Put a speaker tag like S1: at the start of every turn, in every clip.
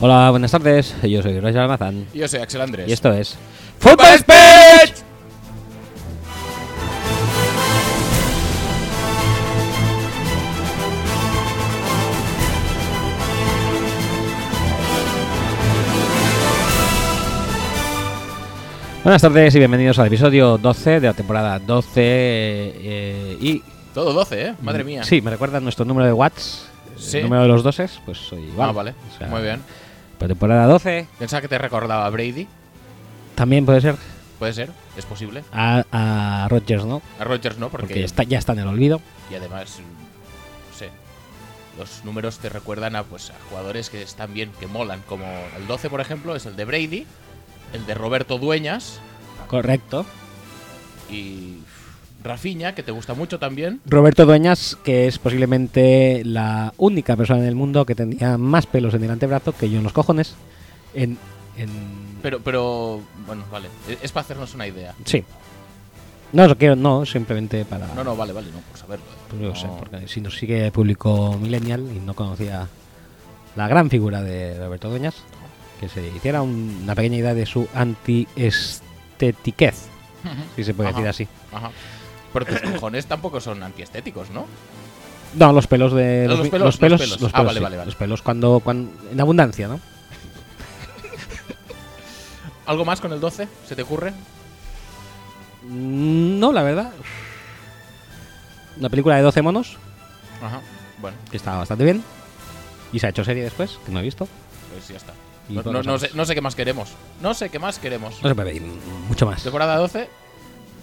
S1: Hola, buenas tardes. Yo soy Roger Almazán.
S2: Yo soy Axel Andrés.
S1: Y esto es. ¡Football
S2: Speech!
S1: Buenas tardes y bienvenidos al episodio 12 de la temporada 12. eh, y.
S2: Todo 12, ¿eh? Madre mía.
S1: Mm, Sí, me recuerdan nuestro número de watts.
S2: Sí.
S1: El número de los doses, pues soy igual.
S2: Ah, vale.
S1: O sea,
S2: Muy bien.
S1: Pero temporada 12
S2: Pensaba que te recordaba a Brady.
S1: también puede ser
S2: Puede ser. Es posible.
S1: a, a Rodgers, ¿no?
S2: A Rogers no, porque,
S1: Porque está, ya está en el olvido.
S2: Y además, mm, no sé. Los números te recuerdan a, pues, a jugadores que están bien, que molan. Como el 12, por ejemplo, es el de Brady. El de Roberto Dueñas.
S1: Correcto.
S2: Y. Rafiña, que te gusta mucho también.
S1: Roberto Dueñas, que es posiblemente la única persona en el mundo que tenía más pelos en el antebrazo que yo en los cojones. En. en-
S2: Pero, pero. Bueno, vale. e-, Es, es para hacernos una idea.
S1: Sí. No, lo quiero, no, simplemente para.
S2: No, no, vale, vale, no, por saberlo. ¿eh?
S1: pues yo
S2: No.
S1: sé, porque si nos sigue público millennial y no conocía la gran figura de Roberto Dueñas, que se hiciera un- una pequeña idea de su antiestetiquez, si se puede
S2: Ajá.
S1: decir así.
S2: Ajá. Pero tus cojones tampoco son antiestéticos, ¿no?
S1: No, los pelos de.
S2: Los pelos, los pelos. Ah, vale,
S1: sí.
S2: vale, vale.
S1: Los pelos cuando, cuando. En abundancia, ¿no?
S2: ¿Algo más con el 12? ¿Se te ocurre?
S1: Mm, No, la verdad. Una película de 12 monos,
S2: Ajá. Bueno,
S1: que estaba bastante bien. Y se ha hecho serie después, que no he visto.
S2: pues ya está.
S1: Y
S2: No,
S1: poco
S2: no- no
S1: más.
S2: sé, no sé qué más queremos. No sé qué más queremos.
S1: No se puede pedir mucho más.
S2: Temporada 12,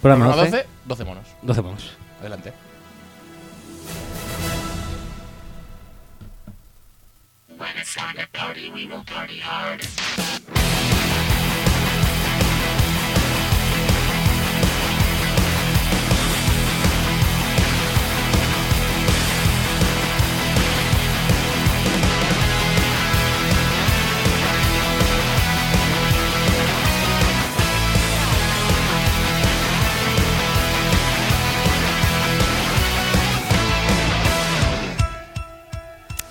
S1: Programa 12,
S2: 12, 12 monos.
S1: 12 monos.
S2: Adelante.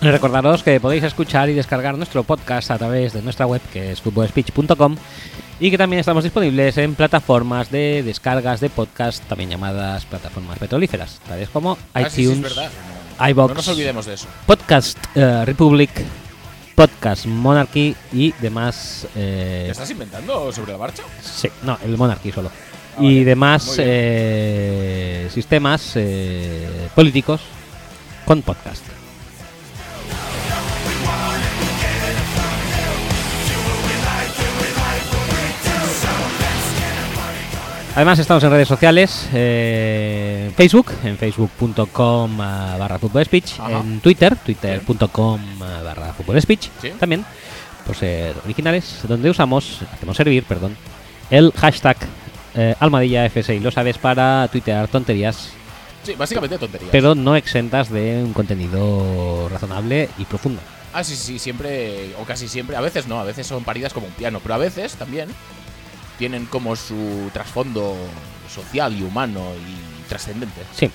S1: Recordaros que podéis escuchar y descargar nuestro podcast a través de nuestra web, que es footballspeech.com, y que también estamos disponibles en plataformas de descargas de podcast, también llamadas plataformas petrolíferas, tales como
S2: Ah, sí, sí, es
S1: iTunes,
S2: verdad. No
S1: iBox,
S2: nos olvidemos de eso.
S1: Podcast eh, Republic, Podcast Monarchy y demás. eh,
S2: ¿Te estás inventando sobre la marcha?
S1: sí, no, el Monarchy solo.
S2: Ah,
S1: y
S2: vale.
S1: demás
S2: Muy bien.
S1: eh, sistemas eh, políticos con podcast. Además estamos en redes sociales, eh, en Facebook, en facebook.com ah, barra Football speech,
S2: Ajá.
S1: en Twitter, twitter.com ah, barra Football speech,
S2: Sí.
S1: también, por ser originales, donde usamos, hacemos servir, perdón, el hashtag eh, Almadilla FSI, lo sabes, para tuitear tonterías,
S2: Sí, básicamente tonterías.
S1: pero no exentas de un contenido razonable y profundo.
S2: Ah, sí, sí, siempre, o casi siempre. A veces no, a veces son paridas como un piano, pero a veces también tienen como su trasfondo social y humano y trascendente.
S1: Sí.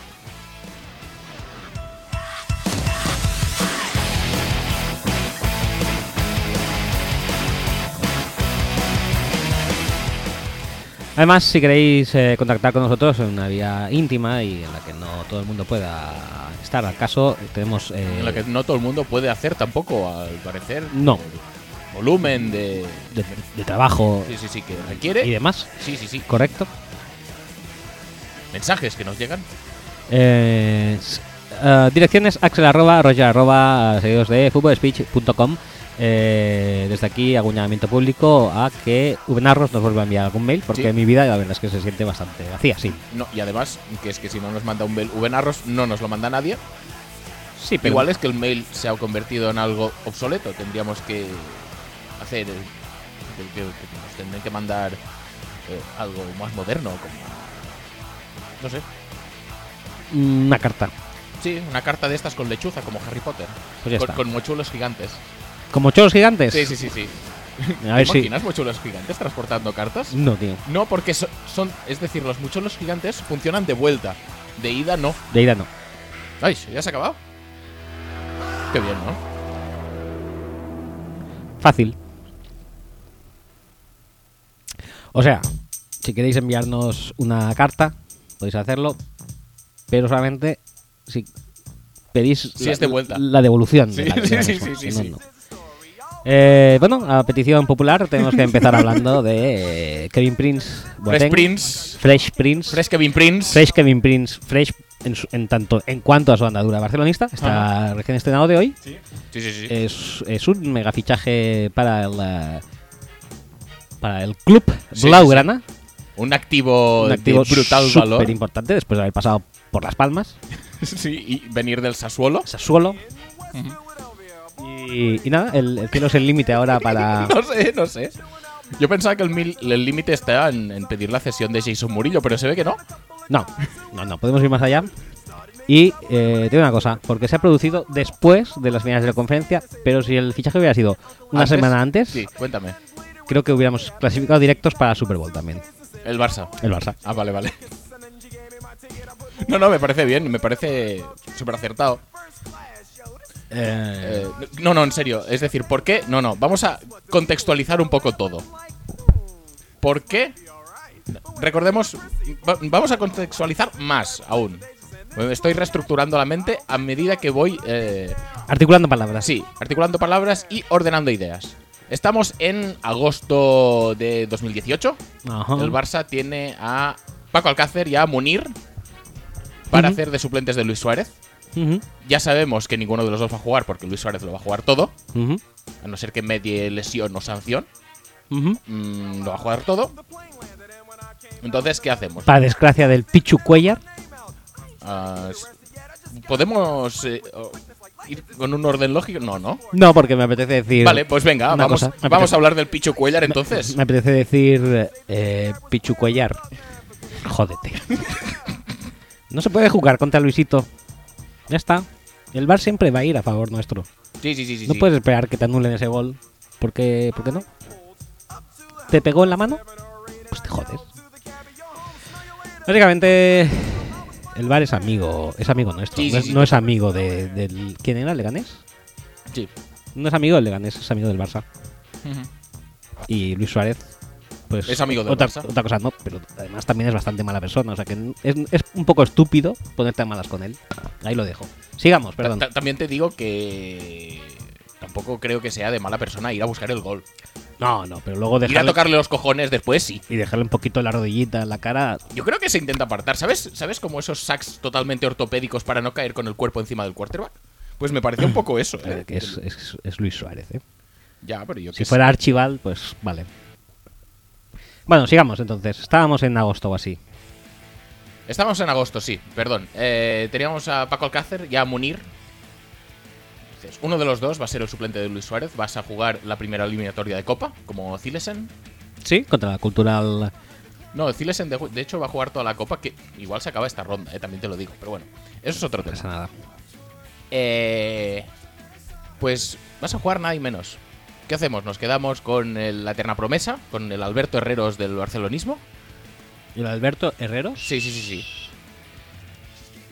S1: Además, si queréis eh, contactar con nosotros en una vía íntima y en la que no todo el mundo pueda estar al caso, tenemos... eh,
S2: En la que no todo el mundo puede hacer tampoco, al parecer.
S1: No.
S2: el Volumen de.
S1: de, de trabajo
S2: Sí, sí, sí, que
S1: y
S2: requiere.
S1: demás,
S2: Sí, sí, sí.
S1: correcto.
S2: Mensajes que nos llegan.
S1: Eh, s- eh, direcciones axel arroba, roger arroba, seguidos de footballspeech.com. Eh, desde aquí hago un llamamiento público a que Ubenarros nos vuelva a enviar algún mail porque
S2: Sí.
S1: mi vida la verdad es que se siente bastante vacía, sí.
S2: No, y además, que es que si no nos manda un mail Ubenarros, no nos lo manda nadie.
S1: Sí,
S2: Igual es que el mail se ha convertido en algo obsoleto. Tendríamos que hacer. eh, Que, que- que nos tendrían que mandar eh, algo más moderno, como. No sé.
S1: una carta.
S2: Sí, una carta de estas con lechuza, como Harry Potter.
S1: Pues ya
S2: con,
S1: está.
S2: con mochuelos gigantes.
S1: Como choros gigantes.
S2: Sí, sí, sí, sí.
S1: A ver
S2: ¿Te
S1: si.
S2: imaginas mochuelos gigantes transportando cartas?
S1: No, tío.
S2: No, porque so- son, es decir, los mochuelos gigantes funcionan de vuelta. De ida no.
S1: De ida no.
S2: Ay, ya se ha acabado. Qué bien, ¿no?
S1: Fácil. O sea, si queréis enviarnos una carta, podéis hacerlo, pero solamente si pedís
S2: Si
S1: la,
S2: es de vuelta.
S1: la devolución.
S2: Sí,
S1: de la- de
S2: sí,
S1: la
S2: sí,
S1: misma,
S2: sí,
S1: si
S2: sí,
S1: no,
S2: sí.
S1: no. Eh, bueno, a petición popular tenemos que empezar hablando de eh, Kevin Prince.
S2: Fresh
S1: Boateng,
S2: Prince.
S1: Fresh Prince.
S2: Fresh Kevin Prince.
S1: Fresh Kevin Prince, Fresh en, su- en tanto en cuanto a su andadura barcelonista, está recién estrenado de hoy.
S2: Sí, sí, sí.
S1: Es, es un mega fichaje para el eh, para el club
S2: Sí,
S1: Blaugrana,
S2: un activo,
S1: un activo
S2: de brutal valor.
S1: súper importante después de haber pasado por Las Palmas,
S2: Sí, y venir del Sassuolo.
S1: Sassuolo. y, y nada, el, el cielo es el límite ahora para
S2: No sé, no sé. Yo pensaba que el mil- el límite estaba en, en pedir la cesión de Jason Murillo, pero se ve que no.
S1: No, no, no, podemos ir más allá. Y eh, te digo una cosa, porque se ha producido después de las finales de la conferencia, pero si el fichaje hubiera sido una
S2: ¿Antes?
S1: semana antes,
S2: Sí, cuéntame.
S1: creo que hubiéramos clasificado directos para Super Bowl también,
S2: El Barça.
S1: el Barça.
S2: Ah, vale, vale. No, no, me parece bien, me parece súper acertado.
S1: Eh,
S2: Eh, no, no, en serio. Es decir, ¿por qué? No, no, vamos a contextualizar un poco todo. ¿Por qué? Recordemos, va- vamos a contextualizar más aún. Me Estoy reestructurando la mente a medida que voy eh,
S1: articulando palabras.
S2: Sí, articulando palabras y ordenando ideas. Estamos en agosto de 2018.
S1: Ajá.
S2: El Barça tiene a Paco Alcácer y a Munir para
S1: Ujú.
S2: hacer de suplentes de Luis Suárez.
S1: Ujú,
S2: Ya sabemos que ninguno de los dos va a jugar porque Luis Suárez lo va a jugar todo,
S1: ujú,
S2: a no ser que medie lesión o sanción.
S1: ujú.
S2: Mm, lo va a jugar todo. Entonces, ¿qué hacemos?
S1: Para desgracia del Pichu Cuellar,
S2: Ah, s- ¿Podemos eh, o- ir con un orden lógico? No, no.
S1: no porque me apetece decir.
S2: Vale, pues venga,
S1: Una
S2: vamos,
S1: cosa, me
S2: vamos
S1: apetece.
S2: a hablar del Picho Cuellar entonces.
S1: Me apetece decir eh, Pichu Cuellar. Jódete. no se puede jugar contra Luisito. Ya está. El bar siempre va a ir a favor nuestro.
S2: Sí, sí, sí, sí.
S1: No
S2: sí.
S1: puedes esperar que te anulen ese gol. Porque, ¿Por qué no? ¿Te pegó en la mano? Pues te jodes. Básicamente, el bar es amigo, es amigo nuestro.
S2: Sí, sí,
S1: no, es,
S2: sí.
S1: no es amigo de, del. ¿Quién era? ¿Leganés?
S2: Sí.
S1: No es amigo del Leganés, es amigo del Barça. Y Luis Suárez, pues.
S2: Es amigo del
S1: otra,
S2: Barça.
S1: Otra cosa no, pero además también es bastante mala persona. O sea que es, es un poco estúpido ponerte a malas con él. Ahí lo dejo. Sigamos, perdón.
S2: Ta- ta- También te digo que tampoco creo que sea de mala persona ir a buscar el gol.
S1: No, no, pero luego
S2: Ir a
S1: dejarle,
S2: tocarle los cojones después, sí.
S1: y dejarle un poquito la rodillita en la cara. eh,
S2: Yo creo que se intenta apartar. ¿Sabes, ¿Sabes como esos sacks totalmente ortopédicos para no caer con el cuerpo encima del quarterback? Pues me pareció un poco eso.
S1: a ver,
S2: ¿eh?
S1: que es, es- es Luis Suárez, ¿eh?
S2: Ya, pero yo
S1: Si
S2: qué
S1: fuera Archival, pues vale. Bueno, sigamos entonces. Estábamos en agosto o así.
S2: sé. Estábamos en agosto, sí, perdón. Eh, teníamos a Paco Alcácer y a Munir. Entonces, uno de los dos va a ser el suplente de Luis Suárez. Vas a jugar la primera eliminatoria de Copa, como Zilesen.
S1: ¿Sí? Contra la cultural.
S2: No, Zilesen de, de hecho va a jugar toda la copa, que igual se acaba esta ronda, eh, también te lo digo, pero bueno, eso es otro
S1: No
S2: tema.
S1: pasa nada.
S2: Eh, pues vas a jugar nada y menos. ¿Qué hacemos? ¿Nos quedamos con el- la eterna promesa? ¿Con el Alberto Herreros del barcelonismo?
S1: ¿Y el Alberto Herreros?
S2: Sí, sí, sí, sí,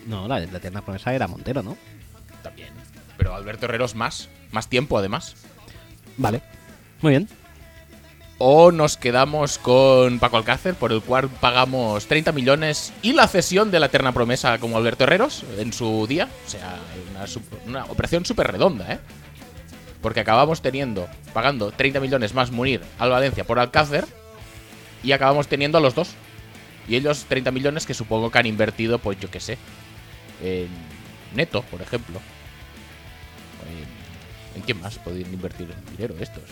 S1: No, la, la eterna promesa era Montero, ¿no?
S2: también. Pero Alberto Herreros más, más tiempo además.
S1: Vale. Muy bien.
S2: O nos quedamos con Paco Alcácer, por el cual pagamos 30 millones y la cesión de la eterna promesa como Alberto Herreros en su día. O sea, una, sup- una operación súper redonda, ¿eh? Porque acabamos teniendo, pagando 30 millones más Munir al Valencia por Alcácer y acabamos teniendo a los dos. Y ellos 30 millones que supongo que han invertido, pues yo qué sé, en Neto, por ejemplo. En- ¿En quién más podrían invertir dinero estos?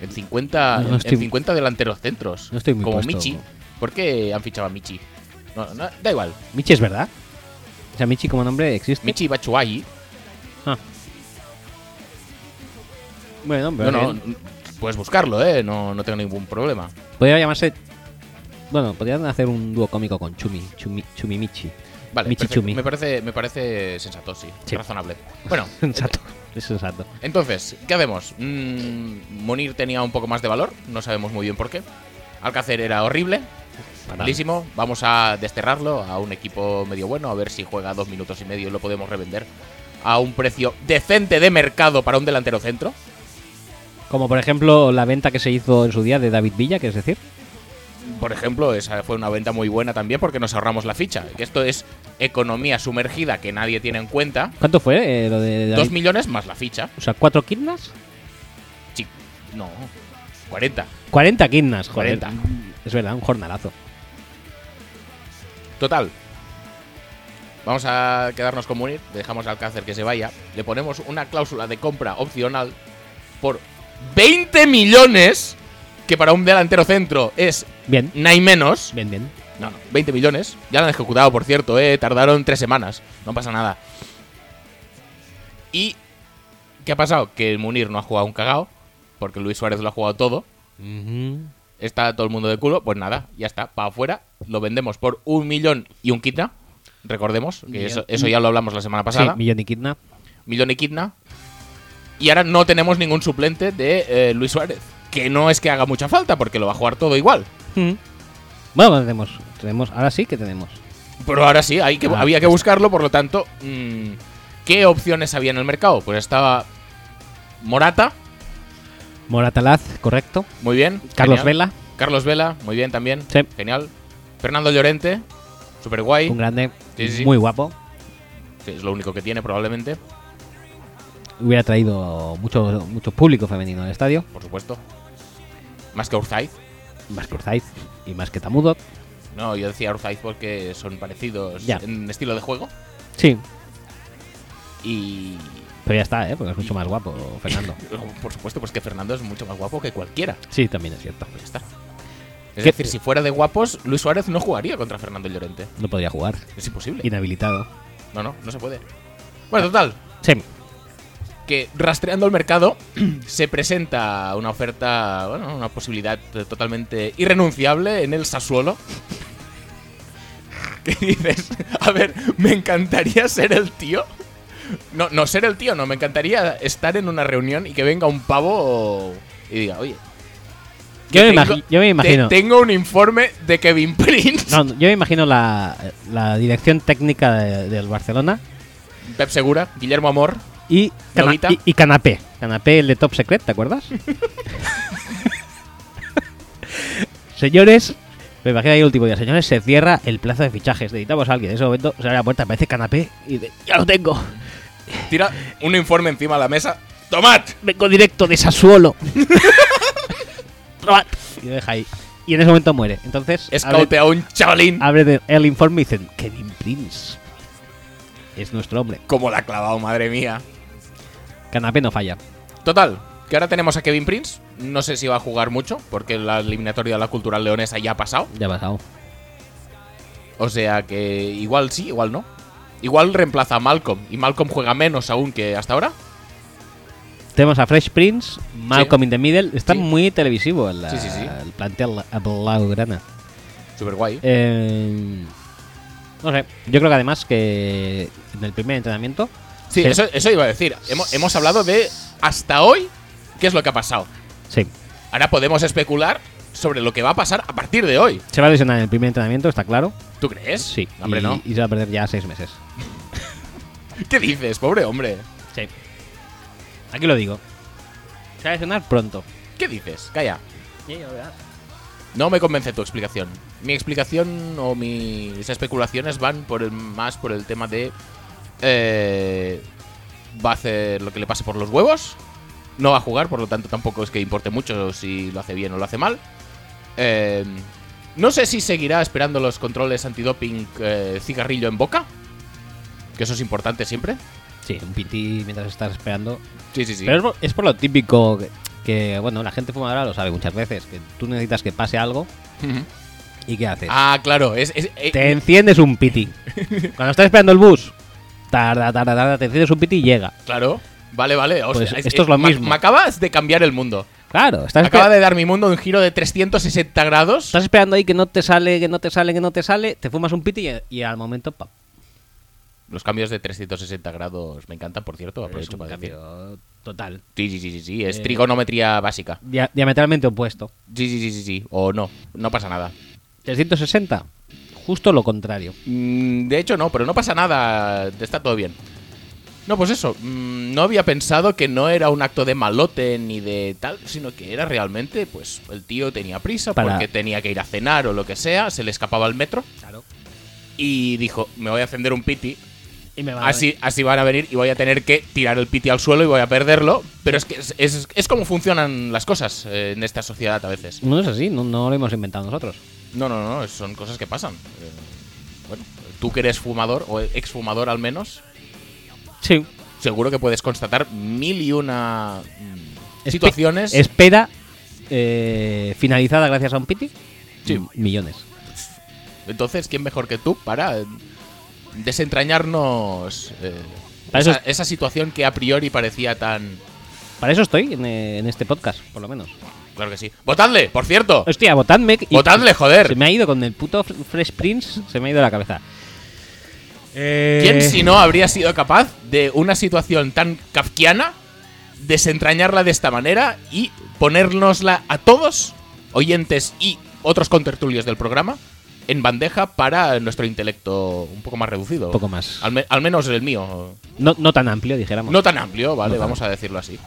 S2: En 50,
S1: No
S2: en-
S1: estoy-
S2: en 50 delanteros centros.
S1: No estoy muy
S2: como
S1: puesto.
S2: Michi. ¿Por qué han fichado a Michi? No, no, da igual.
S1: Michi es verdad. O sea, Michi como nombre existe.
S2: Michi Bachuayi.
S1: Ah. Bueno,
S2: No,
S1: pero
S2: no,
S1: bien.
S2: puedes buscarlo, ¿eh? No, no tengo ningún problema.
S1: podría llamarse. Bueno, podrían hacer un dúo cómico con Chumi, Chumi, Chumi Michi.
S2: Vale,
S1: Michi
S2: perfecto.
S1: Chumi.
S2: Me parece, me parece sensato, sí.
S1: Sí.
S2: Razonable. Bueno,
S1: Sensato. Es sensato.
S2: Entonces, ¿qué hacemos? Mm, Munir tenía un poco más de valor, no sabemos muy bien por qué. Alcácer era horrible, malísimo. Vamos a desterrarlo a un equipo medio bueno, a ver si juega dos minutos y medio y lo podemos revender a un precio decente de mercado para un delantero centro.
S1: Como por ejemplo la venta que se hizo en su día de David Villa, que es decir.
S2: Por ejemplo, esa fue una venta muy buena también porque nos ahorramos la ficha. Que esto es economía sumergida que nadie tiene en cuenta.
S1: ¿Cuánto fue eh, lo de David?
S2: Dos millones más la ficha.
S1: O sea, ¿cuatro kidnas?
S2: Chi- no, 40.
S1: 40 kidnas, joder.
S2: 40.
S1: Es verdad, un jornalazo.
S2: Total. Vamos a quedarnos con Munir, dejamos al cáncer que se vaya, le ponemos una cláusula de compra opcional por 20 millones, que para un delantero centro es
S1: Bien,
S2: nada menos.
S1: bien, bien.
S2: No, no, 20 millones. Ya lo han ejecutado, por cierto, eh. Tardaron tres semanas. No pasa nada. ¿Y qué ha pasado? Que el Munir no ha jugado un cagao, porque Luis Suárez lo ha jugado todo. Está todo el mundo de culo, pues nada, ya está, para afuera. Lo vendemos por un millón y un quitna. Recordemos, que
S1: Millón.
S2: eso, eso ya lo hablamos la semana
S1: Sí,
S2: pasada.
S1: millón y kidna.
S2: millón y quitna. Y ahora no tenemos ningún suplente de eh, Luis Suárez. Que no es que haga mucha falta, porque lo va a jugar todo igual.
S1: Mm. Bueno, pues tenemos, tenemos. Ahora sí que tenemos.
S2: Pero ahora sí, hay que,
S1: Ah,
S2: había que buscarlo, por lo tanto, mm, ¿qué opciones había en el mercado? Pues estaba Morata,
S1: Moratalaz, correcto.
S2: muy bien.
S1: Carlos
S2: genial.
S1: Vela,
S2: Carlos Vela, muy bien también.
S1: Sí.
S2: Genial. Fernando Llorente, super guay.
S1: un grande,
S2: Sí, sí, sí.
S1: muy guapo.
S2: es lo único que tiene probablemente,
S1: Hubiera traído mucho, mucho público femenino al estadio.
S2: por supuesto. Más que Urzaiz.
S1: Más que Urzaiz y más que Tamudo.
S2: No, yo decía Urzaiz porque son parecidos
S1: Ya.
S2: en estilo de juego.
S1: Sí,
S2: Y,
S1: pero ya está, ¿eh? porque es mucho más guapo Fernando.
S2: por supuesto, pues que Fernando es mucho más guapo que cualquiera. Pues
S1: Sí, también es cierto.
S2: Ya está. Es
S1: ¿Qué-
S2: decir, si fuera de guapos, Luis Suárez no jugaría contra Fernando Llorente.
S1: No podría jugar.
S2: Es imposible.
S1: Inhabilitado.
S2: No, no, no se puede. Bueno, total,
S1: Sí,
S2: que rastreando el mercado se presenta una oferta, bueno, una posibilidad totalmente irrenunciable en el Sassuolo. ¿Qué dices? A ver, me encantaría ser el tío. No, no ser el tío, no, me encantaría estar en una reunión y que venga un pavo y diga, oye,
S1: yo, me,
S2: tengo-
S1: imagi- yo me
S2: te-
S1: imagino.
S2: tengo un informe de Kevin Prince.
S1: No, yo me imagino la, la dirección técnica de- del Barcelona
S2: Pep Segura, Guillermo Amor,
S1: y, cana-
S2: Novita.
S1: y, y Canapé. Canapé, el de Top Secret, ¿te acuerdas? Señores, me imagino ahí el último día. Señores, se cierra el plazo de fichajes. Necesitamos a alguien. En ese momento se abre la puerta, aparece Canapé y dice, ya lo tengo.
S2: tira un informe encima de la mesa. ¡Tomad!
S1: Vengo directo de Sassuolo. Probad. y lo deja ahí. Y en ese momento muere. Entonces, abre-
S2: Escaute a un chavalín.
S1: abre de- el informe y dicen, Kevin Prince es nuestro hombre.
S2: Como la ha clavado, madre mía.
S1: Canapé no falla.
S2: Total, que ahora tenemos a Kevin Prince. No sé si va a jugar mucho, porque la eliminatoria de la cultural leonesa ya ha pasado.
S1: Ya ha pasado.
S2: O sea que igual sí, igual no. Igual reemplaza a Malcolm. Y Malcolm juega menos aún que hasta ahora.
S1: Tenemos a Fresh Prince, Malcolm in the Middle. Está
S2: Sí.
S1: muy televisivo la-
S2: Sí, sí, sí.
S1: el plantel a blaugrana.
S2: Super guay.
S1: Eh, no sé, yo creo que además que en el primer entrenamiento
S2: Sí,
S1: sí.
S2: Eso, eso iba a decir. Hemos, hemos hablado de hasta hoy qué es lo que ha pasado.
S1: sí,
S2: Ahora podemos especular sobre lo que va a pasar a partir de hoy.
S1: se va a lesionar en el primer entrenamiento, está claro.
S2: ¿Tú crees?
S1: Sí,
S2: No, Hombre,
S1: y,
S2: no.
S1: y se va a perder ya seis meses.
S2: ¿Qué dices, pobre hombre?
S1: Sí, aquí lo digo. Se va a lesionar pronto.
S2: ¿Qué dices? Calla. No me convence tu explicación. Mi explicación o mis especulaciones van por el- más por el tema de... eh, va a hacer lo que le pase por los huevos. No va a jugar, por lo tanto tampoco es que importe mucho si lo hace bien o lo hace mal. Eh, no sé si seguirá esperando los controles antidoping eh, cigarrillo en boca. Que eso es importante siempre.
S1: Sí, un piti mientras estás esperando.
S2: Sí, sí, sí.
S1: Pero es por, es por lo típico que, que, bueno, la gente fumadora lo sabe muchas veces, que tú necesitas que pase algo
S2: Ujú.
S1: y ¿qué haces?
S2: Ah, claro. Es, es- eh,
S1: Te enciendes un piti. Cuando estás esperando el bus, tarda, tarda, tarda, te enciendes un piti y llega.
S2: Claro. Vale, vale. o
S1: Pues
S2: sea,
S1: esto es lo
S2: me-
S1: mismo.
S2: Me acabas de cambiar el mundo.
S1: Claro, estás,
S2: Acaba
S1: espe-
S2: de dar mi mundo un giro de 360 grados.
S1: estás esperando ahí que no te sale, que no te sale, que no te sale, te fumas un piti y, y al momento, pa,
S2: Los cambios de 360 grados me encantan, por cierto.
S1: es
S2: Aprovecho
S1: un
S2: para decir.
S1: cambio total.
S2: Sí, sí, sí, sí, sí, Es
S1: Eh,
S2: trigonometría básica.
S1: Dia- diametralmente opuesto.
S2: Sí, sí, sí, sí, sí. O no. No pasa nada.
S1: 360, justo lo contrario.
S2: Mm, De hecho, no, pero no pasa nada. Está todo bien. No, pues eso, mm, no había pensado que no era un acto de malote ni de tal, sino que era realmente, pues el tío tenía prisa
S1: Para-
S2: porque tenía que ir a cenar o lo que sea, se le escapaba el metro
S1: Claro.
S2: y dijo, me voy a encender un piti,
S1: Y me va
S2: así, así van a venir y voy a tener que tirar el piti al suelo y voy a perderlo, pero es que es, es- es como funcionan las cosas eh, en esta sociedad a veces.
S1: No es así, no, no lo hemos inventado nosotros.
S2: No, no, no, son cosas que pasan. Eh, bueno, tú que eres fumador o exfumador al menos,
S1: Sí.
S2: seguro que puedes constatar mil y una mm, situaciones.
S1: Espera eh, finalizada gracias a un piti.
S2: Sí.
S1: m- Millones.
S2: Entonces, ¿quién mejor que tú para eh, desentrañarnos eh,
S1: Para
S2: esa,
S1: eso
S2: esa situación que a priori parecía tan...
S1: Para eso estoy en, eh, en este podcast, por lo menos.
S2: Claro que sí. ¡Votadle, por cierto!
S1: Hostia, votadme. y-
S2: ¡Votadle,
S1: Se
S2: joder!
S1: me ha ido con el puto Fre- Fresh Prince, se me ha ido la cabeza.
S2: Eh,
S1: Eh.
S2: ¿Quién si no habría sido capaz de una situación tan kafkiana desentrañarla de esta manera y ponérnosla a todos, oyentes y otros contertulios del programa, en bandeja para nuestro intelecto un poco más reducido?
S1: Un poco más.
S2: Al, me- al menos el mío.
S1: No, no tan amplio, dijéramos.
S2: No tan amplio,
S1: No
S2: vale,
S1: tan-
S2: vamos a decirlo así.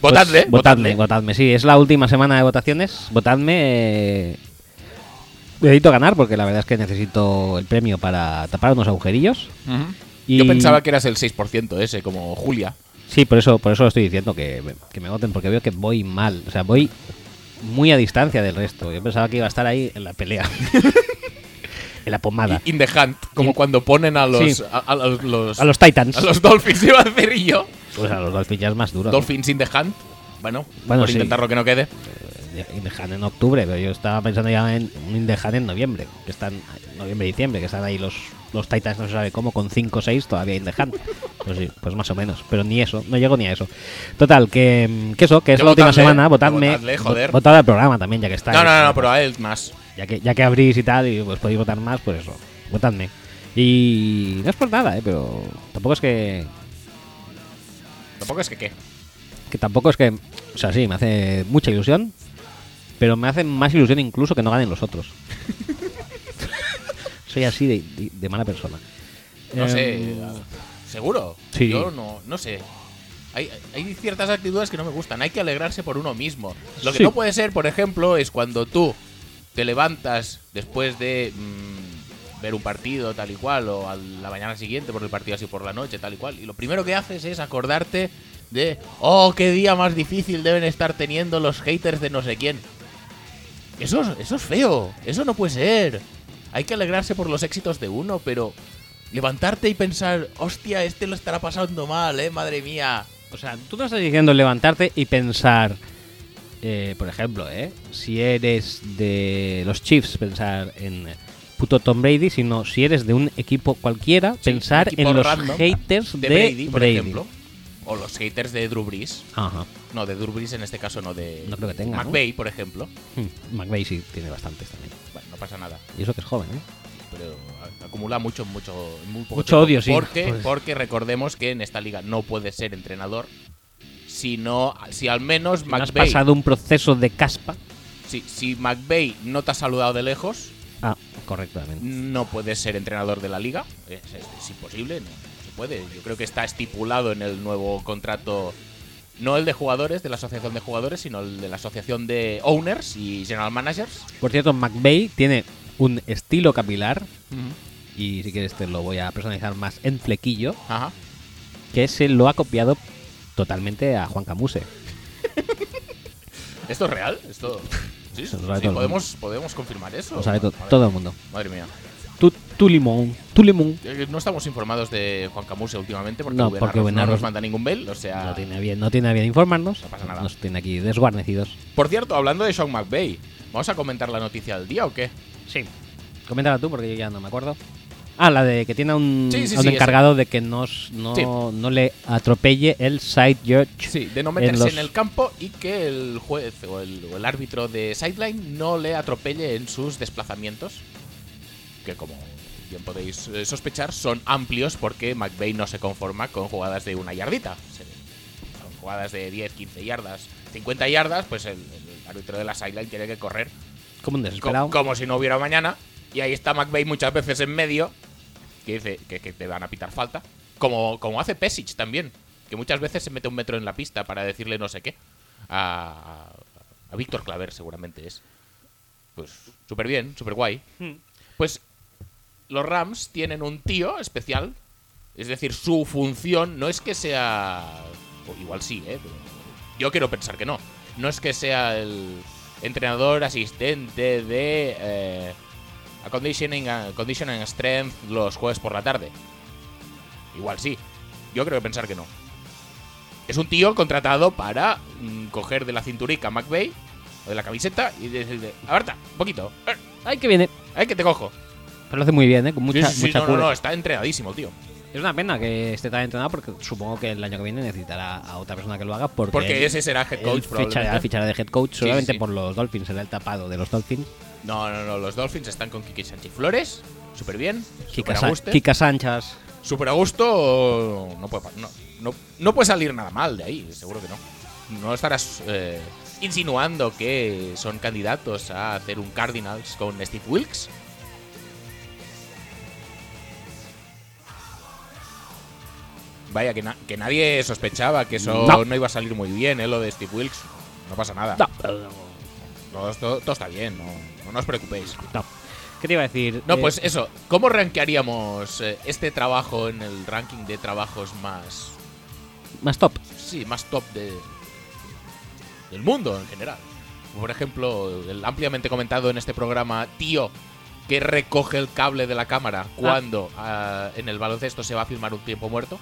S1: Pues,
S2: Votadle,
S1: votadme,
S2: votadle.
S1: votadme. Sí, es la última semana de votaciones. Votadme. eh, Necesito ganar porque la verdad es que necesito el premio para tapar unos agujerillos.
S2: Ujú.
S1: Y-
S2: Yo pensaba que eras el 6% ese, como Julia.
S1: Sí, por eso, por eso estoy diciendo que, me- que me voten, porque veo que voy mal. O sea, voy muy a distancia del resto. Yo pensaba que iba a estar ahí en la pelea. en la pomada.
S2: In the Hunt, como
S1: Y-
S2: cuando ponen a los,
S1: Sí.
S2: a, a los, los-
S1: a los Titans.
S2: a los Dolphins, iba a decir yo.
S1: Pues a los Dolphins ya es más duro. ¿no?
S2: Dolphins in the Hunt. Bueno,
S1: Bueno,
S2: por
S1: sí.
S2: intentarlo que no quede.
S1: Indejan en octubre, pero yo estaba pensando ya en un Indejan en noviembre, que están noviembre y diciembre, que están ahí los los Titans no se sabe cómo con 5 o 6 todavía Indejan. Pues sí, pues más o menos, pero ni eso, no llego ni a eso. Total, que, mm, que eso, que es
S2: Que
S1: la última
S2: votadle,
S1: semana,
S2: que
S1: votadme,
S2: votadle, joder.
S1: vo- votad al programa también ya que está.
S2: No,
S1: ahí.
S2: no, no, pero a él más.
S1: ya que ya que abrís y tal y pues podéis votar más, pues eso, votadme. Y no es por nada, eh, pero tampoco es que
S2: Tampoco es que qué.
S1: que tampoco es que, o sea, sí, me hace mucha ilusión, pero me hace más ilusión incluso que no ganen los otros. Soy así de, de- de mala persona.
S2: No
S1: Em,
S2: sé. Seguro.
S1: mm. sí.
S2: Yo no, no sé. Hay, hay ciertas actitudes que no me gustan. Hay que alegrarse por uno mismo. Lo que
S1: Sí.
S2: no puede ser, por ejemplo, es cuando tú te levantas después de mm, ver un partido tal y cual, o a la mañana siguiente por el partido así por la noche tal y cual, y lo primero que haces es acordarte de, oh, qué día más difícil deben estar teniendo los haters de no sé quién. Eso, es- eso es feo, eso no puede ser. Hay que alegrarse por los éxitos de uno, pero levantarte y pensar, hostia, este lo estará pasando mal, eh, madre mía.
S1: O sea, tú no estás diciendo levantarte y pensar, eh, por ejemplo, eh, si eres de los Chiefs, pensar en puto Tom Brady, sino si eres de un equipo cualquiera,
S2: Sí,
S1: pensar
S2: un equipo
S1: en los
S2: random
S1: haters de,
S2: Brady, por ejemplo. O los haters de Drew Brees.
S1: Ajá.
S2: No, de Drew Brees en este caso no, de
S1: No creo que tenga, ¿no?
S2: McVay, por ejemplo.
S1: Hmm, McVay sí tiene bastantes también.
S2: Bueno, no pasa nada.
S1: Y eso que es joven, ¿eh?
S2: Pero a- acumula mucho, mucho, muy poco
S1: Mucho
S2: tiempo.
S1: odio, sí.
S2: Porque,
S1: Pues-
S2: porque recordemos que en esta liga no puede ser entrenador. Si no, si al menos
S1: No has
S2: McVay,
S1: pasado un proceso de caspa.
S2: si, si McVay no te ha saludado de lejos,
S1: Ah, correctamente.
S2: no puedes ser entrenador de la liga. Es, es- es imposible, no, no se puede. Yo creo que está estipulado en el nuevo contrato, no el de jugadores, de la asociación de jugadores, sino el de la asociación de owners y general managers.
S1: Por cierto, McVeigh tiene un estilo capilar, y si quieres te lo voy a personalizar más en flequillo,
S2: Ajá.
S1: que se lo ha copiado totalmente a Juan Camuse.
S2: ¿Esto es real? ¿Esto.? Sí,
S1: Eso lo
S2: sí,
S1: sabe todo el
S2: podemos, podemos confirmar eso.
S1: Lo sabe to-
S2: Madre-
S1: todo el mundo.
S2: Madre mía.
S1: Tú, tú limón, tú limón.
S2: Eh, No estamos informados de Juan Camuse últimamente porque,
S1: No,
S2: Ubenar
S1: porque
S2: no- no
S1: Ubenar-
S2: nos manda ningún bell. O sea,
S1: No tiene bien, no tiene bien informarnos.
S2: No pasa nada.
S1: Nos tiene aquí desguarnecidos.
S2: Por cierto, hablando de Sean McVay, ¿vamos a comentar la noticia del día o qué?
S1: Sí. Coméntala tú porque yo ya no me acuerdo. Ah, la de que tiene un,
S2: Sí, sí,
S1: a un
S2: sí,
S1: encargado de que nos- no,
S2: Sí.
S1: no le atropelle el side judge.
S2: Sí, de no meterse en,
S1: los-
S2: el campo y que el juez o el, o el árbitro de sideline no le atropelle en sus desplazamientos, que como bien podéis eh, sospechar son amplios porque McVeigh no se conforma con jugadas de una yardita. Se- Son jugadas de 10, 15 yardas, 50 yardas, pues el, el árbitro de la sideline tiene que correr
S1: Como un
S2: co-
S1: desesperado.
S2: como si no hubiera mañana. Y ahí está McVeigh muchas veces en medio, que dice que, que te van a pitar falta. Como, como hace Pesic también, que muchas veces se mete un metro en la pista para decirle no sé qué. A, a Víctor Claver seguramente es. Pues súper bien, súper guay. Pues los Rams tienen un tío especial. Es decir, su función no es que sea... o igual sí, ¿eh? Pero yo quiero pensar que no. No es que sea el entrenador asistente de... eh, a conditioning, a conditioning strength los jueves por la tarde. Igual sí. Yo creo que pensar que no. Es un tío contratado para mm, coger de la cinturica a McVeigh o de la camiseta y decirle, Abarta, un poquito. Eh,
S1: Ay, que viene.
S2: Ay, que te cojo.
S1: Pero lo hace muy bien, ¿eh? Con mucha,
S2: Sí, sí, sí,
S1: mucha
S2: no, no,
S1: cura.
S2: no, está entrenadísimo, tío.
S1: Es una pena que esté tan entrenado porque supongo que el año que viene necesitará a otra persona que lo haga porque,
S2: Porque
S1: él-
S2: ese será head
S1: él
S2: coach,
S1: fichará,
S2: probablemente. ¿eh?
S1: fichará de head coach
S2: Sí,
S1: solamente
S2: sí.
S1: por los Dolphins, será el tapado de los Dolphins.
S2: No, no, no, los Dolphins están con Kiki Sánchez Flores. Súper bien.
S1: Kika,
S2: Súper a
S1: Sa-
S2: gusto.
S1: Kika Sánchez.
S2: Súper a gusto. No puede, pa- no, no- no puede salir nada mal de ahí, seguro que no. No estarás eh, insinuando que son candidatos a hacer un Cardinals con Steve Wilkes. Vaya, que, na- que nadie sospechaba que eso
S1: No.
S2: no. iba a salir muy bien, ¿eh? Lo de Steve Wilkes. No pasa nada.
S1: No, pero-
S2: Todo, todo- todo está bien, no, no- no os preocupéis.
S1: no. ¿Qué te iba a decir?
S2: No,
S1: Eh,
S2: pues eso, ¿cómo rankearíamos eh, este trabajo en el ranking de trabajos más.
S1: Más top.
S2: Sí, más top de, del mundo en general? Por ejemplo, el ampliamente comentado en este programa, tío que recoge el cable de la cámara cuando ah, en el baloncesto se va a filmar un tiempo muerto.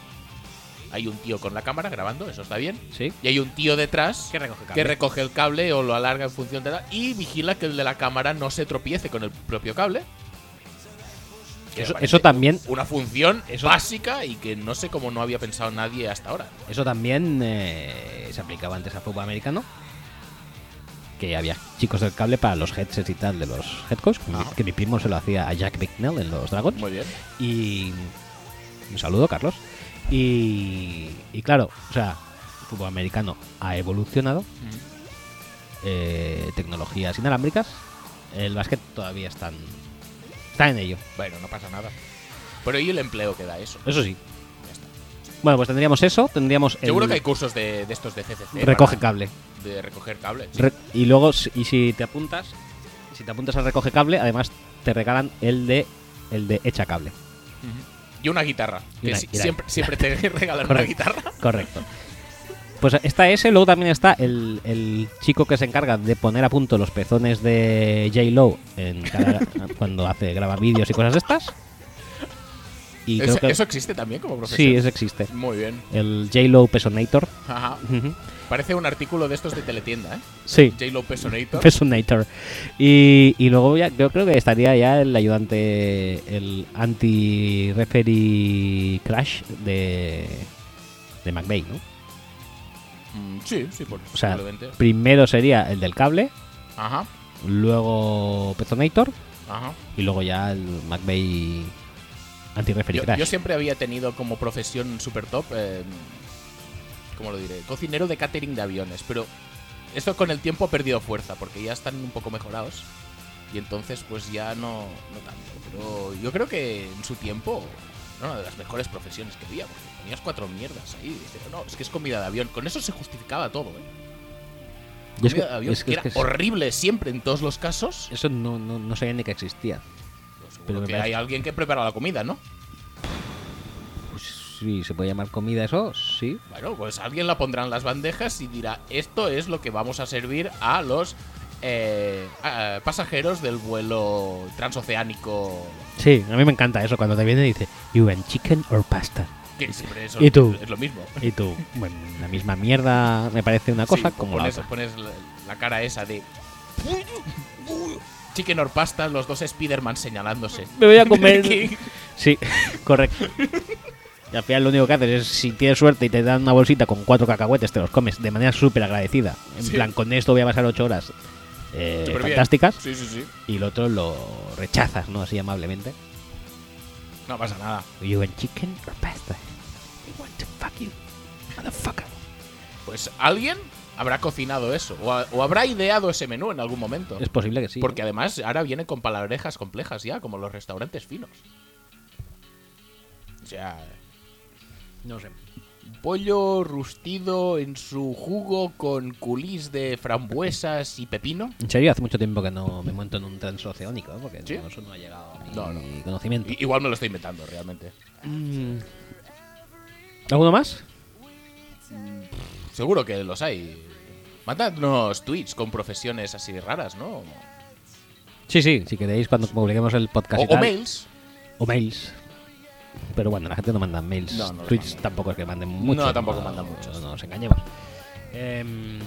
S2: Hay un tío con la cámara grabando, eso está bien.
S1: Sí.
S2: Y hay un tío detrás
S1: ¿Qué recoge
S2: que recoge el cable o lo alarga en función de la. Y vigila que el de la cámara no se tropiece con el propio cable. Que
S1: Eso,
S2: me parece
S1: eso también,
S2: Una función
S1: Eso-
S2: básica y que no sé cómo no había pensado nadie hasta ahora.
S1: eso también eh, se aplicaba antes al fútbol americano. Que había chicos del cable para los headsets y tal de los head coach. que mi-
S2: Ajá.
S1: Que mi primo se lo hacía a Jack Bicknell en los Dragons.
S2: Muy bien.
S1: Y. Un saludo, Carlos. Y. y claro, o sea, el fútbol americano ha evolucionado.
S2: Mm.
S1: eh, tecnologías inalámbricas. El básquet todavía están. Está en ello.
S2: Bueno, no pasa nada. Pero ¿y el empleo que da eso?
S1: Eso sí.
S2: Ya está.
S1: Bueno, pues tendríamos eso. Tendríamos. el
S2: Seguro que hay cursos de, de estos de CCC.
S1: Recoge
S2: para-
S1: cable.
S2: De recoger cable. sí.
S1: Re- y luego, si- y si te apuntas. Si te apuntas al recoge cable, además te regalan el de. El de echa cable.
S2: Ujú. Y una guitarra.
S1: Y
S2: que
S1: una-
S2: si-
S1: y la-
S2: siempre, siempre te regalan una
S1: Correcto.
S2: guitarra.
S1: Correcto. Pues está ese, luego también está el, el chico que se encarga de poner a punto los pezones de J. Lo en cada- cuando hace graba vídeos y cosas de estas. Y creo
S2: Eso,
S1: que
S2: eso existe también como profesión.
S1: sí, eso existe.
S2: Muy bien.
S1: El J. Lo Pesonator.
S2: Ajá.
S1: Ujú.
S2: Parece un artículo de estos de teletienda, ¿eh?
S1: Sí,
S2: J-Lo Pesonator.
S1: Pesonator. Y, y luego ya, yo creo que estaría ya el ayudante, el anti-referee crash de, de McVeigh, ¿no?
S2: Mm, sí, sí, por
S1: O sea,
S2: probablemente.
S1: primero sería el del cable,
S2: Ajá,
S1: luego Pezonator
S2: ajá.
S1: y luego ya el McVeigh anti-referee
S2: Yo,
S1: crash.
S2: yo siempre había tenido como profesión super top, eh, ¿cómo lo diré? Cocinero de catering de aviones, pero esto con el tiempo ha perdido fuerza porque ya están un poco mejorados y entonces pues ya no, no tanto. Pero yo creo que en su tiempo era una de las mejores profesiones que había, porque tenías cuatro mierdas ahí. y dices, no, es que es comida de avión, con eso se justificaba todo, ¿eh?
S1: Yo es que-
S2: Comida de avión,
S1: es que-
S2: que
S1: es
S2: era
S1: que es-
S2: horrible siempre en todos los casos.
S1: eso no, no, no sabía ni que existía.
S2: Pues seguro
S1: pero me
S2: que
S1: parece-
S2: hay alguien que prepara la comida, ¿no?
S1: Pues sí, se puede llamar comida eso, sí.
S2: Bueno, pues alguien la pondrá en las bandejas y dirá, esto es lo que vamos a servir a los eh, a- pasajeros del vuelo transoceánico.
S1: Sí, a mí me encanta eso cuando te viene y dice, you want chicken or pasta?
S2: Que siempre es,
S1: ¿Y tú?
S2: es lo mismo.
S1: Y tú, bueno, la misma mierda me parece una cosa
S2: Sí,
S1: como la
S2: pones,
S1: otra.
S2: pones la, la cara esa de... Chicken or pasta, los dos Spiderman señalándose.
S1: Me voy a comer.
S2: Que-
S1: sí, correcto. Y al final lo único que haces es, si tienes suerte y te dan una bolsita con cuatro cacahuetes, te los comes de manera súper agradecida. En
S2: Sí.
S1: plan, con esto voy a pasar ocho horas eh,
S2: Superbién.
S1: fantásticas.
S2: Sí, sí, sí.
S1: Y el otro lo rechazas, ¿no? Así amablemente.
S2: No pasa nada.
S1: You want chicken or pasta? I want to fuck you, motherfucker.
S2: Pues alguien habrá cocinado eso. O, ha- o habrá ideado ese menú en algún momento.
S1: Es posible que sí.
S2: Porque además ahora viene con palabrejas complejas ya, como los restaurantes finos. O sea,
S1: No sé.
S2: Pollo rustido en su jugo con culís de frambuesas y pepino.
S1: En serio, hace mucho tiempo que no me monto en un transoceánico, ¿eh? porque
S2: ¿Sí?
S1: no, eso no ha llegado a mi
S2: No, no.
S1: conocimiento.
S2: I- Igual me lo estoy inventando realmente.
S1: Mm. ¿Alguno más?
S2: Seguro que los hay. Mandadnos tweets con profesiones así raras, ¿no? O,
S1: Sí, sí, si queréis, cuando publiquemos el podcast. y
S2: o
S1: tal.
S2: mails.
S1: O mails. Pero bueno, la gente no manda mails.
S2: No, no los
S1: Tweets
S2: manda.
S1: tampoco es que manden muchos.
S2: No, tampoco mandan muchos.
S1: No nos engañemos. Em,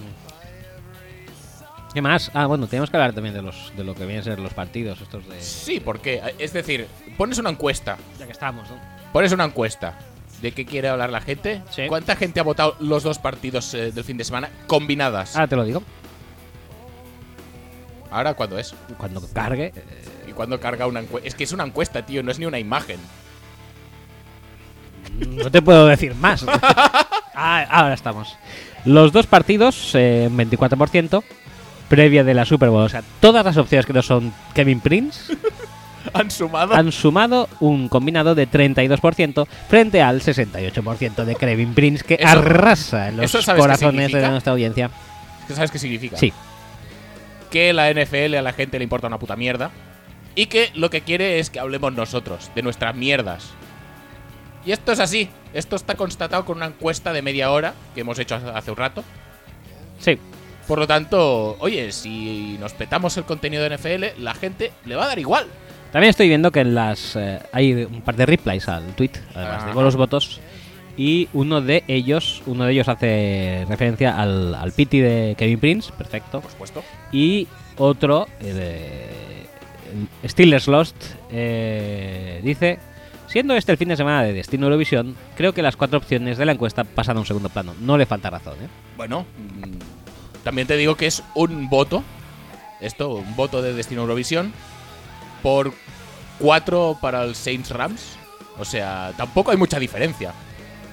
S1: ¿Qué más? Ah, bueno, tenemos que hablar también de los de lo que vienen a ser los partidos estos de...
S2: Sí, porque, es decir, pones una encuesta.
S1: Ya que estamos, ¿no?
S2: Pones una encuesta de qué quiere hablar la gente.
S1: Sí.
S2: ¿Cuánta gente ha votado los dos partidos eh, del fin de semana combinadas?
S1: Ahora Ah, te lo digo.
S2: ¿Ahora cuándo es?
S1: Cuando cargue... eh,
S2: ¿Y cuándo carga una encuesta? Es que es una encuesta, tío, no es ni una imagen.
S1: Mm, No te puedo decir más. Ah, ahora estamos. Los dos partidos, eh, un 24%, previa de la Super Bowl. O sea, todas las opciones que no son Kevin Prince
S2: Han sumado.
S1: han sumado un combinado de 32% frente al 68% de Kevin Prince, que
S2: Eso-
S1: arrasa en los
S2: ¿eso sabes qué
S1: corazones de
S2: significa?
S1: nuestra audiencia.
S2: ¿Sabes qué significa?
S1: Sí,
S2: Que la NFL a la gente le importa una puta mierda. Y que lo que quiere es que hablemos nosotros, de nuestras mierdas. Y esto es así. Esto está constatado con una encuesta de media hora que hemos hecho hace hace un rato.
S1: sí.
S2: Por lo tanto, oye, si nos petamos el contenido de NFL, la gente le va a dar igual.
S1: También estoy viendo que en las eh, hay un par de replies al tweet, además de
S2: Ajá.
S1: con los votos. Y uno de ellos, uno de ellos hace referencia al, al pity de Kevin Prince, perfecto.
S2: Por supuesto.
S1: Y otro, eh, de- el Steelers Lost, eh, dice, siendo este el fin de semana de Destino Eurovisión, creo que las cuatro opciones de la encuesta pasan a un segundo plano. No le falta razón, ¿eh?
S2: Bueno, mm, también te digo que es un voto. Esto, un voto de Destino Eurovisión. Por cuatro para el Saints Rams. O sea, tampoco hay mucha diferencia.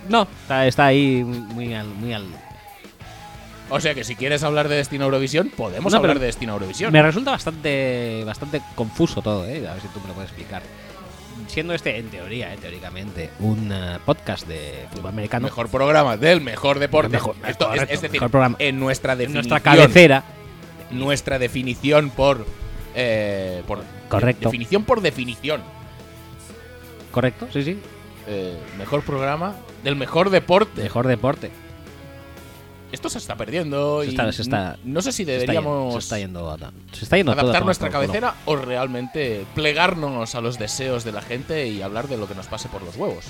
S1: No, está, está ahí muy al... Muy al
S2: O sea que si quieres hablar de Destino Eurovisión, podemos
S1: No,
S2: hablar
S1: pero
S2: de Destino Eurovisión.
S1: Me resulta bastante, bastante confuso todo, ¿eh? A ver si tú me lo puedes explicar. Siendo este, en teoría, ¿eh? teóricamente, un eh, podcast de fútbol americano,
S2: Mejor programa del mejor deporte.
S1: Mejor-
S2: Esto es,
S1: correcto,
S2: es decir,
S1: mejor programa.
S2: en nuestra
S1: en
S2: definición.
S1: nuestra cabecera,
S2: nuestra definición por. eh, por
S1: Correcto.
S2: Definición por definición.
S1: correcto, sí, sí,
S2: Eh, mejor programa del mejor deporte.
S1: mejor deporte.
S2: Esto se está perdiendo.
S1: Se
S2: y
S1: está- se está-
S2: no sé si
S1: Se está yendo-
S2: deberíamos
S1: se está yendo, a- se está yendo a todo a
S2: adaptar
S1: tomar
S2: nuestra
S1: por culo.
S2: cabecera o realmente plegarnos a los deseos de la gente y hablar de lo que nos pase por los huevos.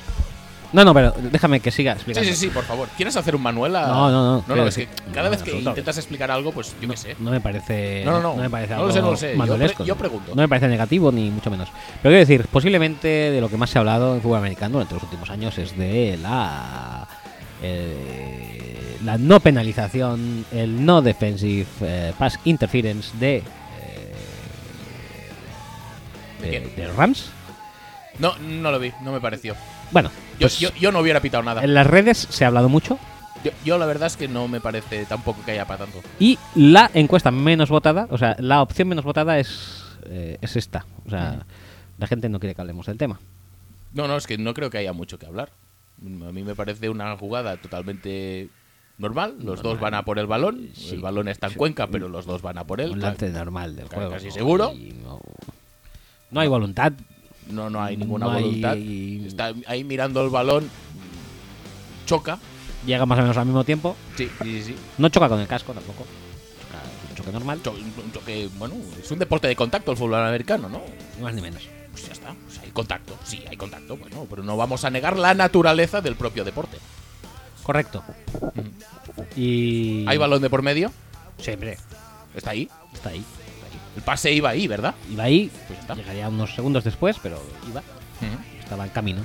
S1: No, no, pero déjame que siga
S2: Sí,
S1: explicando.
S2: sí, sí, por favor. ¿Quieres hacer un Manuela?
S1: No, no, no,
S2: No,
S1: claro,
S2: es
S1: sí.
S2: que cada
S1: No,
S2: vez
S1: en
S2: que
S1: absoluto.
S2: intentas explicar algo, pues yo qué sé.
S1: No me parece.
S2: No, no, no.
S1: me parece
S2: No
S1: algo
S2: lo sé, no lo sé. Yo
S1: manolesco,
S2: pre- yo pregunto.
S1: No me parece negativo ni mucho menos. Pero quiero decir, posiblemente de lo que más se ha hablado en fútbol americano durante los últimos años es de la. eh, la no penalización, el no defensive eh, pass interference de. eh,
S2: ¿De
S1: de,
S2: quién?
S1: de los Rams.
S2: No, no lo vi, no me pareció.
S1: Bueno,
S2: Yo,
S1: pues
S2: yo, yo no hubiera pitado nada.
S1: en las redes se ha hablado mucho.
S2: Yo, yo la verdad es que no me parece tampoco que haya para tanto.
S1: Y la encuesta menos votada, o sea, la opción menos votada es, eh, es esta. O sea, la gente no quiere que hablemos del tema.
S2: No, no, es que no creo que haya mucho que hablar. A mí me parece una jugada totalmente normal. Los dos van a por el balón.
S1: Sí.
S2: El balón está en Cuenca, pero los dos van a por
S1: Un
S2: él.
S1: lance normal del
S2: ca-
S1: juego.
S2: casi seguro.
S1: Y no, no hay voluntad.
S2: No, no hay ninguna
S1: No hay-
S2: voluntad. Está ahí mirando el balón. Choca.
S1: Llega más o menos al mismo tiempo.
S2: Sí, sí, sí.
S1: No choca con el casco tampoco. Choca un choque normal.
S2: Cho- un choque, bueno, es un deporte de contacto el fútbol americano, ¿no?
S1: Ni más ni menos.
S2: Pues ya está. pues hay contacto. Sí, hay contacto. Bueno, pero no vamos a negar la naturaleza del propio deporte.
S1: Correcto. Y.
S2: Mm. Hay balón de por medio.
S1: Siempre.
S2: Está ahí.
S1: Está ahí.
S2: El pase iba ahí, ¿verdad?
S1: Iba ahí.
S2: Pues ya está.
S1: Llegaría unos segundos después, pero iba.
S2: Ujú.
S1: Estaba en camino.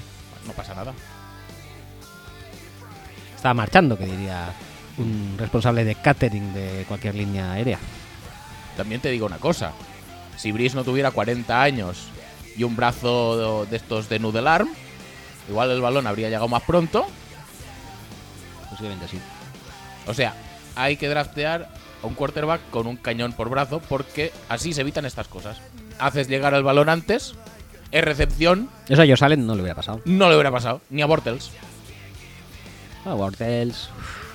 S2: No pasa nada.
S1: Estaba marchando, que diría un responsable de catering de cualquier línea aérea.
S2: También te digo una cosa. Si Brice no tuviera 40 años y un brazo de estos de noodle arm, igual el balón habría llegado más pronto.
S1: Posiblemente sí.
S2: O sea, hay que draftear a un quarterback con un cañón por brazo porque así se evitan estas cosas. Haces llegar el balón antes, es recepción,
S1: Eso a Josh Allen no le hubiera pasado.
S2: no le hubiera pasado, ni a Bortles.
S1: Ah, Bortels.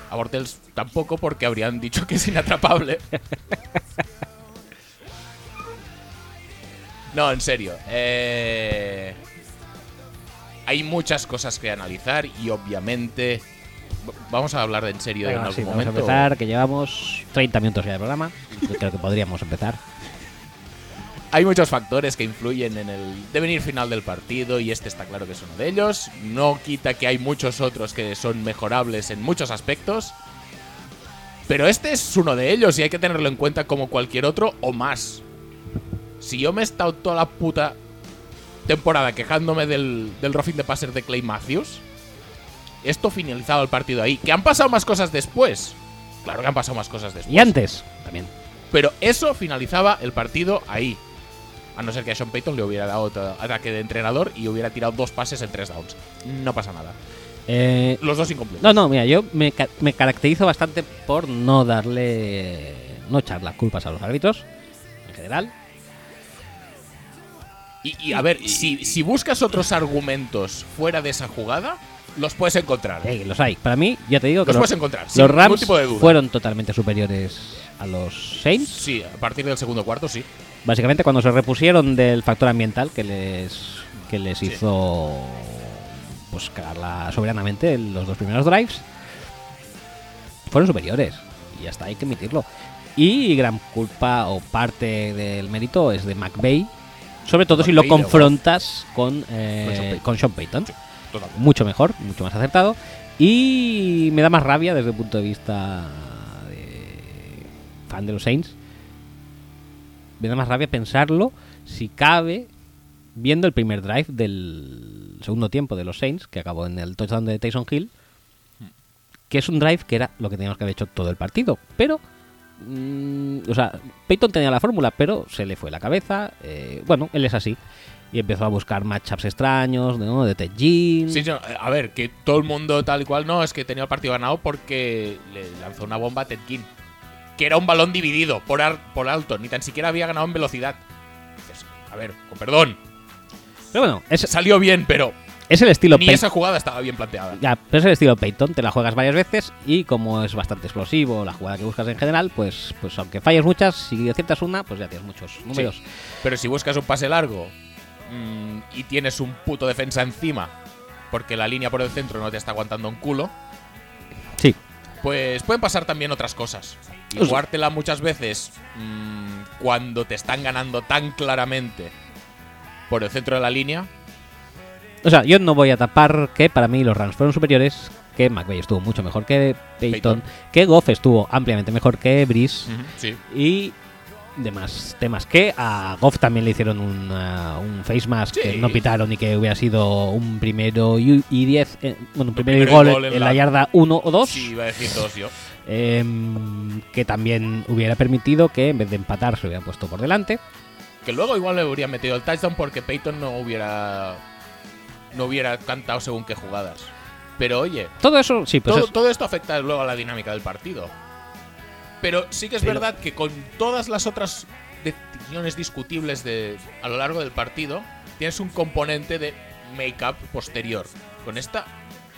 S2: A Bortels tampoco porque habrían dicho que es inatrapable. No, en serio. eh, hay muchas cosas que analizar y obviamente... v- Vamos a hablar de en serio
S1: Venga,
S2: en algún
S1: ah, sí, vamos a
S2: momento.
S1: empezar, que llevamos 30 minutos ya de programa. Yo creo que podríamos empezar.
S2: Hay muchos factores que influyen en el devenir final del partido y este está claro que es uno de ellos. No quita que hay muchos otros que son mejorables en muchos aspectos. Pero este es uno de ellos y hay que tenerlo en cuenta como cualquier otro o más. Si yo me he estado toda la puta temporada quejándome del, del roughing de passer de Clay Matthews, esto finalizaba el partido ahí. ¿Que han pasado más cosas después? Claro que han pasado más cosas después.
S1: Y antes, también.
S2: Pero eso finalizaba el partido ahí. A no ser que a Sean Payton le hubiera dado otro ataque de entrenador y hubiera tirado dos pases en tres downs. No pasa nada.
S1: Eh,
S2: Los dos incompletos.
S1: no, no, mira, yo me, ca- me caracterizo bastante por no darle. No echar las culpas a los árbitros, en general.
S2: Y, y a ver, si, si buscas otros argumentos fuera de esa jugada, los puedes encontrar.
S1: Sí, los hay. Para mí, ya te digo que
S2: Los
S1: Eh, los,
S2: puedes encontrar. Sin
S1: los
S2: ningún
S1: Rams
S2: tipo de duda.
S1: fueron totalmente superiores a los Saints.
S2: Sí, a partir del segundo cuarto, sí.
S1: Básicamente cuando se repusieron del factor ambiental que les, que les
S2: Sí.
S1: hizo pues cagarla soberanamente en los dos primeros drives, fueron superiores. Y hasta hay que admitirlo. Y gran culpa o parte del mérito es de McVeigh, sobre todo si lo
S2: McVay, de
S1: confrontas con, eh,
S2: Con Sean Payton.
S1: con Sean Payton
S2: Totalmente.
S1: mucho mejor, mucho más acertado. Y me da más rabia desde el punto de vista de fan de los Saints. Me da más rabia pensarlo, si cabe, viendo el primer drive del segundo tiempo de los Saints, que acabó en el touchdown de Tyson Hill, que es un drive que era lo que teníamos que haber hecho todo el partido. Pero, mm, o sea, Peyton tenía la fórmula, pero se le fue la cabeza. eh, bueno, él es así. Y empezó a buscar matchups extraños, ¿no? De Ted Jean.
S2: Sí, sí, no, a ver, que todo el mundo tal y cual no, es que tenía el partido ganado porque le lanzó una bomba a Ted Ginn, que era un balón dividido por, ar- por alto, ni tan siquiera había ganado en velocidad. Dices, a ver, con perdón,
S1: Pero bueno, es,
S2: salió bien, pero
S1: es el estilo
S2: ni
S1: Pey-
S2: esa jugada estaba bien planteada.
S1: Ya, pero es el estilo Peyton, te la juegas varias veces y como es bastante explosivo la jugada que buscas en general, pues, pues aunque falles muchas, si aciertas una, pues ya tienes muchos números.
S2: Pero si buscas un pase largo mm, y tienes un puto defensa encima porque la línea por el centro no te está aguantando un culo,
S1: Sí.
S2: pues pueden pasar también otras cosas. Y
S1: Pues-
S2: jugártela muchas veces mm, cuando te están ganando tan claramente por el centro de la línea.
S1: O sea, yo no voy a tapar que para mí los Rams fueron superiores, que McVay estuvo mucho mejor que Peyton,
S2: Peyton.
S1: que Goff estuvo ampliamente mejor que Brice
S2: Sí.
S1: y demás temas que a Goff también le hicieron un, ah, un face mask que
S2: Sí.
S1: no pitaron y que hubiera sido un primero y, y diez, eh, bueno, un primero,
S2: primero
S1: y gol, en, la yarda 1 o 2.
S2: Sí, iba a decir dos yo.
S1: em, que también hubiera permitido que en vez de empatar se hubiera puesto por delante.
S2: Que luego igual le hubiera metido el touchdown porque Peyton no hubiera. No hubiera cantado según qué jugadas. Pero oye,
S1: Todo eso, sí, pues
S2: todo,
S1: es-
S2: todo esto afecta luego a la dinámica del partido. Pero sí que es
S1: Pero-
S2: verdad que con todas las otras decisiones discutibles de, a lo largo del partido, tienes un componente de make-up posterior. Con esta,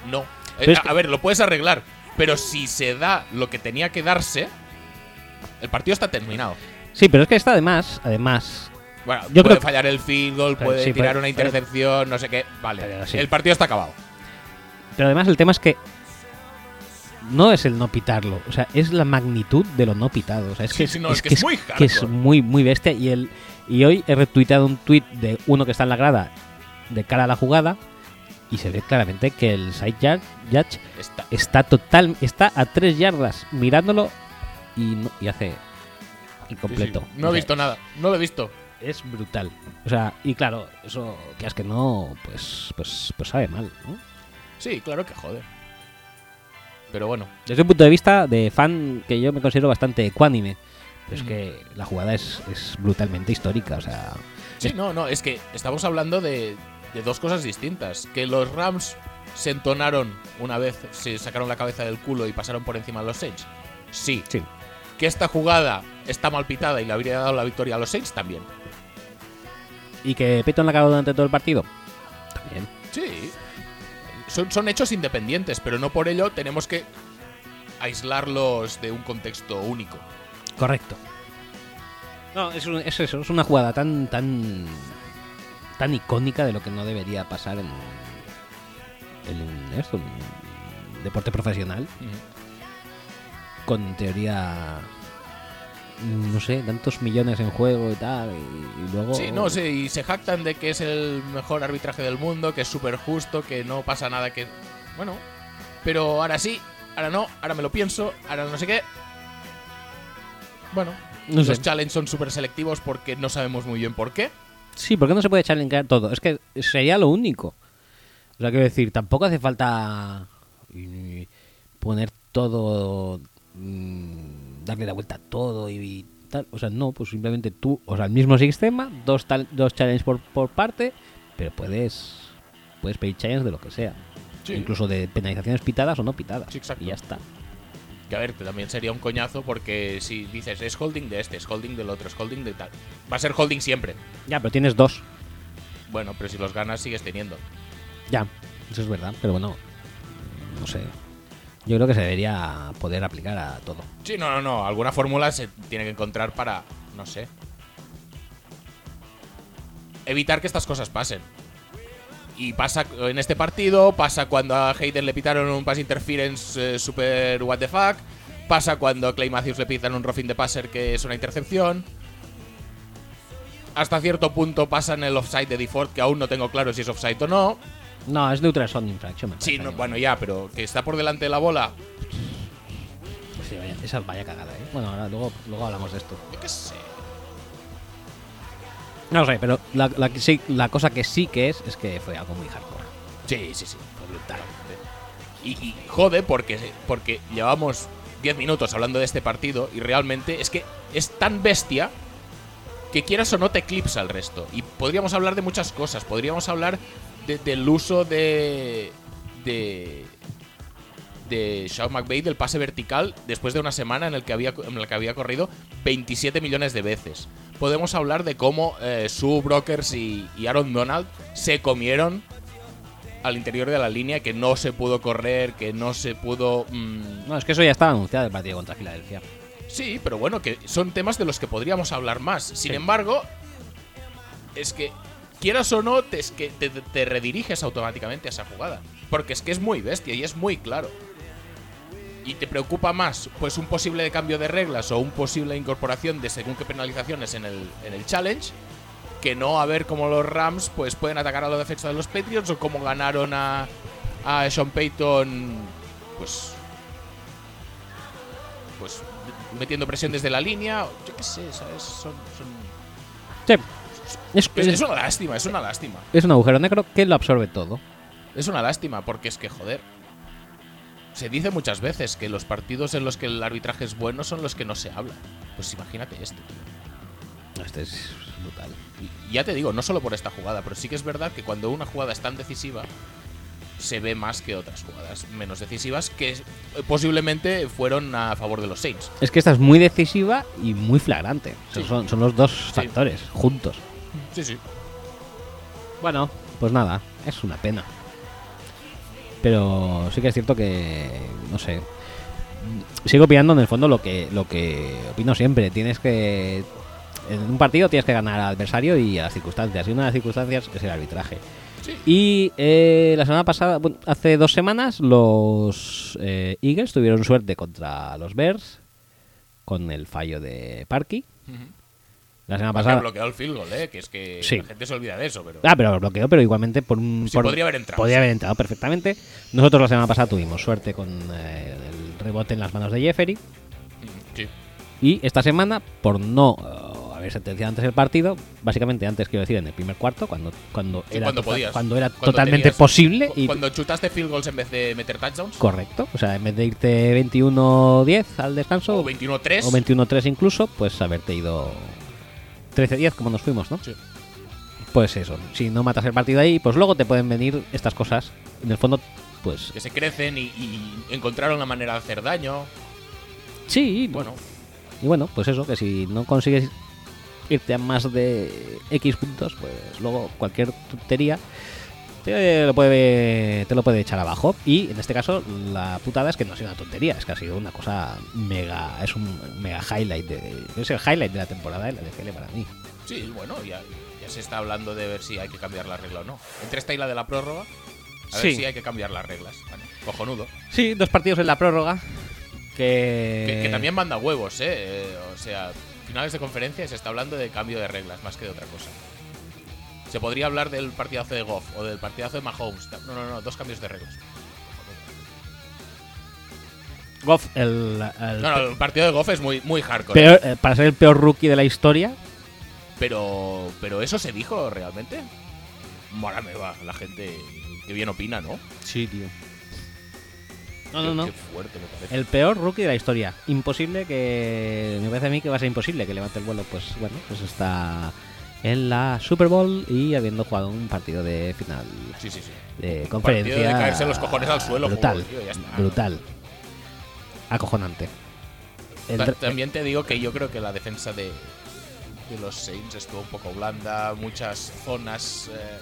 S2: no. Eh,
S1: Pero es
S2: a,
S1: que-
S2: a ver, lo puedes arreglar, pero si se da lo que tenía que darse, el partido está terminado.
S1: sí, pero es que está además, además,
S2: Bueno,
S1: Yo
S2: puede
S1: creo que-
S2: fallar el field goal,
S1: Pero
S2: puede
S1: sí,
S2: tirar
S1: pero-
S2: una
S1: pero-
S2: intercepción, no sé qué. Vale,
S1: Pero sí.
S2: el partido está acabado.
S1: pero además el tema es que no es el no pitarlo, o sea, es la magnitud de lo no pitado, o sea, es
S2: Sí,
S1: que
S2: sí,
S1: es,
S2: no,
S1: es que es-
S2: muy
S1: que es
S2: hardcore.
S1: muy muy bestia y el y hoy he retuiteado un tweet de uno que está en la grada de cara a la jugada y se ve claramente que el side yard- judge
S2: Está-
S1: está total está a tres yardas mirándolo y, no- y hace
S2: sí, sí,
S1: incompleto.
S2: No
S1: O
S2: he
S1: sea,
S2: visto nada, no lo he visto.
S1: Es brutal. O sea, y claro, eso que es que no, pues, pues, pues sabe mal. ¿no?
S2: Sí, claro que jode. Pero bueno,
S1: Desde un punto de vista de fan que yo me considero bastante ecuánime. Pero es
S2: Ujú.
S1: que la jugada es, es brutalmente histórica. O sea,
S2: sí, no, no, es que estamos hablando de, de dos cosas distintas. Que los Rams se entonaron una vez, se sacaron la cabeza del culo y pasaron por encima de los Saints. Sí.
S1: Sí.
S2: Que esta jugada está mal pitada y le habría dado la victoria a los Saints también.
S1: y que Peyton la cagó durante todo el partido. También.
S2: Sí. son, son hechos independientes, pero no por ello tenemos que aislarlos de un contexto único.
S1: Correcto. No, es, un- es eso, es una jugada tan, tan, tan icónica de lo que no debería pasar en, en un- esto, un deporte profesional con teoría, no sé, tantos millones en juego y tal, y, y luego...
S2: Sí, no, sí, y se jactan de que es el mejor arbitraje del mundo, que es súper justo, que no pasa nada, que... Bueno, pero ahora sí, ahora no, ahora me lo pienso, ahora no sé qué. Bueno,
S1: No sé.
S2: los challenges son súper selectivos porque no sabemos muy bien por qué.
S1: Sí, ¿por qué no se puede challengear todo? Es que sería lo único. O sea, quiero decir, tampoco hace falta mm, poner todo, mm, darle la vuelta a todo y, y tal. O sea, no, pues simplemente tú, o sea, el mismo sistema, dos, tal- dos challenges por, por parte, pero puedes, puedes pedir challenges de lo que sea.
S2: Sí.
S1: Incluso de penalizaciones pitadas o no pitadas.
S2: Sí, exacto.
S1: Y ya está.
S2: Que a ver, que también sería un coñazo porque si dices es holding de este, es holding del otro, es holding de tal. Va a ser holding siempre.
S1: Ya, pero tienes dos.
S2: Bueno, pero si los ganas sigues teniendo.
S1: Ya, eso es verdad, pero bueno, no sé. Yo creo que se debería poder aplicar a todo.
S2: Sí, no, no, no. Alguna fórmula se tiene que encontrar para, no sé. Evitar que estas cosas pasen. Y pasa en este partido, pasa cuando a Hayden le pitaron un pass interference eh, super what the fuck, pasa cuando a Clay Matthews le pitan un roughing de passer que es una intercepción. Hasta cierto punto pasa en el offside de default, que aún no tengo claro si es offside o no.
S1: No, es de Ultrasound Infraction. me
S2: Sí,
S1: parece.
S2: no, bueno, ya, pero que está por delante de la bola.
S1: Sí, vaya- esa vaya cagada, ¿eh? Bueno, ahora luego, luego hablamos de esto.
S2: Yo qué sé.
S1: No sé, pero la, la que sí- la cosa que sí que es es que fue algo muy hardcore.
S2: Sí, sí, sí, absolutamente. Y, y jode porque, porque llevamos 10 minutos hablando de este partido y realmente es que es tan bestia que quieras o no te eclipsa el resto. Y podríamos hablar de muchas cosas. Podríamos hablar de- del uso de. de. de Sean McVay del pase vertical después de una semana en, el que había, en la que había corrido 27 millones de veces. Podemos hablar de cómo eh, Sue Brokers y, y Aaron Donald se comieron al interior de la línea, que no se pudo correr, que no se pudo. mm,
S1: No, es que eso ya estaba anunciado el partido contra Filadelfia.
S2: Sí, pero bueno, que son temas de los que podríamos hablar más. Sin embargo, es que quieras o no, te, es que te, te rediriges automáticamente a esa jugada. Porque es que es muy bestia y es muy claro. Y te preocupa más, pues, un posible cambio de reglas o un posible incorporación de según qué penalizaciones en el, en el challenge, que no a ver cómo los Rams pues pueden atacar a la defensa de los Patriots o cómo ganaron a, a Sean Payton, pues pues metiendo presión desde la línea. Yo qué sé, ¿sabes? Son, son-
S1: Sí. Es,
S2: Es, Pues es
S1: es-
S2: una lástima, es una lástima.
S1: es un agujero negro que lo absorbe todo.
S2: Es una lástima porque es que, joder. Se dice muchas veces que los partidos en los que el arbitraje es bueno son los que no se habla. Pues imagínate esto, tío.
S1: Este es brutal.
S2: Y ya te digo, no solo por esta jugada, pero sí que es verdad que cuando una jugada es tan decisiva, se ve más que otras jugadas menos decisivas que eh, posiblemente fueron a favor de los Saints.
S1: Es que esta es muy decisiva y muy flagrante. O sea,
S2: Sí.
S1: son, son los dos factores juntos.
S2: Sí, sí.
S1: Bueno, pues nada, es una pena. Pero sí que es cierto que, no sé, sigo opinando en el fondo lo que, lo que opino siempre. Tienes que, en un partido tienes que ganar al adversario y a las circunstancias. Y una de las circunstancias es el arbitraje.
S2: Sí.
S1: Y eh, la semana pasada, bueno, hace dos semanas, los eh, Eagles tuvieron suerte contra los Bears con el fallo de Parky. La semana
S2: Ha
S1: pasada...
S2: bloqueado el field goal, ¿eh? que es que
S1: Sí.
S2: la gente se olvida de eso, pero...
S1: Ah, pero lo bloqueó, pero igualmente por un.
S2: Sí,
S1: por-
S2: podría haber entrado,
S1: podría
S2: sí.
S1: haber entrado perfectamente. Nosotros la semana pasada tuvimos suerte con eh, el rebote en las manos de Jeffery.
S2: Mm, sí.
S1: Y esta semana, por no eh, haber sentenciado antes el partido, básicamente antes, quiero decir, en el primer cuarto, cuando, cuando,
S2: Sí,
S1: era,
S2: cuando
S1: tota-
S2: podías.
S1: cuando era
S2: Cuando
S1: totalmente
S2: tenías-
S1: posible.
S2: Cu-
S1: Y,
S2: Cuando chutaste field goals en vez de meter touchdowns.
S1: Correcto. O sea, en vez de irte 21-10 al descanso,
S2: O 21-3.
S1: o 21-3 incluso, pues haberte ido 13-10 como nos fuimos, ¿no?
S2: Sí.
S1: Pues eso, si no matas el partido ahí, pues luego te pueden venir estas cosas. En el fondo, pues
S2: Que se crecen y, y encontraron la manera de hacer daño.
S1: sí,
S2: Bueno,
S1: y bueno, pues eso, que si no consigues irte a más de X puntos, pues luego cualquier tontería te lo, puede, te lo puede echar abajo. Y en este caso, la putada es que no ha sido una tontería, es que ha sido una cosa mega. Es un mega highlight. De, es el highlight de la temporada de la DFL para mí.
S2: Sí, bueno, ya, ya se está hablando de ver si hay que cambiar la regla o no. Entre esta y la de la prórroga, a
S1: Sí.
S2: ver si hay que cambiar las reglas. Vale, cojonudo.
S1: Sí, dos partidos en la prórroga. Que,
S2: Que, que también manda huevos, ¿eh? Eh, O sea, finales de conferencia se está hablando de cambio de reglas más que de otra cosa. Se podría hablar del partidazo de Goff o del partidazo de Mahomes. No, no, no, dos cambios de reglas.
S1: Goff, el, el
S2: No, no, el partido de Goff es muy, muy hardcore. ¿eh?
S1: peor- eh, para ser el peor rookie de la historia.
S2: Pero, pero eso se dijo realmente. Mora me va, la gente que bien opina, ¿no?
S3: Sí, tío.
S1: No,
S2: Qué-
S1: no, no.
S2: Qué fuerte me parece.
S1: El peor rookie de la historia. Imposible que. Me parece a mí que va a ser imposible que levante el vuelo. Pues bueno, pues está en la Super Bowl y habiendo jugado un partido de final
S2: Sí, sí, sí.
S1: de
S2: partido
S1: conferencia.
S2: de caerse los cojones al suelo,
S1: Brutal.
S2: joder, tío, ya está.
S1: brutal. Acojonante. El
S2: Ta-
S1: dra-
S2: También te digo que yo creo que la defensa de, de los Saints estuvo un poco blanda, muchas zonas eh,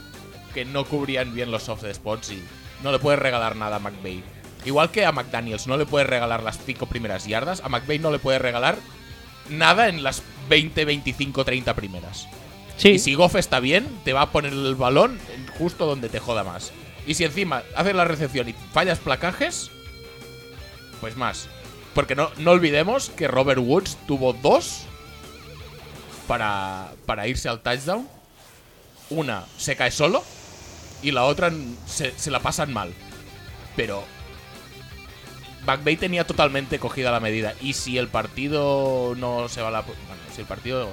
S2: que no cubrían bien los soft spots y no le puedes regalar nada a McVay. Igual que a McDaniels no le puedes regalar las 5 primeras yardas, a McVay no le puedes regalar nada en las 20, 25, 30 primeras.
S1: sí,
S2: Y si Goff está bien, te va a poner el balón en justo donde te joda más. Y si encima haces la recepción y fallas placajes, pues más. Porque no, no olvidemos que Robert Woods tuvo dos para, para irse al touchdown. Una se cae solo y la otra n- se, se la pasan mal. Pero McVay tenía totalmente cogida la medida. Y si el partido no se va a la... pu- bueno, si el partido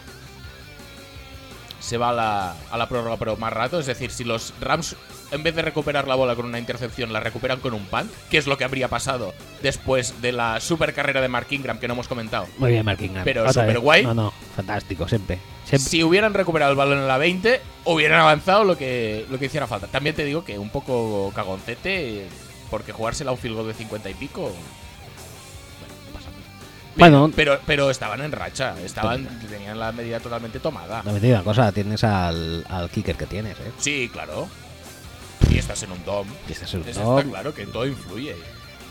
S2: se va a la, a la prórroga pero más rato. Es decir, si los Rams, en vez de recuperar la bola con una intercepción, la recuperan con un punt, que es lo que habría pasado después de la super carrera de Mark Ingram que no hemos comentado.
S1: muy bien, Mark Ingram.
S2: pero
S1: Otra vez.
S2: superguay.
S1: No, no, fantástico, siempre. Siempre.
S2: Si hubieran recuperado el balón en la 20, hubieran avanzado lo que, lo que hiciera falta. También te digo que un poco cagoncete, porque jugársela a un field goal de 50 y pico. bueno, no pasa nada.
S1: Bueno,
S2: Pero, pero estaban en racha, estaban, tenían la medida totalmente tomada.
S1: no me digas una cosa, tienes al, al kicker que tienes, ¿eh?
S2: Sí, claro. Y estás en un dom.
S1: Que este es un
S2: Eso
S1: top.
S2: está claro que todo influye.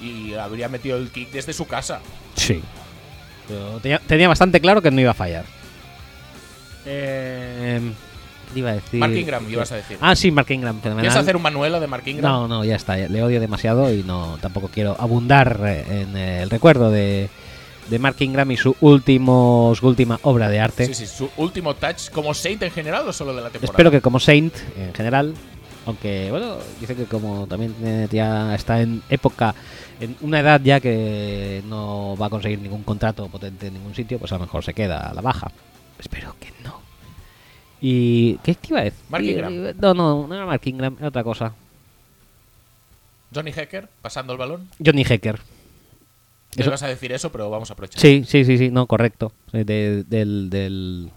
S2: Y habría metido el kick desde su casa.
S1: Sí. Yo tenía, tenía bastante claro que no iba a fallar. Eh, ¿Qué iba a decir?
S2: Mark Ingram, ibas a decir.
S1: Ah, sí, Mark Ingram. fenomenal.
S2: ¿Quieres hacer un manuelo de Mark Ingram?
S1: No, no, ya está. ya- Le odio demasiado y no tampoco quiero abundar eh, en el recuerdo de, de Mark Ingram y su, último, su última obra de arte.
S2: Sí, sí, su último touch como Saint en general o solo de la temporada.
S1: Espero que como Saint en general, aunque bueno, dice que como también eh, ya está en época, en una edad ya que no va a conseguir ningún contrato potente en ningún sitio, pues a lo mejor se queda a la baja. Espero que no. ¿Y qué te iba a decir?
S2: Mark Ingram.
S1: No, no, no era Mark Ingram, era otra cosa.
S2: Johnny Hecker pasando el balón.
S1: Johnny Hecker.
S2: No
S1: Eso-
S2: ibas a decir eso, pero vamos a aprovechar.
S1: Sí, sí, sí, sí, no, correcto. Eh, de- del, del,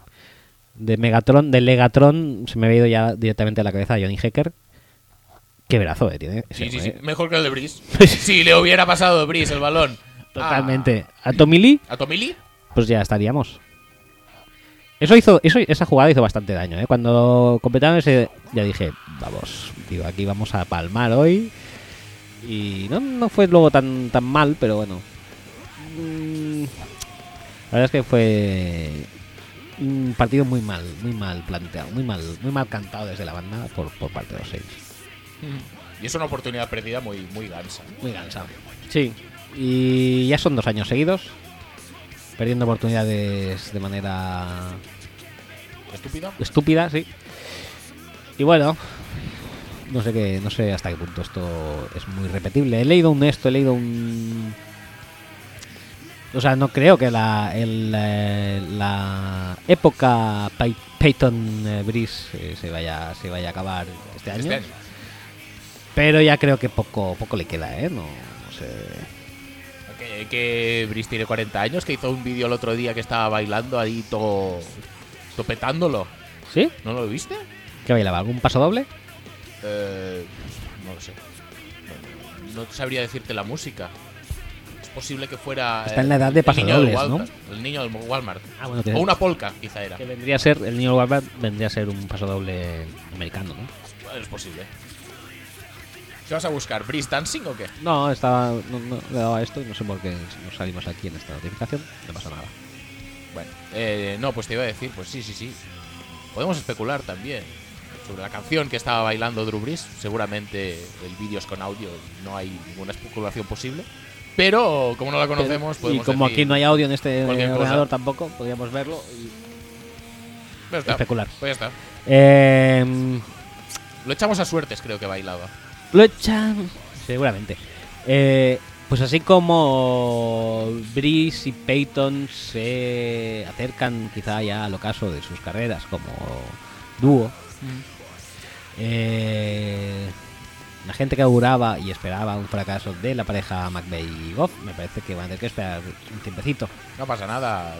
S1: de Megatron, del Legatron, se me había ido ya directamente a la cabeza Johnny Hecker. Qué brazo, eh, tiene. ese
S2: Sí, sí,
S1: hombre,
S2: sí.
S1: eh.
S2: Mejor que el de Brice. si le hubiera pasado a Brice el balón.
S1: Totalmente. A Tommy Lee,
S2: A, a Tomili.
S1: pues ya estaríamos. Eso hizo, eso, esa jugada hizo bastante daño, ¿eh? Cuando completaron ese, ya dije, vamos, digo, aquí vamos a palmar hoy. Y no, no fue luego tan, tan mal, pero bueno. Mm, La verdad es que fue un partido muy mal, muy mal planteado, muy mal, muy mal cantado desde la banda por, por parte de los Saints.
S2: Mm. Y es una oportunidad perdida muy, muy gansa.
S1: Muy cansado. Sí. Y ya son dos años seguidos, perdiendo oportunidades de manera
S2: Estúpida.
S1: estúpida, sí. Y bueno, no sé qué, no sé hasta qué punto esto es muy repetible. He leído un esto, he leído un o sea, no creo que la, el, eh, la época Pey- Peyton eh, Breeze eh, se vaya se vaya a acabar este año,
S2: Este año.
S1: pero ya creo que poco poco le queda, ¿eh? No, no sé.
S2: Que, que Brice tiene 40 años, que hizo un vídeo el otro día que estaba bailando ahí todo. topetándolo.
S1: ¿Sí?
S2: ¿No lo viste?
S1: ¿Qué bailaba? ¿Algún paso doble?
S2: Eh, no lo sé. No, no sabría decirte la música. Es posible que fuera.
S1: Está
S2: eh,
S1: en la edad de
S2: el niño del
S1: pasodobles, ¿no?
S2: Walmart- El niño del Walmart.
S1: Ah, bueno,
S2: O una polka, quizá era.
S1: que vendría a ser el niño Warbat vendría a ser un paso doble americano, ¿no?
S2: Bueno, es posible. ¿Qué vas a buscar? ¿Breeze Dancing o qué?
S1: No, estaba, no, no, le daba esto y no sé por qué nos salimos aquí en esta notificación. No pasa nada.
S2: Bueno, eh, no, pues te iba a decir, pues sí, sí, sí. Podemos especular también sobre la canción que estaba bailando Drew Brees. Seguramente el vídeo es con audio, no hay ninguna especulación posible. Pero como no la conocemos,
S1: y
S2: Pues podemos
S1: como
S2: decir-
S1: aquí no hay audio en este
S2: cualquier
S1: eh,
S2: cosa.
S1: ordenador tampoco, podríamos verlo y
S2: Pues ya está,
S1: especular.
S2: pues ya está.
S1: Eh,
S2: Lo echamos a suertes, creo que bailaba.
S1: Lo echan. Seguramente. Eh, pues así como Breeze y Peyton se acercan quizá ya al ocaso de sus carreras como dúo, eh, la gente que auguraba y esperaba un fracaso de la pareja McVeigh y Goff, me parece que van a tener que esperar un tiempecito.
S2: No pasa nada.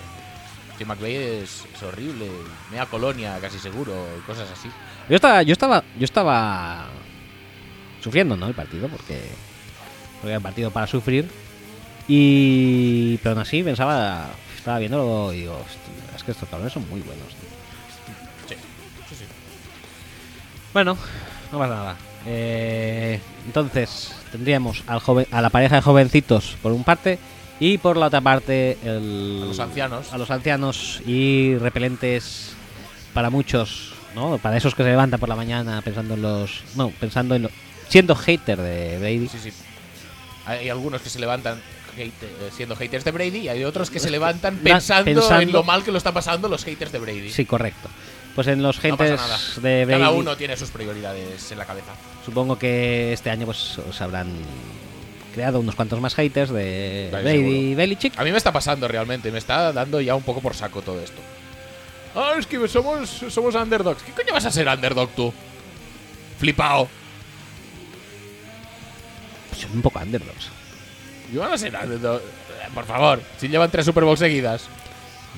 S2: Jim McVeigh es, es horrible. Mea colonia, casi seguro. y Cosas así.
S1: Yo estaba, yo estaba, yo estaba sufriendo, ¿no? El partido, porque, porque era un partido para sufrir. Y pero aún así pensaba, estaba viéndolo y digo, "Hostia, es que estos cabrones son muy buenos. tío".
S2: Sí, sí, sí.
S1: Bueno, no pasa nada. Eh, entonces tendríamos al joven, a la pareja de jovencitos por un parte y por la otra parte el-
S2: A los ancianos.
S1: a los ancianos y repelentes para muchos, ¿no? Para esos que se levantan por la mañana pensando en los, no, pensando en los, siendo hater de Brady.
S2: Sí, sí. Hay algunos que se levantan hate- eh, siendo haters de Brady y hay otros que se levantan
S1: La-
S2: pensando, en
S1: pensando-
S2: lo mal que lo están pasando los haters de Brady.
S1: Sí, correcto. Pues en los
S2: no pasa
S1: haters
S2: nada.
S1: de Brady,
S2: Cada uno tiene sus prioridades en la cabeza.
S1: supongo que este año pues os habrán creado unos cuantos más haters de
S2: Vale,
S1: Brady
S2: seguro.
S1: y Belichick.
S2: A mí me está pasando realmente, me está dando ya un poco por saco todo esto. Ah, es que somos, somos underdogs. ¿Qué coño vas a ser underdog tú? Flipao.
S1: Pues son un poco underdogs.
S2: Yo van a ser underdog. Por favor, si llevan tres Super Bowl seguidas.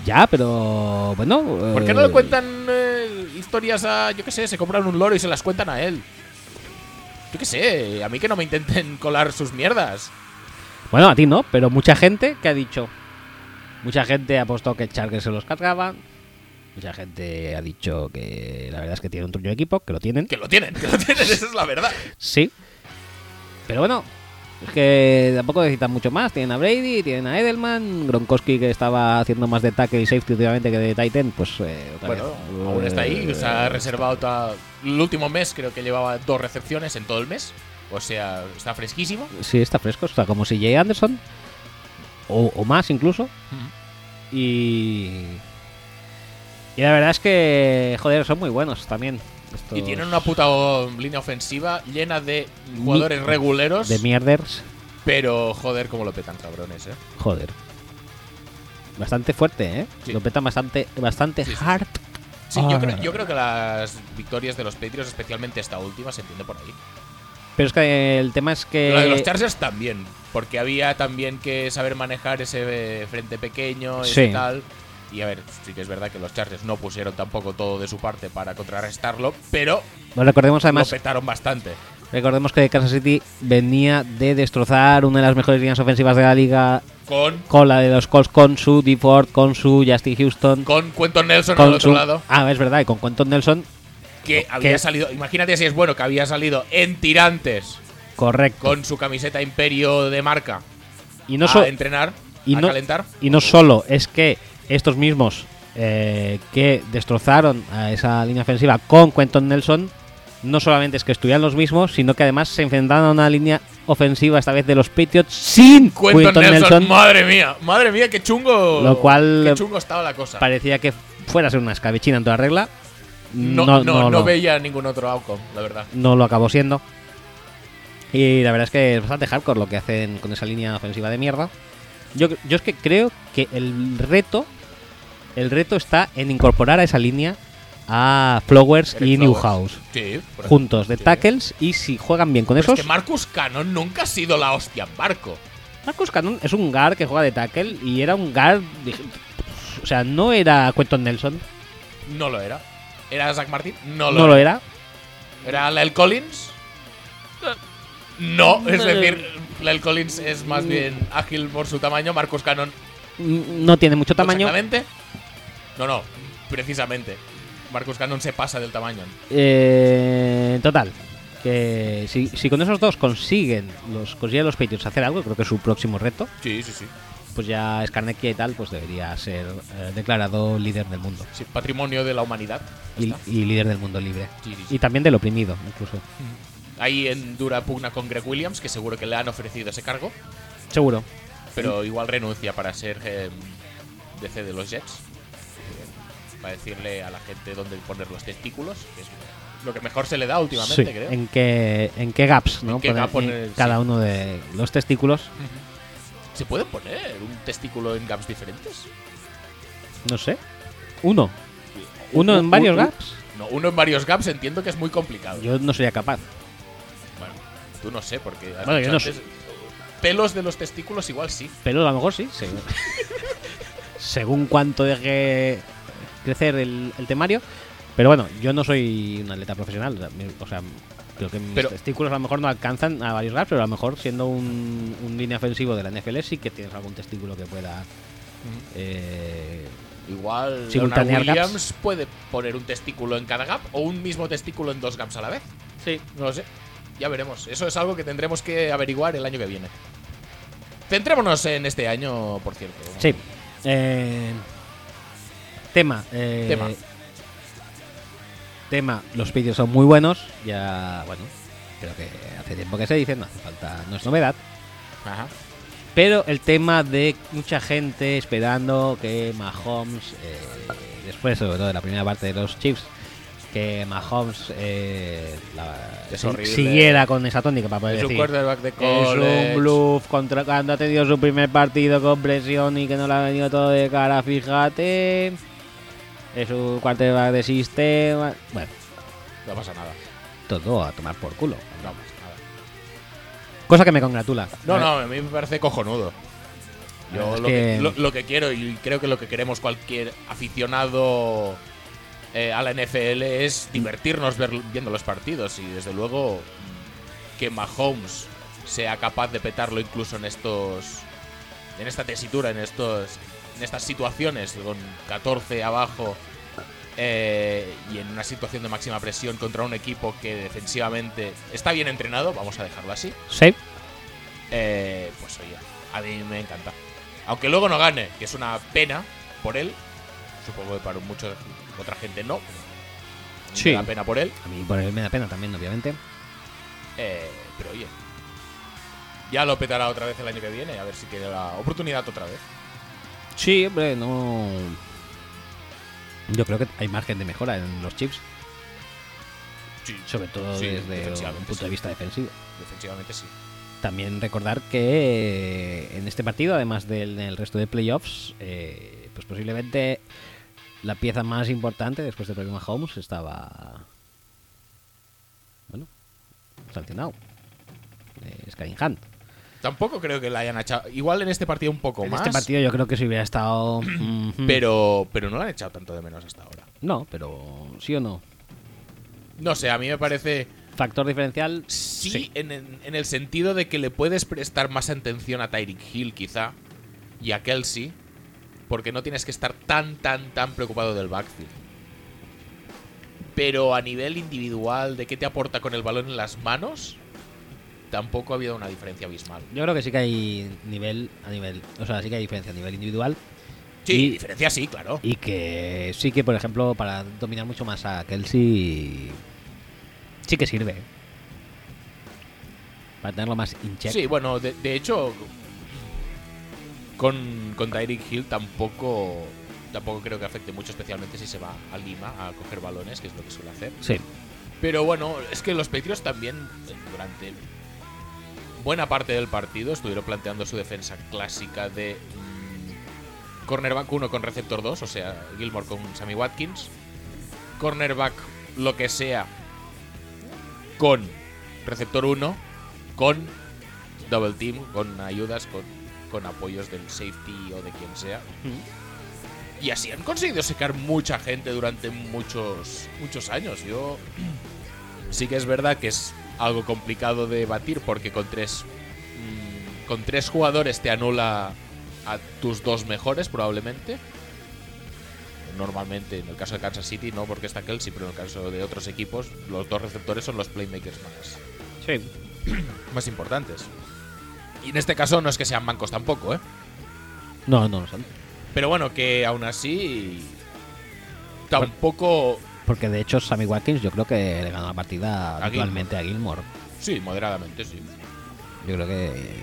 S1: Ya, pero bueno.
S2: ¿Por qué no le
S1: eh,
S2: cuentan eh, historias a, yo qué sé, se compran un loro y se las cuentan a él? Yo qué sé, a mí que no me intenten colar sus mierdas.
S1: Bueno, a ti no, pero mucha gente que ha dicho. Mucha gente ha apostado que Chargers se los cargaba. Mucha gente ha dicho que la verdad es que tiene un truño de equipo, que lo tienen.
S2: Que lo tienen, que lo tienen, esa es la verdad.
S1: Sí. Pero bueno, es que tampoco necesitan mucho más. Tienen a Brady, tienen a Edelman, Gronkowski que estaba haciendo más de tackle y safety últimamente que de Titan, pues eh, otra
S2: Bueno,
S1: vez.
S2: aún está ahí,
S1: Eh,
S2: se ha reservado ta- el último mes, creo que llevaba dos recepciones en todo el mes. O sea, está fresquísimo.
S1: Sí, está fresco, está como si Jay Anderson. O, o más incluso. Y. Y la verdad es que, joder, son muy buenos también. estos
S2: Y tienen una puta oh, línea ofensiva llena de jugadores
S1: Mi-
S2: reguleros.
S1: De mierders.
S2: pero joder, cómo lo petan, cabrones, eh.
S1: Joder. Bastante fuerte, ¿eh?
S2: Sí.
S1: Lo petan bastante, bastante
S2: Sí, sí.
S1: hard.
S2: Sí, yo
S1: Ah.
S2: creo, yo creo que las victorias de los Patriots, especialmente esta última, se entiende por ahí.
S1: Pero es que el tema es que.
S2: Lo de los Chargers también, porque había también que saber manejar ese eh, frente pequeño y
S1: Sí.
S2: tal. Y a ver, sí que es verdad que los Chargers no pusieron tampoco todo de su parte para contrarrestarlo, pero
S1: Bueno, recordemos
S2: lo
S1: además.
S2: petaron bastante.
S1: Recordemos que Kansas City venía de destrozar una de las mejores líneas ofensivas de la liga.
S2: Con,
S1: Con la de los Colts, con su D. Ford, con su Justin Houston.
S2: con Quentin Nelson
S1: con
S2: al otro
S1: su-
S2: lado,
S1: Ah, es verdad, y con Quentin Nelson,
S2: que había
S1: que-
S2: salido, imagínate si es bueno, que había salido en tirantes
S1: correcto.
S2: con su camiseta imperio de marca
S1: y no, so-
S2: a entrenar,
S1: y
S2: a
S1: no-
S2: calentar.
S1: y no solo es que estos mismos eh, que destrozaron a esa línea ofensiva con Quentin Nelson, no solamente es que estuvieran los mismos, sino que además se enfrentaron a una línea ofensiva, esta vez de los Patriots, sin
S2: Quentin,
S1: Quentin,
S2: Nelson,
S1: Nelson.
S2: madre mía, madre mía, qué chungo.
S1: Lo cual-
S2: qué chungo estaba la cosa.
S1: Parecía que fuera a ser una escabechina en toda regla.
S2: no, no, no,
S1: lo-
S2: veía ningún otro outcome, la verdad.
S1: no lo acabó siendo. Y la verdad es que es bastante hardcore lo que hacen con esa línea ofensiva de mierda. Yo, yo es que creo que el reto el reto está en incorporar a esa línea a Flowers
S2: Eric
S1: y
S2: Flowers.
S1: Newhouse
S2: Sí, por ejemplo.
S1: juntos de
S2: Sí.
S1: tackles y si juegan bien con
S2: Pero
S1: esos
S2: es que Marcus Cannon nunca ha sido la hostia en barco.
S1: Marcus Cannon es un guard que juega de tackle y era un guard dije, o sea no era Quentin Nelson
S2: No lo era. ¿Era Zach Martin? No
S1: no,
S2: lo
S1: lo
S2: era.
S1: era
S2: ¿Era Lyle Collins? No, es decir, Lyle Collins es más bien ágil por su tamaño, Marcus Cannon
S1: N- no tiene mucho tamaño
S2: exactamente. No, no, precisamente. Marcus Cannon se pasa del tamaño.
S1: Eh, total que si, si con esos dos consiguen los consiguen los Patriots hacer algo, creo que es su próximo reto,
S2: Sí, sí, sí.
S1: pues ya Skarnekia y tal, pues debería ser eh, declarado líder del mundo
S2: Sí, Patrimonio de la humanidad. Ya
S1: y,
S2: está.
S1: y líder del mundo libre
S2: Sí, sí, sí.
S1: y también del oprimido incluso.
S2: Ahí en dura pugna con Greg Williams, que seguro que le han ofrecido ese cargo,
S1: Seguro.
S2: pero igual renuncia para ser eh, DC de los Jets. Para decirle a la gente dónde poner los testículos, que es lo que mejor se le da últimamente,
S1: Sí,
S2: creo.
S1: En qué en qué gaps, ¿no?
S2: qué
S1: Poner-
S2: gap poner,
S1: en cada
S2: sí.
S1: uno de los testículos,
S2: ¿Se puede poner un testículo en gaps diferentes? Mm.
S1: no sé. Uno, uno en varios
S2: un-
S1: gaps.
S2: No, uno en varios gaps entiendo que es muy complicado.
S1: Yo no sería capaz.
S2: Bueno, tú no sé, porque has
S1: Bueno, yo
S2: dicho
S1: no sé.
S2: antes, pelos de los testículos igual sí.
S1: Pero a lo mejor sí. según- Según cuánto deje crecer el, el temario. Pero bueno, yo no soy un atleta profesional. o sea, mi- O sea, creo que mis
S2: Pero-
S1: testículos a lo mejor no alcanzan a varios gaps, pero a lo mejor siendo un, un línea ofensivo de la NFL sí que tienes algún testículo que pueda... eh,
S2: Igual Leonard
S1: Simultanear gaps.
S2: Williams puede poner un testículo en cada gap o un mismo testículo en dos gaps a la vez.
S1: sí.
S2: No lo sé. Ya veremos. Eso es algo que tendremos que averiguar el año que viene. Centrémonos en este año, por cierto.
S1: Eh, tema. eh,
S2: Tema.
S1: tema, Los vídeos son muy buenos. Ya, bueno, creo que hace tiempo que se dice, no hace falta, no es novedad.
S2: Ajá.
S1: Pero el tema de mucha gente esperando que Mahomes, eh, después sobre todo de la primera parte de los Chiefs, que Mahomes eh, la-
S2: Es
S1: si-
S2: horrible.
S1: siguiera con esa tónica para poder
S2: Es un
S1: decir
S2: quarterback de
S1: es
S2: college.
S1: un bluff contra cuando ha tenido su primer partido con presión y que no le ha venido todo de cara, fíjate. Es un quarterback de sistema. Bueno,
S2: No pasa nada.
S1: todo a tomar por culo.
S2: No pasa nada.
S1: Cosa que me congratula.
S2: No, no, a mí me parece cojonudo.
S1: La
S2: Yo
S1: verdad
S2: lo
S1: es
S2: que...
S1: que-
S2: lo- lo que quiero y creo que lo que queremos cualquier aficionado eh, a la NFL es divertirnos ver- viendo los partidos y desde luego mm, que Mahomes sea capaz de petarlo incluso en estos en esta tesitura, en estos en estas situaciones con 14 abajo eh, y en una situación de máxima presión contra un equipo que defensivamente está bien entrenado, vamos a dejarlo así.
S1: Sí,
S2: Eh, pues oye, a mí me encanta. Aunque luego no gane, que es una pena por él. Supongo que para mucha otra gente no. pero
S1: Sí.
S2: Me da pena por él.
S1: a mí por él me da pena también, obviamente.
S2: Eh, pero oye, ya lo petará otra vez el año que viene. A ver si tiene la oportunidad otra vez.
S1: Sí, hombre, no. Yo creo que hay margen de mejora en los chips,
S2: Sí,
S1: sobre todo
S2: Sí,
S1: desde un
S2: defensivamente,
S1: punto de
S2: sí.
S1: vista defensivo.
S2: defensivamente sí.
S1: También recordar que eh, en este partido, además del en el resto de playoffs, eh, pues posiblemente la pieza más importante después de Patrick Mahomes estaba. Bueno, sancionado. Eh, Skyrim Hunt.
S2: Tampoco creo que la hayan echado. Igual en este partido un poco
S1: En
S2: más.
S1: este partido mm. yo creo que si hubiera estado. Ujú.
S2: pero, pero no la han echado tanto de menos hasta ahora.
S1: No, pero sí o no.
S2: No sé, a mí me parece.
S1: Factor diferencial.
S2: Sí,
S1: Sí.
S2: En, en- en el sentido de que le puedes prestar más atención a Tyreek Hill, quizá, y a Kelsey, porque no tienes que estar tan, tan, tan preocupado del backfield. Pero a nivel individual, de qué te aporta con el balón en las manos, tampoco ha habido una diferencia abismal.
S1: Yo creo que sí que hay nivel a nivel. O sea, sí que hay diferencia a nivel individual.
S2: Sí,
S1: Y-
S2: diferencia sí, claro.
S1: Y que sí que, por ejemplo, para dominar mucho más a Kelsey, sí que sirve. ¿eh? Para tenerlo más in check.
S2: Sí, bueno, de, de hecho, con, con Tyreek Hill tampoco, tampoco creo que afecte mucho, especialmente si se va a Lima a coger balones, que es lo que suele hacer.
S1: Sí.
S2: Pero bueno, es que los Patriots también eh, durante buena parte del partido estuvieron planteando su defensa clásica de mm, cornerback 1 con receptor 2, o sea, Gilmore con Sammy Watkins, cornerback lo que sea con receptor 1, con double team, con ayudas, con, con apoyos del safety o de quien sea. Y así han conseguido secar mucha gente durante muchos, muchos años. Yo sí que es verdad que es algo complicado de batir porque con tres, mm, con tres jugadores te anula a tus dos mejores probablemente. normalmente, en el caso de Kansas City no porque está Kelsey, pero en el caso de otros equipos los dos receptores son los playmakers más,
S1: Sí.
S2: más importantes. Y en este caso no es que sean mancos tampoco, ¿eh?
S1: No, no lo son.
S2: Pero bueno, que aún así tampoco...
S1: Porque de hecho Sammy Watkins yo creo que le ganó la partida
S2: A
S1: actualmente a Gilmore.
S2: Sí, moderadamente, sí.
S1: Yo creo que.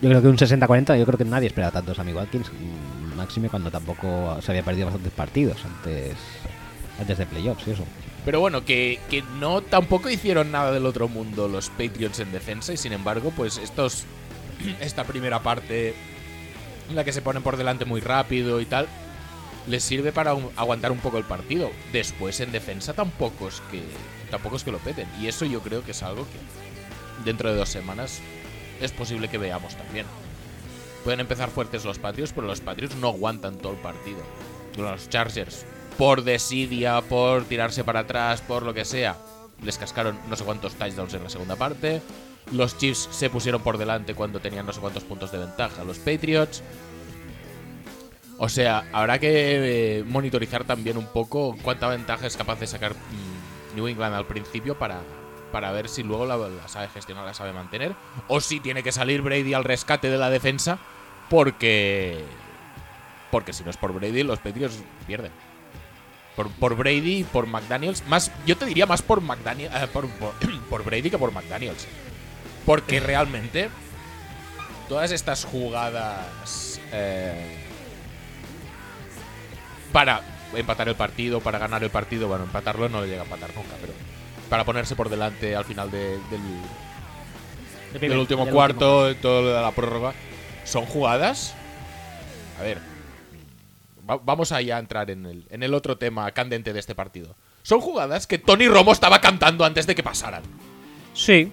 S1: Yo creo que un 60-40, yo creo que nadie esperaba tanto a Sammy Watkins. mm, Máxime cuando tampoco se había perdido bastantes partidos antes, antes de playoffs y eso.
S2: Pero bueno, que, que no tampoco hicieron nada del otro mundo los Patriots en defensa y sin embargo, pues estos esta primera parte en la que se ponen por delante muy rápido y tal les sirve para un- aguantar un poco el partido. Después en defensa tampoco es que tampoco es que lo peten y eso yo creo que es algo que dentro de dos semanas es posible que veamos también. Pueden empezar fuertes los Patriots, pero los Patriots no aguantan todo el partido. Los Chargers, por desidia, por tirarse para atrás, por lo que sea, les cascaron no sé cuántos touchdowns en la segunda parte. Los Chiefs se pusieron por delante cuando tenían no sé cuántos puntos de ventaja. Los Patriots. O sea, habrá que eh, monitorizar también un poco cuánta ventaja es capaz de sacar mm, New England al principio para, para ver si luego la, la sabe gestionar, la sabe mantener. O si tiene que salir Brady al rescate de la defensa porque porque si no es por Brady, los Patriots pierden. Por, por Brady y por McDaniels. Más, yo te diría más por McDaniels. por, por- por Brady que por McDaniels. Porque realmente. Todas estas jugadas. eh, para empatar el partido, para ganar el partido. Bueno, empatarlo no llega a empatar nunca, pero. Para ponerse por delante al final de- del, del último cuarto, de toda la prórroga. Son jugadas. A ver. va- vamos allá a entrar en el, en el otro tema candente de este partido. Son jugadas que Tony Romo estaba cantando antes de que pasaran.
S1: Sí,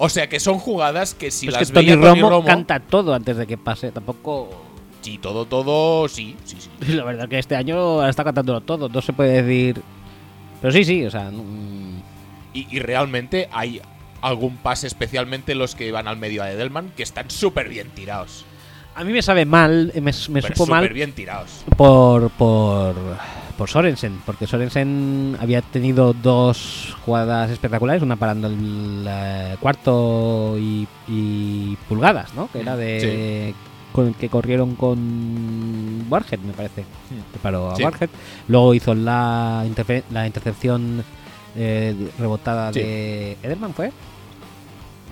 S2: O sea que son jugadas que si
S1: pero
S2: las
S1: es Pues que Tony
S2: veía Tony
S1: Romo,
S2: Romo.
S1: canta todo antes de que pase. Tampoco.
S2: Sí, todo, todo. Sí, sí, sí.
S1: La verdad que este año está cantándolo todo. No se puede decir. Pero sí, sí, o sea. mm,
S2: Y, y realmente hay algún pase, especialmente los que van al medio a Edelman, que están súper bien tirados.
S1: A mí me sabe mal, eh, me, me
S2: Pero
S1: supo mal
S2: súper bien tirados.
S1: por, por, por Sorensen, porque Sorensen había tenido dos jugadas espectaculares, una parando el eh, cuarto y, y pulgadas, ¿no? Que era
S2: Mm,
S1: de con el que corrieron con Warhead, me parece, que paró a
S2: Mm. Sí.
S1: Warhead. Luego hizo la, interfe- la intercepción eh, rebotada
S2: Sí.
S1: de Edelman, ¿fue?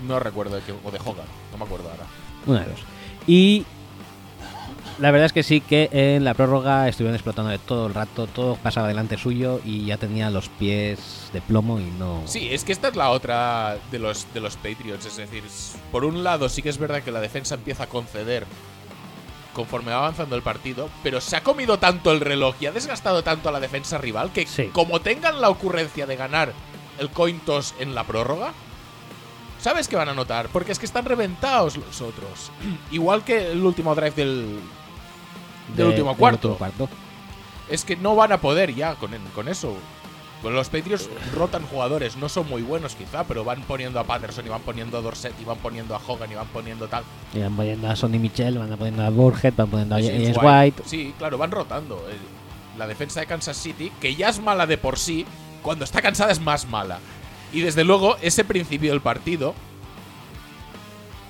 S2: No recuerdo de qué. O de Hogan. No me acuerdo ahora.
S1: Una de dos. Y la verdad es que sí que en la prórroga estuvieron explotando de todo el rato, todo pasaba delante suyo y ya tenía los pies de plomo y no.
S2: Sí, es que esta es la otra de los, de los Patriots. Es decir, s- por un lado sí que es verdad que la defensa empieza a conceder conforme va avanzando el partido, pero se ha comido tanto el reloj y ha desgastado tanto a la defensa rival que
S1: Sí.
S2: como tengan la ocurrencia de ganar el coin toss en la prórroga, sabes que van a notar, porque es que están reventados los otros. Igual que el último drive del...
S1: de-
S2: del último cuarto.
S1: último cuarto.
S2: Es que no van a poder ya con, con eso. Pues los Patriots rotan jugadores, no son muy buenos quizá, pero van poniendo a Patterson y van poniendo a Dorset y van poniendo a Hogan y van poniendo tal.
S1: Y van poniendo a Sonny Michel, van poniendo a Burhead, van poniendo a
S2: Y
S1: James
S2: James
S1: White.
S2: Sí, claro, van rotando. Eh, La defensa de Kansas City, que ya es mala de por sí, cuando está cansada es más mala. Y desde luego, ese principio del partido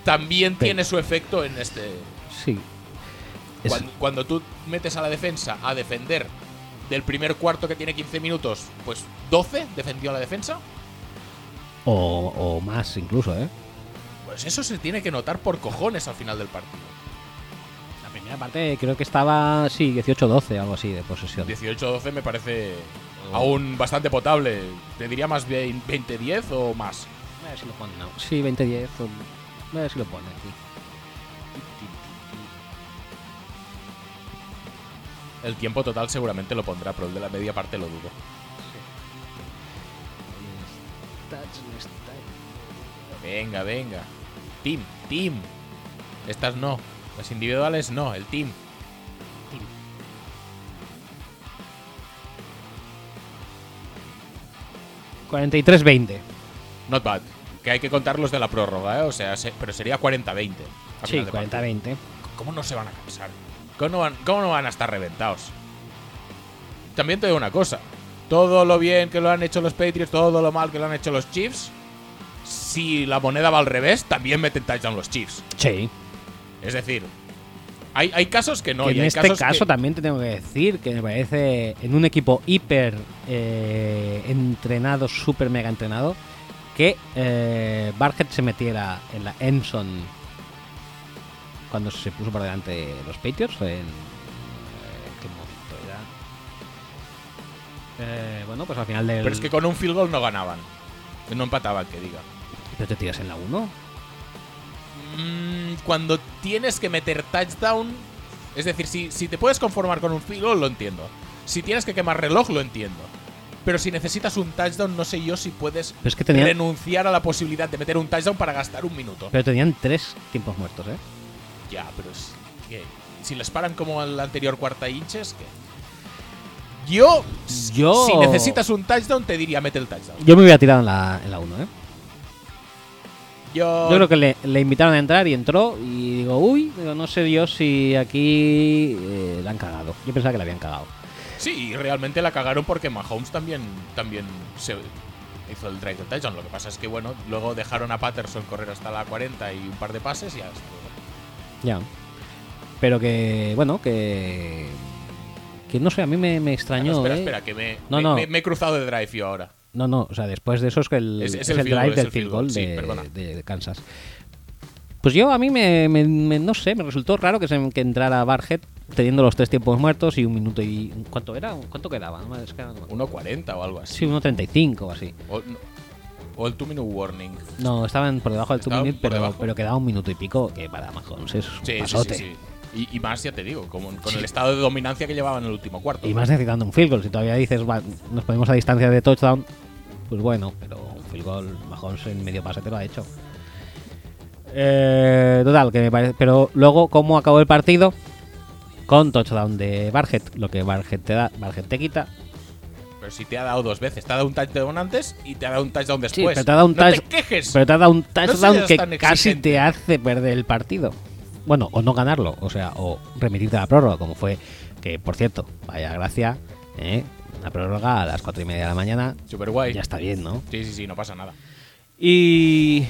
S2: también
S1: Pe-
S2: tiene su efecto en este.
S1: Sí. Es-
S2: Cuando, cuando tú metes a la defensa a defender del primer cuarto que tiene 15 minutos, pues 12 defendió la defensa.
S1: o, o más incluso, ¿eh?
S2: Pues eso se tiene que notar por cojones al final del partido.
S1: La primera parte creo que estaba, sí, 18-12, algo así de posesión.
S2: 18-12 me parece aún bastante potable. Te diría más bien 20-10 o más.
S1: A ver si lo ponen. no. Sí, 20-10. o- A ver si lo ponen aquí.
S2: El tiempo total seguramente lo pondrá, pero el de la media parte lo dudo. Venga, venga. Team, team. Estas no. Las individuales no, el team.
S1: Team. 43-20.
S2: Not bad. Que hay que contar los de la prórroga, ¿eh? O sea, se- pero sería 40-20. al
S1: Sí,
S2: final de partido.
S1: 40-20.
S2: ¿Cómo no se van a cansar? ¿Cómo no van, cómo no van a estar reventados? también te digo una cosa. Todo lo bien que lo han hecho los Patriots, todo lo mal que lo han hecho los Chiefs. Si la moneda va al revés, también meten touchdown los Chiefs.
S1: Sí.
S2: Es decir, hay, hay casos que no.
S1: Que
S2: y
S1: en
S2: hay
S1: este
S2: casos
S1: caso
S2: que-
S1: también te tengo que decir que me parece en un equipo hiper eh, entrenado, súper mega entrenado, que eh, Barget se metiera en la Enson cuando se puso por delante los Patriots. En, eh, ¿Qué momento era? Eh, bueno, pues al final del.
S2: Pero es que con un field goal no ganaban. No empataban, que diga.
S1: ¿Pero te tiras en la 1.
S2: Mm, cuando tienes que meter touchdown, es decir, si, si te puedes conformar con un field goal, lo entiendo. Si tienes que quemar reloj, lo entiendo. Pero si necesitas un touchdown, no sé yo si puedes
S1: Pero es que tenían,
S2: renunciar a la posibilidad de meter un touchdown para gastar un minuto.
S1: pero tenían tres tiempos muertos, ¿eh?
S2: Ya, pero es que si les paran como al anterior cuarta inches, que yo,
S1: Yo-
S2: si necesitas un touchdown, te diría mete el touchdown.
S1: Yo me hubiera tirado en la, en la 1, ¿eh?
S2: Yo,
S1: Yo creo que le, le invitaron a entrar y entró y digo, uy, digo, no sé yo si aquí eh, la han cagado. Yo pensaba que la habían cagado.
S2: Sí, y realmente la cagaron porque Mahomes también, también se hizo el drive del touchdown. Lo que pasa es que, bueno, luego dejaron a Patterson correr hasta la 40 y un par de pases y ya estuvo.
S1: Ya. Pero que, bueno, que... Que no sé, a mí me, me extrañó.
S2: Ah, espera,
S1: ¿eh?
S2: espera, que me,
S1: No,
S2: me-
S1: no.
S2: me- me he cruzado de drive yo ahora.
S1: No, no, o sea, después de eso es que el,
S2: Es- es
S1: es
S2: el
S1: el drive
S2: field goal, es
S1: del
S2: el
S1: field
S2: field
S1: goal
S2: goal, sí, perdona.
S1: de, de- de Kansas. Pues yo a mí me, me- me- no sé, me resultó raro que, se, que entrara Barhead teniendo los tres tiempos muertos y un minuto y... ¿Cuánto era? ¿Cuánto quedaba? No me- es que ahora no me acuerdo.
S2: 1.40 o algo así.
S1: Sí, 1.35 o así.
S2: O, o el two minute warning.
S1: No, estaban por debajo del two
S2: Estaban
S1: minute,
S2: por
S1: pero,
S2: debajo.
S1: pero quedaba un minuto y pico que para Mahomes es un
S2: Sí, sí, sí,
S1: pasote.
S2: sí. Y, y más, ya te digo, con, con el estado de dominancia que llevaban en el último cuarto.
S1: Y más necesitando un field goal. Si todavía dices, "Va, nos ponemos a distancia de touchdown, pues bueno, pero un field goal Mahomes en medio pase te lo ha hecho. Eh, total, que me parece. Pero luego, ¿cómo acabó el partido? Con touchdown de Barget. Lo que Barget te da, Barget te quita.
S2: Pero si te ha dado dos veces. Te ha dado un touchdown antes y te ha dado un touchdown
S1: Sí,
S2: después.
S1: pero te ha dado un
S2: ¡No te
S1: touch-
S2: quejes!
S1: Pero te ha dado un touchdown
S2: seas
S1: que
S2: tan
S1: casi
S2: exigente.
S1: te hace perder el partido. Bueno, o no ganarlo, o sea, o remitirte a la prórroga, como fue que, por cierto, vaya gracia, ¿eh? una prórroga a las cuatro y media de la mañana,
S2: Super guay.
S1: ya está bien, ¿no?
S2: Sí, sí, sí, no pasa nada.
S1: Y,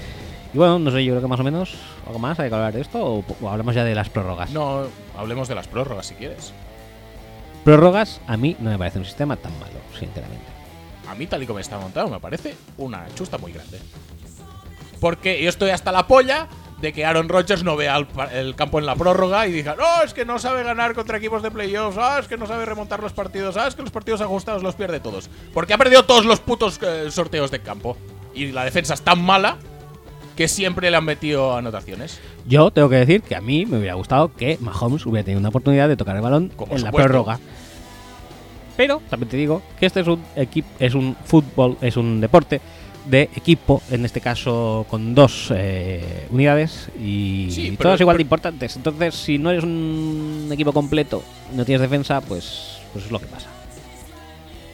S1: y bueno, no sé, yo creo que más o menos, ¿algo más hay que hablar de esto? ¿O, o hablamos ya de las prórrogas?
S2: No, hablemos de las prórrogas si quieres.
S1: Prórrogas a mí no me parece un sistema tan malo, sinceramente.
S2: A mí, tal y como está montado, me parece una chusta muy grande. Porque yo estoy hasta la polla de que Aaron Rodgers no vea el, pa- el campo en la prórroga y diga, no, es que no sabe ganar contra equipos de playoffs, ah, es que no sabe remontar los partidos, ah, es que los partidos ajustados los pierde todos. Porque ha perdido todos los putos eh, sorteos de campo. Y la defensa es tan mala que siempre le han metido anotaciones.
S1: Yo tengo que decir que a mí me hubiera gustado que Mahomes hubiera tenido una oportunidad de tocar el balón
S2: Como
S1: en la
S2: supuesto.
S1: prórroga. Pero también te digo que este es un equipo, es un fútbol, es un deporte de equipo, en este caso con dos eh, unidades y
S2: Sí, pero-
S1: todas igual de
S2: pero-
S1: importantes. Entonces, si no eres un equipo completo, no tienes defensa, pues, pues es lo que pasa.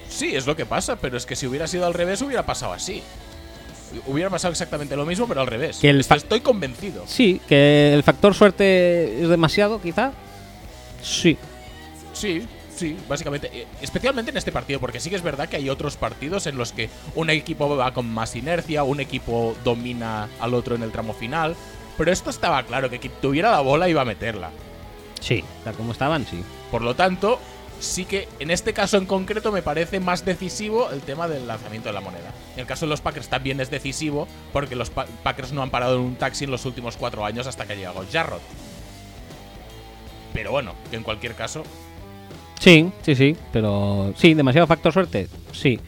S2: Sí, es lo que pasa, pero es que si hubiera sido al revés hubiera pasado así. Hubiera pasado exactamente lo mismo, pero al revés.
S1: Que el
S2: Esto
S1: fac-
S2: Estoy convencido.
S1: Sí, que el factor suerte es demasiado, quizá. Sí,
S2: Sí, sí, básicamente. Eh, Especialmente en este partido, porque sí que es verdad que hay otros partidos en los que un equipo va con más inercia, un equipo domina al otro en el tramo final. Pero esto estaba claro, que quien tuviera la bola iba a meterla.
S1: sí, tal como estaban, sí.
S2: Por lo tanto, sí que en este caso en concreto me parece más decisivo el tema del lanzamiento de la moneda. En el caso de los Packers también es decisivo porque los Pa- Packers no han parado en un taxi en los últimos cuatro años hasta que ha llegado Jarrod. Pero bueno, que en cualquier caso,
S1: Sí, sí, sí, pero sí, demasiado factor suerte, sí.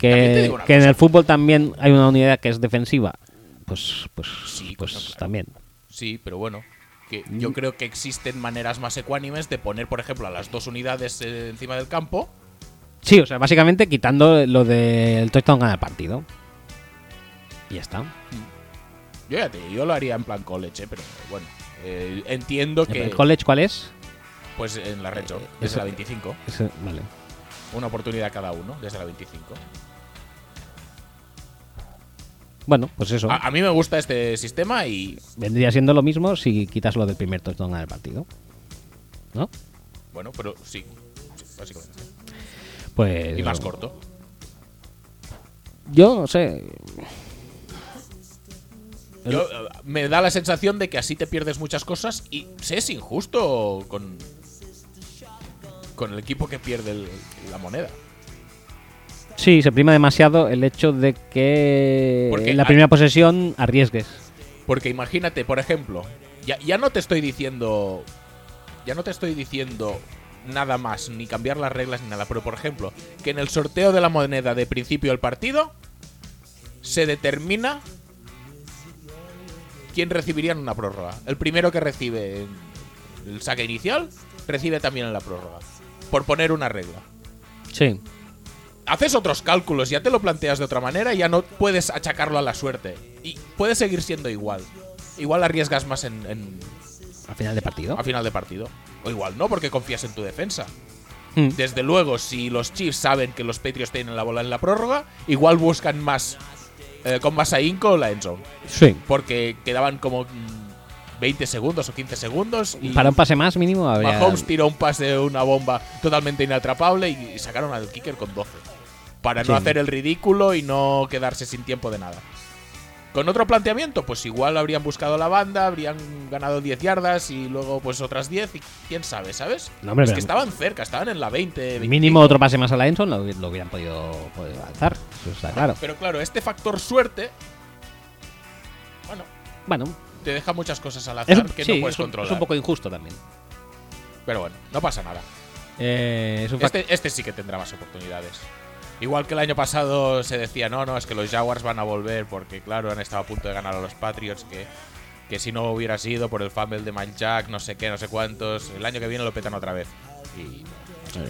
S2: También te
S1: Que,
S2: digo una
S1: que en
S2: cosa.
S1: el fútbol también hay una unidad que es defensiva, pues, pues,
S2: Sí,
S1: pues
S2: coño, claro.
S1: también.
S2: sí, pero bueno. Que yo creo que existen maneras más ecuánimes de poner, por ejemplo, a las dos unidades eh, encima del campo.
S1: Sí, o sea, básicamente quitando lo del touchdown gana el partido. Y ya está.
S2: Yo ya te digo, yo lo haría en plan college, eh, pero bueno. eh, entiendo que.
S1: ¿El college cuál es?
S2: Pues en la red zone,
S1: Eh,
S2: desde
S1: eso-
S2: la 25.
S1: Ese- vale.
S2: Una oportunidad cada uno, desde la 25.
S1: Bueno, pues eso.
S2: A, a mí me gusta este sistema y,
S1: Vendría siendo lo mismo si quitas lo del primer touchdown gana el partido. ¿No?
S2: bueno, pero sí, sí, básicamente.
S1: Pues.
S2: Y más corto.
S1: Yo no sé.
S2: Yo, eh, me da la sensación de que así te pierdes muchas cosas y se es injusto con, con el equipo que pierde el- la moneda.
S1: Sí, se prima demasiado el hecho de que
S2: Porque
S1: en la
S2: hay-
S1: primera posesión arriesgues.
S2: Porque imagínate, por ejemplo, ya, ya no te estoy diciendo. Ya no te estoy diciendo nada más, ni cambiar las reglas ni nada, pero por ejemplo, que en el sorteo de la moneda de principio del partido se determina quién recibiría en una prórroga. El primero que recibe en el saque inicial recibe también en la prórroga. Por poner una regla
S1: Sí.
S2: haces otros cálculos, ya te lo planteas de otra manera y ya no puedes achacarlo a la suerte. Y puede seguir siendo igual. Igual arriesgas más en, en-
S1: A final de partido.
S2: a final de partido. O igual no, porque confías en tu defensa.
S1: Mm.
S2: Desde luego, si los Chiefs saben que los Patriots tienen la bola en la prórroga, igual buscan más eh, con más ahínco la endzone.
S1: Sí.
S2: Porque quedaban como mm, 20 segundos o 15 segundos y
S1: Para un pase más mínimo habría.
S2: Mahomes tiró un pase de una bomba totalmente inatrapable y sacaron al kicker con 12. Para
S1: Sí.
S2: no hacer el ridículo y no quedarse sin tiempo de nada. Con otro planteamiento, pues igual habrían buscado la banda, habrían ganado 10 yardas y luego pues otras 10 y quién sabe, ¿sabes?
S1: No, hombre,
S2: es
S1: pero-
S2: que estaban cerca, estaban en la 20. 20
S1: Mínimo otro pase más a la Enson lo, lo hubieran podido, podido lanzar. Eso está claro.
S2: Pero claro, este factor suerte, bueno,
S1: Bueno,
S2: te deja muchas cosas al azar
S1: es un,
S2: que
S1: sí,
S2: no puedes
S1: es un-
S2: controlar.
S1: es un poco injusto también.
S2: Pero bueno, no pasa nada.
S1: Eh, es un fact-
S2: Este, este sí que tendrá más oportunidades. Igual que el año pasado se decía, no, no, es que los Jaguars van a volver porque, claro, han estado a punto de ganar a los Patriots, que, que si no hubiera sido por el fumble de Mike Jack, no sé qué, no sé cuántos, el año que viene lo petan otra vez. Y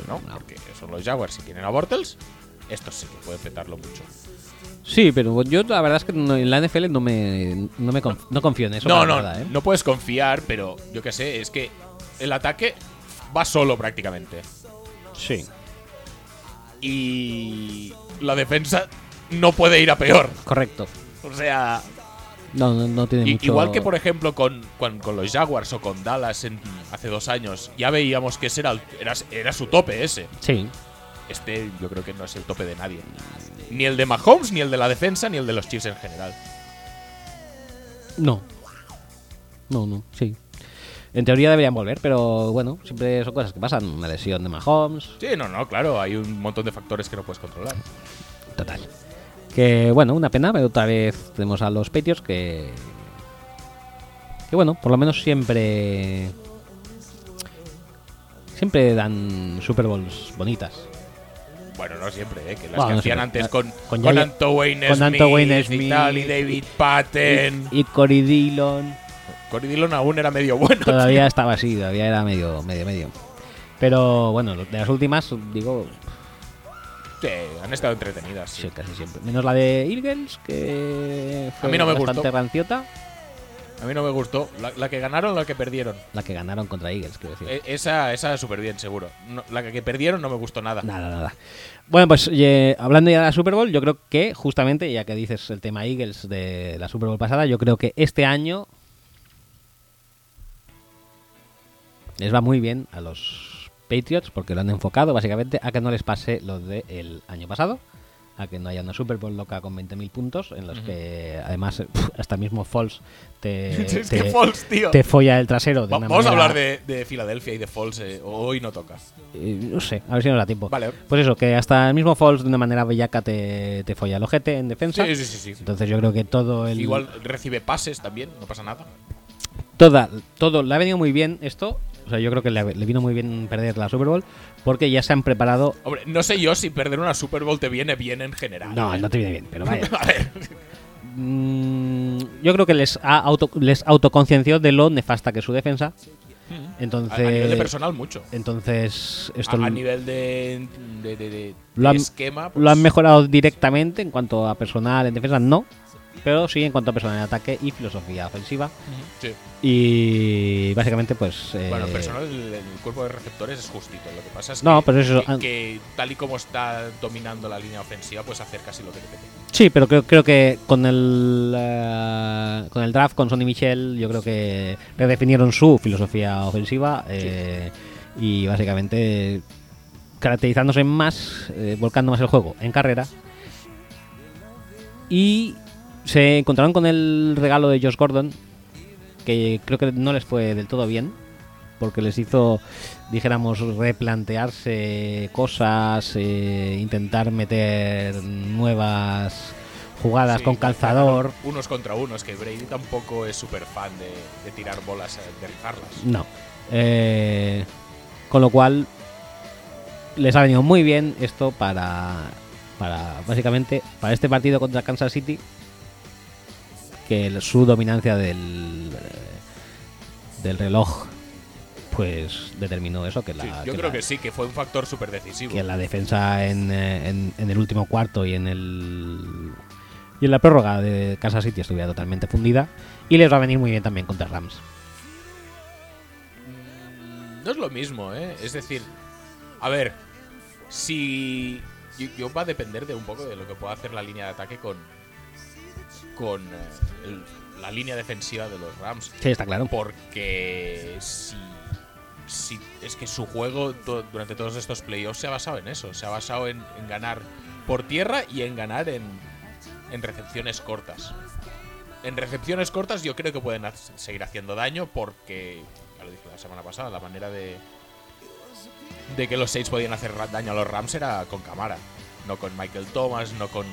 S2: no,
S1: no.
S2: porque son los Jaguars, si tienen a Bortles, estos sí que pueden petarlo mucho.
S1: Sí, pero yo la verdad es que no- en la NFL no me, no me conf- no confío en eso.
S2: No,
S1: para
S2: no,
S1: nada, ¿eh?
S2: no puedes confiar, pero yo qué sé, es que el ataque va solo prácticamente.
S1: Sí,
S2: Y la defensa no puede ir a peor.
S1: correcto.
S2: O sea,
S1: No, no, no tiene
S2: I-
S1: mucho.
S2: Igual que, por ejemplo, con, con, con los Jaguars o con Dallas en- hace dos años, ya veíamos que ese era, el- era, era su tope ese.
S1: Sí,
S2: Este yo creo que no es el tope de nadie. Ni el de Mahomes, ni el de la defensa, ni el de los Chiefs en general.
S1: no. No, no, sí. En teoría deberían volver, pero bueno, siempre son cosas que pasan. Una lesión de Mahomes,
S2: Sí, no, no, claro, hay un montón de factores que no puedes controlar.
S1: total. Que bueno, una pena, pero otra vez tenemos a los Patriots que. Que bueno, por lo menos siempre. Siempre dan Super Bowls bonitas.
S2: Bueno, no siempre, ¿eh? que las
S1: Bueno,
S2: que
S1: no
S2: hacían
S1: siempre.
S2: antes con,
S1: Con
S2: con,
S1: Yaya-
S2: Anto Wayne
S1: con Anto Wayne
S2: y
S1: Smith
S2: tal, y David Patton.
S1: Y Cory Dillon.
S2: Cory Dillon aún era medio bueno.
S1: Todavía estaba así, todavía era medio, medio, medio. Pero bueno, de las últimas, digo,
S2: Sí, han estado entretenidas. sí.
S1: sí, casi siempre. Menos la de Eagles, que fue
S2: A mí no me
S1: bastante
S2: gustó.
S1: ranciota.
S2: A mí no me gustó. La, la que ganaron, la que perdieron.
S1: La que ganaron contra Eagles, quiero decir.
S2: E- Esa, esa súper bien, seguro. No, la que perdieron no me gustó nada.
S1: Nada, nada. Bueno, pues eh, hablando ya de la Super Bowl, yo creo que justamente, ya que dices el tema Eagles de la Super Bowl pasada, yo creo que este año les va muy bien a los Patriots porque lo han enfocado básicamente a que no les pase lo del año pasado, a que no haya una Super Bowl loca con 20.000 puntos, en los
S2: Ujú.
S1: que además hasta mismo Falls te,
S2: es
S1: eh, te-
S2: que Falls, tío.
S1: te folla el trasero. De
S2: Va-
S1: una
S2: vamos a
S1: manera-
S2: hablar de, de Filadelfia y de Falls. eh, hoy no toca.
S1: eh, no sé, a ver si nos da tiempo.
S2: Vale.
S1: Pues eso, que hasta el mismo Falls de una manera bellaca te, te folla el ojete en defensa.
S2: Sí, sí, sí. sí.
S1: Entonces yo creo que todo el.
S2: Igual recibe pases también, no pasa nada.
S1: Toda, todo. Le ha venido muy bien esto. O sea, yo creo que le, le vino muy bien perder la Super Bowl. Porque ya se han preparado.
S2: Hombre, no sé yo si perder una Super Bowl te viene bien en general.
S1: No, no te viene bien, pero vaya.
S2: A ver,
S1: Mm, yo creo que les, ha auto, les autoconcienció de lo nefasta que es su defensa.
S2: a, a nivel de
S1: Entonces.
S2: personal, mucho.
S1: Entonces. Esto
S2: A, a
S1: lo-
S2: nivel de, de, de- de-
S1: Lo han-
S2: de esquema. pues,
S1: Lo han mejorado directamente en cuanto a personal, en defensa no, pero sí en cuanto a personal en ataque y filosofía ofensiva.
S2: sí.
S1: Y básicamente pues... eh,
S2: Bueno, personal, el, el cuerpo de receptores es justito. Lo que pasa es
S1: No,
S2: que,
S1: pero eso- ah.
S2: que- que tal y como está dominando la línea ofensiva, pues hacer casi lo que te pide.
S1: Sí, pero creo, creo que con el, eh, con el draft, con Sonny Michel, yo creo que redefinieron su filosofía ofensiva eh, y básicamente caracterizándose más, eh, volcando más el juego en carrera. Y se encontraron con el regalo de Josh Gordon, que creo que no les fue del todo bien, porque les hizo, dijéramos, replantearse cosas, eh, intentar meter nuevas jugadas
S2: Sí,
S1: con calzador.
S2: claro, Unos contra unos, que Brady tampoco es súper fan de, de tirar bolas, eh, de rifarlas.
S1: No. Eh, con lo cual, les ha venido muy bien esto para, para, básicamente, para este partido contra Kansas City, que el- su dominancia del, eh, del reloj, pues determinó eso, que la,
S2: Sí, yo
S1: que
S2: creo
S1: la-
S2: que sí, que fue un factor súper decisivo.
S1: que la defensa en, eh, en- en el último cuarto y en el y en la prórroga de Kansas City estuviera totalmente fundida y les va a venir muy bien también contra Rams.
S2: No es lo mismo, ¿eh? Es decir, a ver, si. Yo, yo va a depender de un poco de lo que pueda hacer la línea de ataque con. con eh, el- la línea defensiva de los Rams.
S1: Sí, está claro.
S2: Porque si, si- es que su juego to- durante todos estos playoffs se ha basado en eso, se ha basado en, en ganar por tierra y en ganar en, en recepciones cortas. En recepciones cortas yo creo que pueden ha- seguir haciendo daño porque, ya lo dije la semana pasada, la manera de, de que los Saints podían hacer ra- daño a los Rams era con Camara, no con Michael Thomas, no con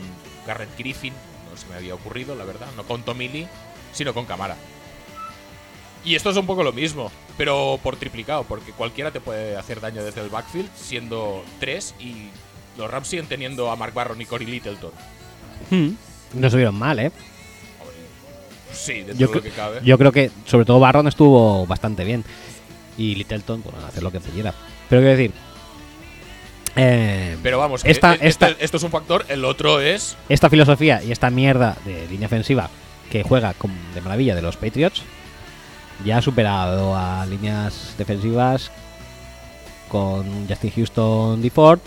S2: Garrett Griffin, no se me había ocurrido, la verdad, no con Tomili, sino con Camara. Y esto es un poco lo mismo, pero por triplicado, porque cualquiera te puede hacer daño desde el backfield, siendo tres y los Rams siguen teniendo a Mark Barron y Cory Littleton.
S1: Hmm. No estuvieron mal, ¿eh?
S2: Sí, dentro
S1: Yo,
S2: de lo
S1: cre-
S2: que cabe.
S1: yo creo que, sobre todo, Barron estuvo bastante bien. Y Littleton, bueno, hacer lo que pudiera. Pero quiero decir, eh,
S2: pero vamos, que
S1: esta-
S2: e- este-
S1: esta-
S2: esto es un factor, el otro es
S1: esta filosofía y esta mierda de línea ofensiva que juega con- de maravilla de los Patriots ya ha superado a líneas defensivas con Justin Houston, DeFord,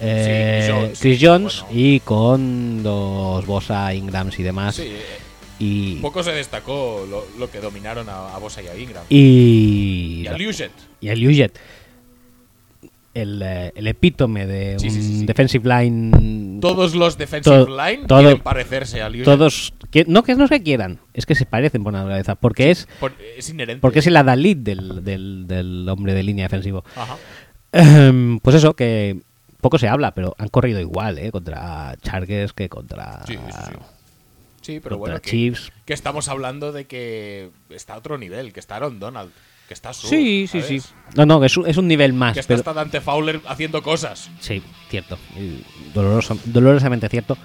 S1: eh,
S2: Sí, Jones,
S1: Chris
S2: sí,
S1: Jones
S2: bueno.
S1: y con los Bosa, Ingrams y demás.
S2: sí, eh,
S1: Y,
S2: poco se destacó lo, lo que dominaron a, a Bosa y a Ingram.
S1: y,
S2: Y a Luget.
S1: y el Ujet, el, eh, el epítome de
S2: Sí,
S1: un
S2: sí, sí, sí.
S1: defensive line.
S2: Todos los defensive
S1: Todo-
S2: line
S1: todo-
S2: quieren parecerse a Luget.
S1: todos. que- no que no es que quieran, es que se parecen por naturaleza. Porque es
S2: es inherente.
S1: porque es el adalid del, del, del hombre de línea defensivo.
S2: Ajá.
S1: pues eso, que poco se habla, pero han corrido igual, ¿eh? Contra Chargers que contra.
S2: Sí, sí, sí.
S1: Ah.
S2: Sí,
S1: Contra
S2: pero bueno, que-
S1: Chiefs.
S2: que estamos hablando de que está a otro nivel, que está Aaron Donald, que está su.
S1: Sí, sí,
S2: ¿sabes?
S1: sí. No, no, que es un, es un nivel más.
S2: Que está
S1: pero-
S2: hasta Dante Fowler haciendo cosas.
S1: Sí, cierto. Y doloroso- dolorosamente cierto.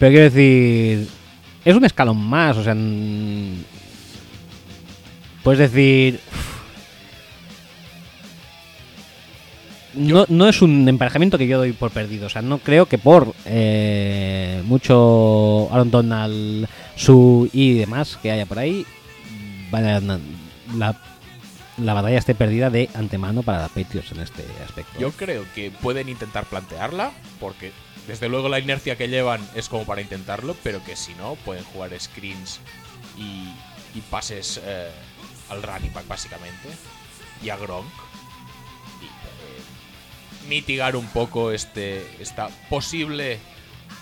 S1: Pero quiero decir, es un escalón más, o sea, mm, puedes decir... uf, No, no es un emparejamiento que yo doy por perdido. O sea, no creo que por eh, mucho Aaron Donald, su y demás que haya por ahí, vaya, na- la, la batalla esté perdida de antemano para Patriots en este aspecto.
S2: Yo creo que pueden intentar plantearla, porque desde luego la inercia que llevan es como para intentarlo, pero que si no, pueden jugar screens y, y pases eh, al running back, básicamente, y a Gronk. Y, eh, mitigar un poco este esta posible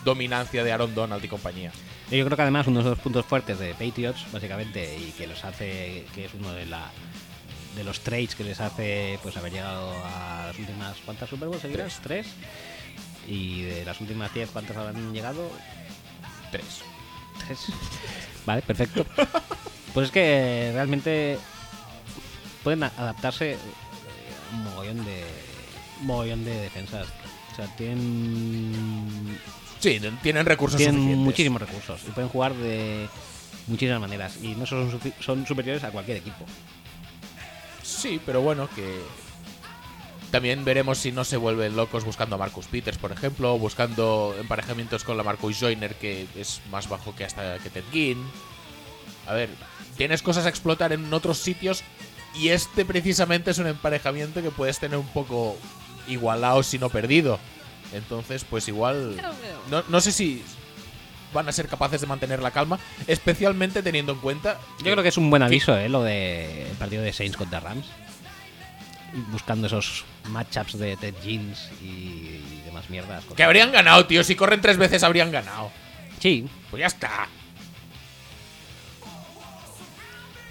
S2: dominancia de Aaron Donald y compañía.
S1: Yo creo que además uno de los puntos fuertes de Patriots, básicamente, y que los hace, que es uno de la de los trades que les hace pues haber llegado a las últimas cuántas Super Bowls seguidas, tres. Y de las últimas 10 cuántas habrán llegado?
S2: Tres.
S1: Tres. Vale, perfecto. Pues es que realmente pueden a- adaptarse eh, a un mogollón de un mogollón de defensas. O sea, tienen
S2: Sí, tienen recursos
S1: tienen
S2: suficientes.
S1: muchísimos recursos y pueden jugar de muchísimas maneras y no son, sufi- son superiores a cualquier equipo.
S2: Sí, pero bueno, que. También veremos si no se vuelven locos buscando a Marcus Peters, por ejemplo, o buscando emparejamientos con la Marcus Joyner, que es más bajo que hasta que Ted Ginn. A ver, tienes cosas a explotar en otros sitios, y este precisamente es un emparejamiento que puedes tener un poco igualado, si no perdido. Entonces, pues igual. No, no sé si van a ser capaces de mantener la calma, especialmente teniendo en cuenta.
S1: Yo creo que es un buen aviso, ¿eh? Lo de el partido de Saints contra Rams. buscando esos matchups de Ted Jeans y, y demás mierdas. cosas.
S2: Que habrían ganado, tío. Si corren tres veces, habrían ganado.
S1: Sí,
S2: Pues ya está.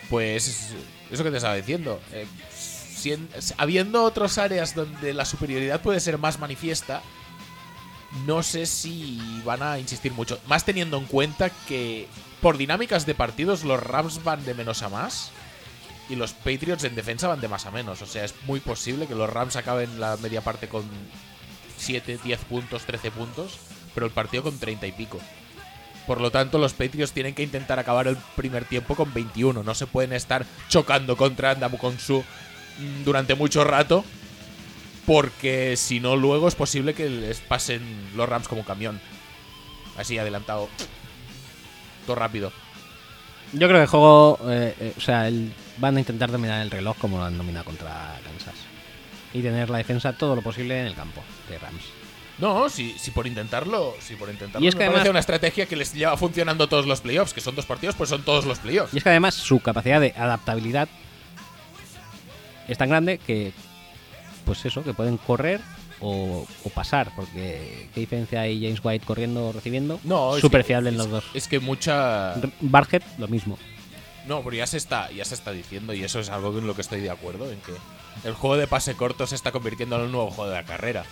S2: Pues eso que te estaba diciendo. eh, si en- s- habiendo otras áreas donde la superioridad puede ser más manifiesta, no sé si van a insistir mucho. Más teniendo en cuenta que por dinámicas de partidos los Rams van de menos a más y los Patriots en defensa van de más a menos. O sea, es muy posible que los Rams acaben la media parte con 7, 10 puntos, 13 puntos, pero el partido con 30 y pico. Por lo tanto, los Patriots tienen que intentar acabar el primer tiempo con 21. No se pueden estar chocando contra Andamu Su mm, durante mucho rato. Porque si no, luego es posible que les pasen los Rams como un camión. Así adelantado. Todo rápido.
S1: yo creo que el juego, eh, eh, o sea, el- van a intentar dominar el reloj como lo han dominado contra Kansas. Y tener la defensa todo lo posible en el campo de Rams.
S2: No, si, si por intentarlo. Si por intentarlo.
S1: Y es
S2: me
S1: que
S2: parece
S1: además-
S2: una estrategia que les lleva funcionando todos los playoffs. Que son dos partidos, pues son todos los playoffs.
S1: Y es que además su capacidad de adaptabilidad es tan grande que, pues eso, que pueden correr o, o pasar, porque qué diferencia hay James White corriendo o recibiendo.
S2: No, es
S1: súper
S2: que-
S1: fiable en los
S2: es-
S1: dos.
S2: Es que mucha.
S1: R- Barget, lo mismo.
S2: No, pero ya se está, ya se está diciendo y eso es algo en lo que estoy de acuerdo, en que el juego de pase corto se está convirtiendo en un nuevo juego de la carrera.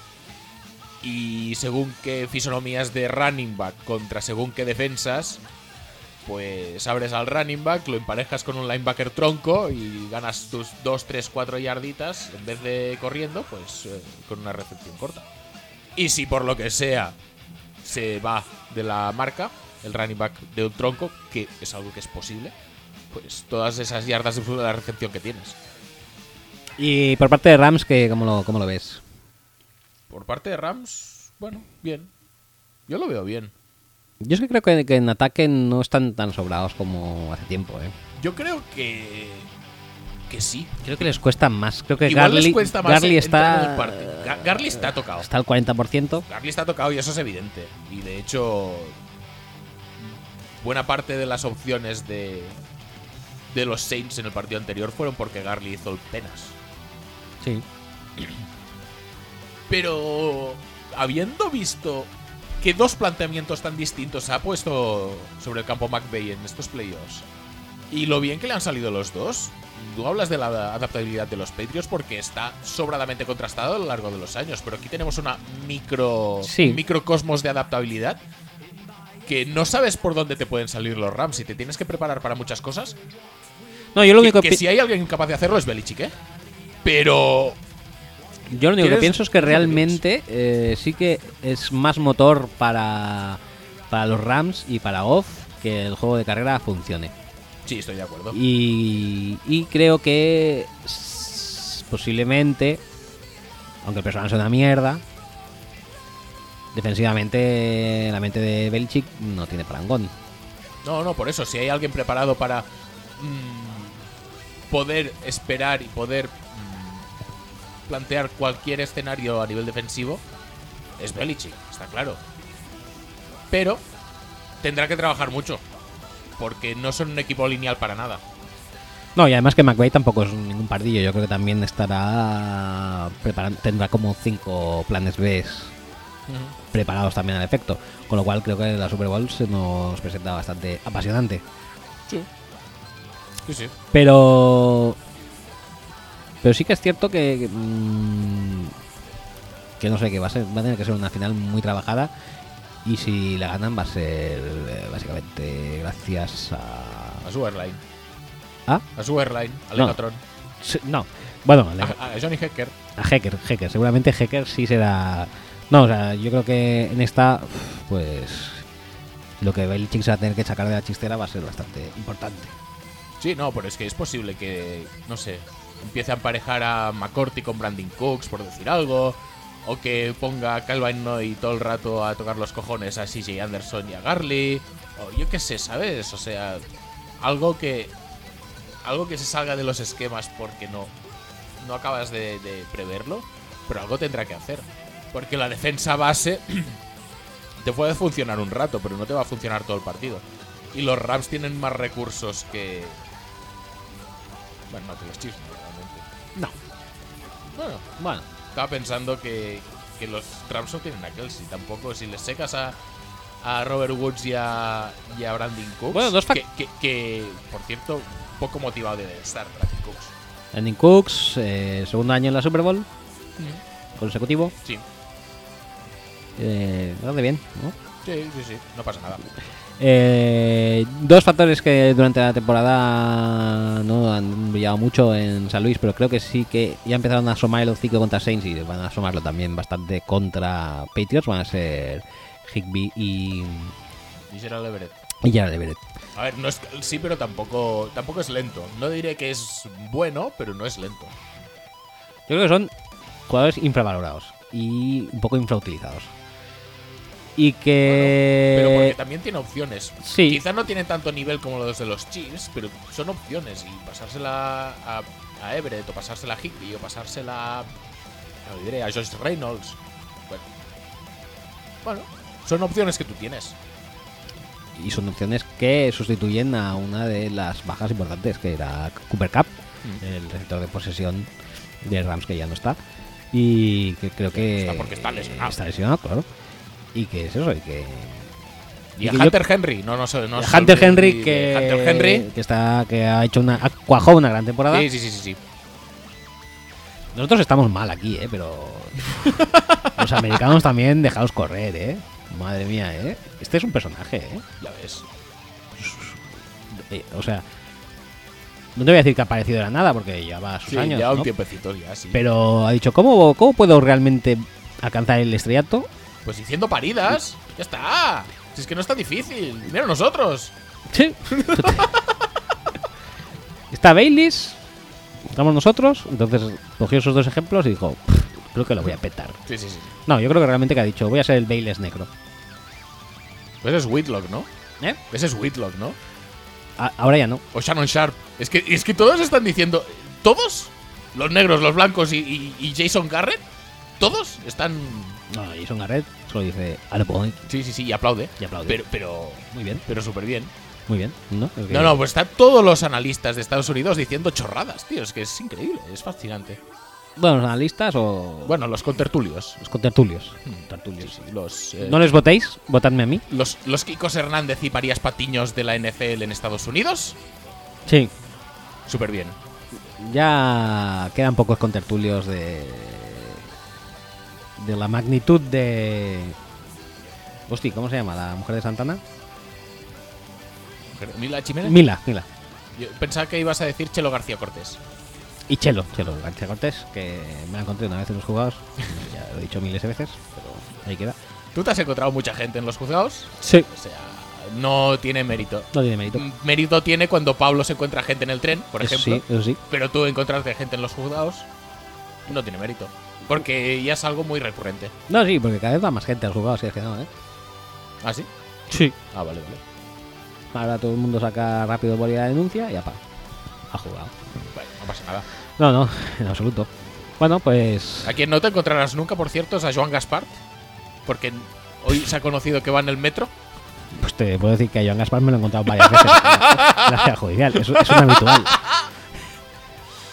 S2: Y según qué fisonomías de running back contra según qué defensas, pues abres al running back, lo emparejas con un linebacker tronco y ganas tus 2, 3, 4 yarditas en vez de corriendo, pues eh, con una recepción corta. Y si por lo que sea se va de la marca, el running back de un tronco, que es algo que es posible, pues todas esas yardas de la recepción que tienes.
S1: Y por parte de Rams, que ¿cómo lo, cómo lo ves?
S2: Por parte de Rams, bueno, bien. Yo lo veo bien.
S1: Yo es que creo que, que en ataque no están tan sobrados como hace tiempo, ¿eh?
S2: Yo creo que. que sí.
S1: Creo que les cuesta más. Creo que
S2: Igual
S1: Garly,
S2: les cuesta más
S1: Garly
S2: entrar en el
S1: está,
S2: partido. Ga- Garly está tocado.
S1: está al 40%.
S2: Garly está tocado y eso es evidente. Y de hecho, buena parte de las opciones de, de los Saints en el partido anterior fueron porque Garly hizo el penas.
S1: Sí.
S2: Pero habiendo visto que dos planteamientos tan distintos ha puesto sobre el campo McVeigh en estos playoffs y lo bien que le han salido los dos, tú hablas de la adaptabilidad de los Patriots porque está sobradamente contrastado a lo largo de los años, pero aquí tenemos una micro
S1: Sí.
S2: microcosmos de adaptabilidad que no sabes por dónde te pueden salir los Rams y te tienes que preparar para muchas cosas.
S1: No, yo lo
S2: Que,
S1: único
S2: que
S1: pi-
S2: si hay alguien capaz de hacerlo es Belichick, ¿eh? Pero
S1: Yo lo único que
S2: ¿Quieres-
S1: pienso es que
S2: qué opinas?
S1: realmente eh, sí que es más motor para, para los Rams y para Off que el juego de carrera funcione.
S2: sí, estoy de acuerdo.
S1: Y, y creo que s- posiblemente, aunque el personal sea una mierda, defensivamente la mente de Belichick no tiene parangón.
S2: No, no, por eso, si hay alguien preparado para mm, poder esperar y poder mm, plantear cualquier escenario a nivel defensivo, es Belichick, está claro. Pero tendrá que trabajar mucho, porque no son un equipo lineal para nada.
S1: No, y además que McVay tampoco es ningún pardillo. Yo creo que también estará preparando, tendrá como cinco planes B preparados también al efecto. Con lo cual creo que la Super Bowl se nos presenta bastante apasionante.
S2: Sí. Sí, sí.
S1: Pero. Pero sí que es cierto que. que, mm, que no sé, que va a, ser, va a tener que ser una final muy trabajada. Y si la ganan va a ser eh, básicamente gracias a.
S2: A su airline,
S1: ¿Ah?
S2: a su airline, al Legatron,
S1: Sí, No. Bueno, le-
S2: a, a Johnny Hecker.
S1: A Hacker, Hacker. Seguramente Hacker sí será. No, o sea, yo creo que en esta, pues. Lo que Belichick se va a tener que sacar de la chistera va a ser bastante importante.
S2: Sí, no, pero es que es posible que, no sé, empiece a emparejar a McCorty con Brandon Cooks, por decir algo, o que ponga a Calvin Noy todo el rato a tocar los cojones a CJ Anderson y a Garley, o yo qué sé, ¿sabes? O sea, algo que algo que se salga de los esquemas porque no, no acabas de, de preverlo, pero algo tendrá que hacer. Porque la defensa base te puede funcionar un rato, pero no te va a funcionar todo el partido. Y los Rams tienen más recursos que. Bueno, no que los Chiefs, realmente.
S1: No.
S4: Bueno,
S1: Bueno,
S2: Estaba pensando que, que los Rams no tienen a Kelsey tampoco. Si les secas a, a Robert Woods y a, y a Brandon Cooks.
S1: Bueno, dos fac-
S2: que, que, que, por cierto, poco motivado debe estar Brandon Cooks.
S1: Landon Cooks, eh, segundo año en la Super Bowl consecutivo.
S2: Sí,
S1: Eh, bastante bien, ¿no?
S2: sí, sí, sí, no pasa nada.
S1: Eh, dos factores que durante la temporada no han brillado mucho en San Luis, pero creo que sí que ya empezaron a asomar el hocico contra Saints y van a asomarlo también bastante contra Patriots. Van a ser Higby y,
S2: Y Gerald Everett.
S1: y Jared Everett.
S2: A ver, no es sí, pero tampoco, tampoco es lento. No diré que es bueno, pero no es lento.
S1: Yo creo que son jugadores infravalorados y un poco infrautilizados. Y
S2: Pero porque
S1: que.
S2: también tiene opciones.
S1: sí.
S2: Quizás no tiene tanto nivel como los de los Chiefs, pero son opciones. Y pasársela a, a Everett, o pasársela a Higby, o pasársela a, no diré, a Josh Reynolds. Bueno. Bueno, son opciones que tú tienes.
S1: y son opciones que sustituyen a una de las bajas importantes, que era Cooper Cup, el receptor de posesión de Rams que ya no está. Y que creo que.
S2: está porque está lesionado.
S1: Está lesionado, claro. Y que es eso, y que.
S2: Y, a
S1: que yo-
S2: Hunter Henry, no, no sé. No
S1: y
S2: se
S1: a Hunter
S2: olvide
S1: Henry,
S2: de
S1: que.
S2: Hunter Henry.
S1: Que, está, que ha hecho una. Ha cuajado una gran temporada.
S2: Sí, sí, sí, sí, sí.
S1: Nosotros estamos mal aquí, ¿eh? Pero. los americanos también, dejaos correr, ¿eh? Madre mía, ¿eh? Este es un personaje, ¿eh?
S2: Ya ves.
S1: Eh, o sea, no te voy a decir que ha aparecido de la nada porque lleva sus
S2: Sí,
S1: años,
S2: ya un
S1: ¿no?
S2: tiempecito ya, sí.
S1: pero ha dicho, ¿cómo, ¿cómo puedo realmente alcanzar el estrellato?
S2: Pues diciendo paridas, ya está. Si es que no está difícil. Mira nosotros.
S1: Sí. Está Baileys, estamos nosotros, entonces cogió esos dos ejemplos y dijo, "Pff, creo que lo voy a petar.
S2: Sí, sí, sí.
S1: No, yo creo que realmente que ha dicho, voy a ser el Baileys negro.
S2: Pues ese es Whitlock, ¿no?
S1: ¿Eh?
S2: Ese es Whitlock, ¿no?
S1: A- ahora ya no.
S2: O Shannon Sharp. Es que, es que todos están diciendo. ¿Todos? Los negros, los blancos y, y- y Jason Garrett. Todos están.
S1: No, Jason Garrett solo dice, al boy,
S2: Sí, sí, sí, y aplaude.
S1: y aplaude.
S2: Pero, pero.
S1: muy bien,
S2: Pero súper bien.
S1: muy bien. No, Es que-
S2: No, no, pues están todos los analistas de Estados Unidos diciendo chorradas, tío. Es que es increíble, es fascinante.
S1: Bueno, los analistas o
S2: Bueno, Mm. los contertulios.
S1: los contertulios.
S2: Tertulios. los. eh,
S1: No les votéis, votadme a mí.
S2: los, los Kikos Hernández y Parías Patiños de la NFL en Estados Unidos,
S1: Sí.
S2: súper bien.
S1: Ya quedan pocos contertulios de. de la magnitud de. Hostia, ¿cómo se llama? ¿La mujer de Santana?
S2: Mila Jiménez.
S1: Mila, Mila.
S2: Yo pensaba que ibas a decir Chelo García Cortés.
S1: Y Chelo, Chelo García Cortés, que me la encontré una vez en los jugados. Ya lo he dicho miles de veces, pero ahí queda.
S2: ¿Tú te has encontrado mucha gente en los juzgados?
S1: Sí.
S2: O sea, no tiene mérito.
S1: No tiene mérito.
S2: M- Mérito tiene cuando Pablo se encuentra gente en el tren, Mm, por
S1: Eso
S2: ejemplo.
S1: sí, eso sí.
S2: Pero tú encontrarte gente en los juzgados no tiene mérito. Porque ya es algo muy recurrente.
S1: No, sí, porque cada vez va más gente a los jugados, si es que no, ¿eh?
S2: ¿Ah, sí?
S1: Sí.
S2: Ah, vale, vale.
S1: Ahora todo el mundo saca rápido el boli de la denuncia y apa. Ha jugado.
S2: Bueno, no pasa nada.
S1: No, no, en absoluto. Bueno, pues.
S2: A quien no te encontrarás nunca, por cierto, es a Joan Gaspar. Porque hoy se ha conocido que va en el metro.
S1: Pues te puedo decir que a Joan Gaspar me lo he encontrado varias veces en la ciudad judicial. Es, es un habitual.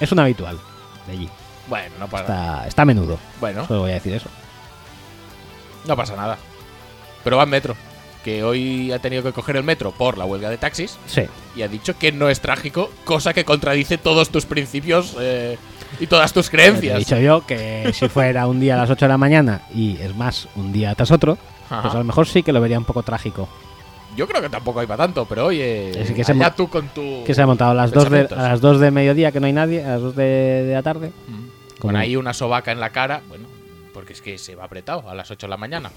S1: Es un habitual de allí.
S2: Bueno, no pasa nada.
S1: Está, está a menudo.
S2: Bueno,
S1: Solo voy a decir eso.
S2: no pasa nada. Pero va en metro. Que hoy ha tenido que coger el metro por la huelga de taxis.
S1: Sí.
S2: y ha dicho que no es trágico, cosa que contradice todos tus principios eh, y todas tus
S1: ya te He
S2: creencias.
S1: dicho yo que si fuera un día a las 8 de la mañana y es más, un día tras otro,
S2: Ajá.
S1: pues a lo mejor sí que lo vería un poco trágico.
S2: Yo creo que tampoco hay para tanto, pero oye,
S1: Es que se
S2: allá
S1: mo-
S2: tú con tu...
S1: Que se ha montado a las 2 de,
S2: Uh, Pensamientos.
S1: a las 2 de mediodía, que no hay nadie, a las 2 de, de la tarde.
S2: Mm. Con
S1: Como-
S2: ahí una sobaca en la cara, bueno, porque es que se va apretado a las 8 de la mañana.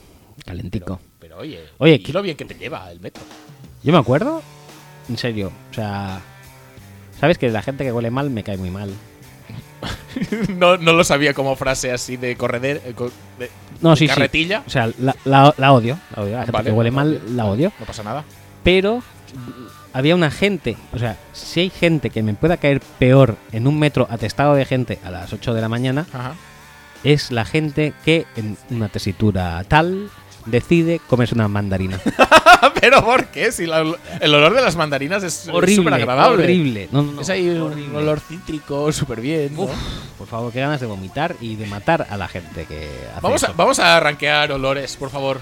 S1: Calentico.
S2: Pero oye,
S1: Oye,
S2: y
S1: que-
S2: lo bien que te lleva el metro.
S1: Yo me acuerdo, en serio, o sea, sabes que la gente que huele mal me cae muy mal.
S2: no, no lo sabía como frase así de correder, eh, co- de,
S1: No,
S2: de
S1: sí, sí.
S2: carretilla.
S1: O sea, la, la- la odio, la odio. La gente
S2: Vale,
S1: que huele
S2: no,
S1: mal
S2: vale.
S1: la odio.
S2: No pasa nada.
S1: Pero había una gente, o sea, si hay gente que me pueda caer peor en un metro atestado de gente a las 8 de la mañana,
S2: Ajá.
S1: es la gente que en una tesitura tal, decide comerse una mandarina.
S5: ¿Pero por qué? Si la- el olor de las mandarinas es
S1: horrible,
S5: agradable.
S1: horrible. No, no, no,
S5: Es ahí un
S1: horrible.
S5: olor cítrico, súper bien. ¿no?
S1: Uf, por favor, qué ganas de vomitar y de matar a la gente que hace
S2: Vamos a,
S1: eso.
S2: vamos a rankear olores, por favor.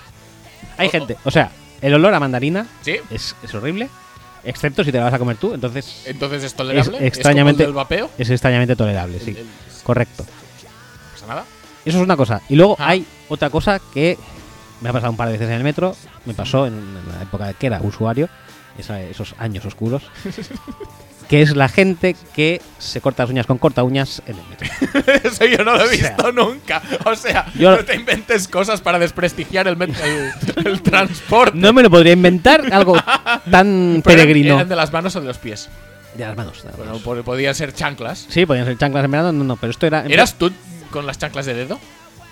S1: Hay gente, o sea, el olor a mandarina
S2: ¿Sí?
S1: es, es horrible, excepto si te la vas a comer tú, entonces
S2: Entonces es tolerable. como
S1: extrañamente-
S2: el del vapeo.
S1: es extrañamente tolerable, sí.
S2: El- el-
S1: Correcto.
S2: no pasa nada.
S1: Eso es una cosa. Y luego
S2: Ah.
S1: hay otra cosa que me ha pasado un par de veces en el metro. Me pasó en, en la época que era usuario, esa- esos años oscuros. que es la gente que se corta las uñas con corta uñas en el metro.
S2: Eso yo no lo he
S1: O sea,
S2: visto nunca. O sea,
S1: yo-
S2: no te inventes cosas para desprestigiar el, met- el, el transporte.
S1: No me lo podría inventar algo tan
S2: Pero eran-
S1: peregrino.
S2: ¿Eran de las manos o de los pies?
S1: De las manos. de las
S2: Bueno,
S1: manos.
S2: po- podían ser chanclas.
S1: Sí, podían ser chanclas en verano, no, no, pero esto era. en-
S2: ¿Eras tú con las chanclas de dedo?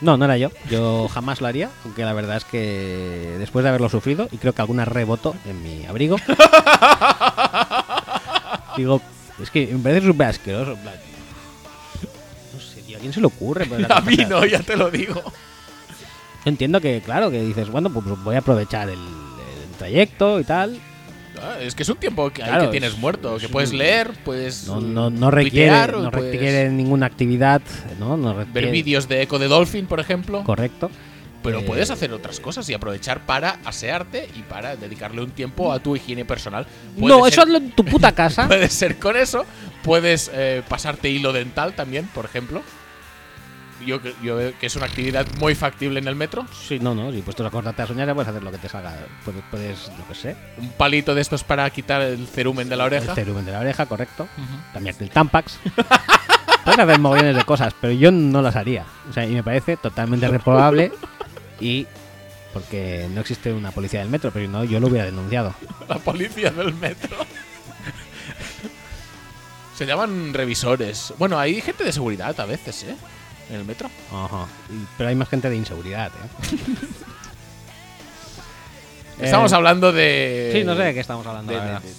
S1: No, no era yo. Yo jamás lo haría, aunque la verdad es que después de haberlo sufrido, y creo que alguna rebotó en mi abrigo, digo, es que me parece súper asqueroso. en plan, No sé, tío, ¿a quién se le ocurre? poner la
S2: A mí
S1: cosa?
S2: no, ya te lo digo.
S1: Yo entiendo que, claro, que dices, bueno, pues voy a aprovechar el, el trayecto y tal.
S2: Ah, Es que es un tiempo que, ahí
S1: Claro,
S2: que tienes
S1: es-
S2: muerto,
S1: es
S2: que puedes
S1: un-
S2: leer, puedes.
S1: No,
S2: eh,
S1: no, no requiere,
S2: tuitear, o
S1: no
S2: puedes
S1: requiere ninguna actividad, ¿no? No
S2: Ver
S1: requiere-
S2: vídeos de Eco de Dolphin, por ejemplo.
S1: Correcto.
S2: Pero
S1: Eh,
S2: puedes hacer otras cosas y aprovechar para asearte y para dedicarle un tiempo a tu higiene personal. Puede
S1: No,
S2: ser-
S1: eso hazlo en tu puta casa.
S2: Puede ser con eso. Puedes eh, pasarte hilo dental también, por ejemplo. Yo, que- yo veo que es una actividad muy factible en el metro.
S1: Sí, no, no, si puestos a cortarte a soñar ya puedes hacer lo que te salga. Puedes, puedes no que sé,
S2: Un palito de estos para quitar el cerumen de la oreja.
S1: el cerumen de la oreja, correcto.
S2: Ujú.
S1: También el Tampax. puedes hacer millones de cosas, pero yo no las haría. O sea, y me parece totalmente reprobable y porque no existe una policía del metro, pero si no, yo lo hubiera denunciado.
S2: La policía del metro. Se llaman revisores. Bueno, hay gente de seguridad a veces, ¿eh? En el metro.
S1: Ajá. Y- Pero hay más gente de inseguridad, ¿eh?
S2: Estamos
S1: Eh,
S2: hablando de.
S1: Sí, no sé de qué estamos hablando.
S2: De,
S1: la verdad.
S2: de-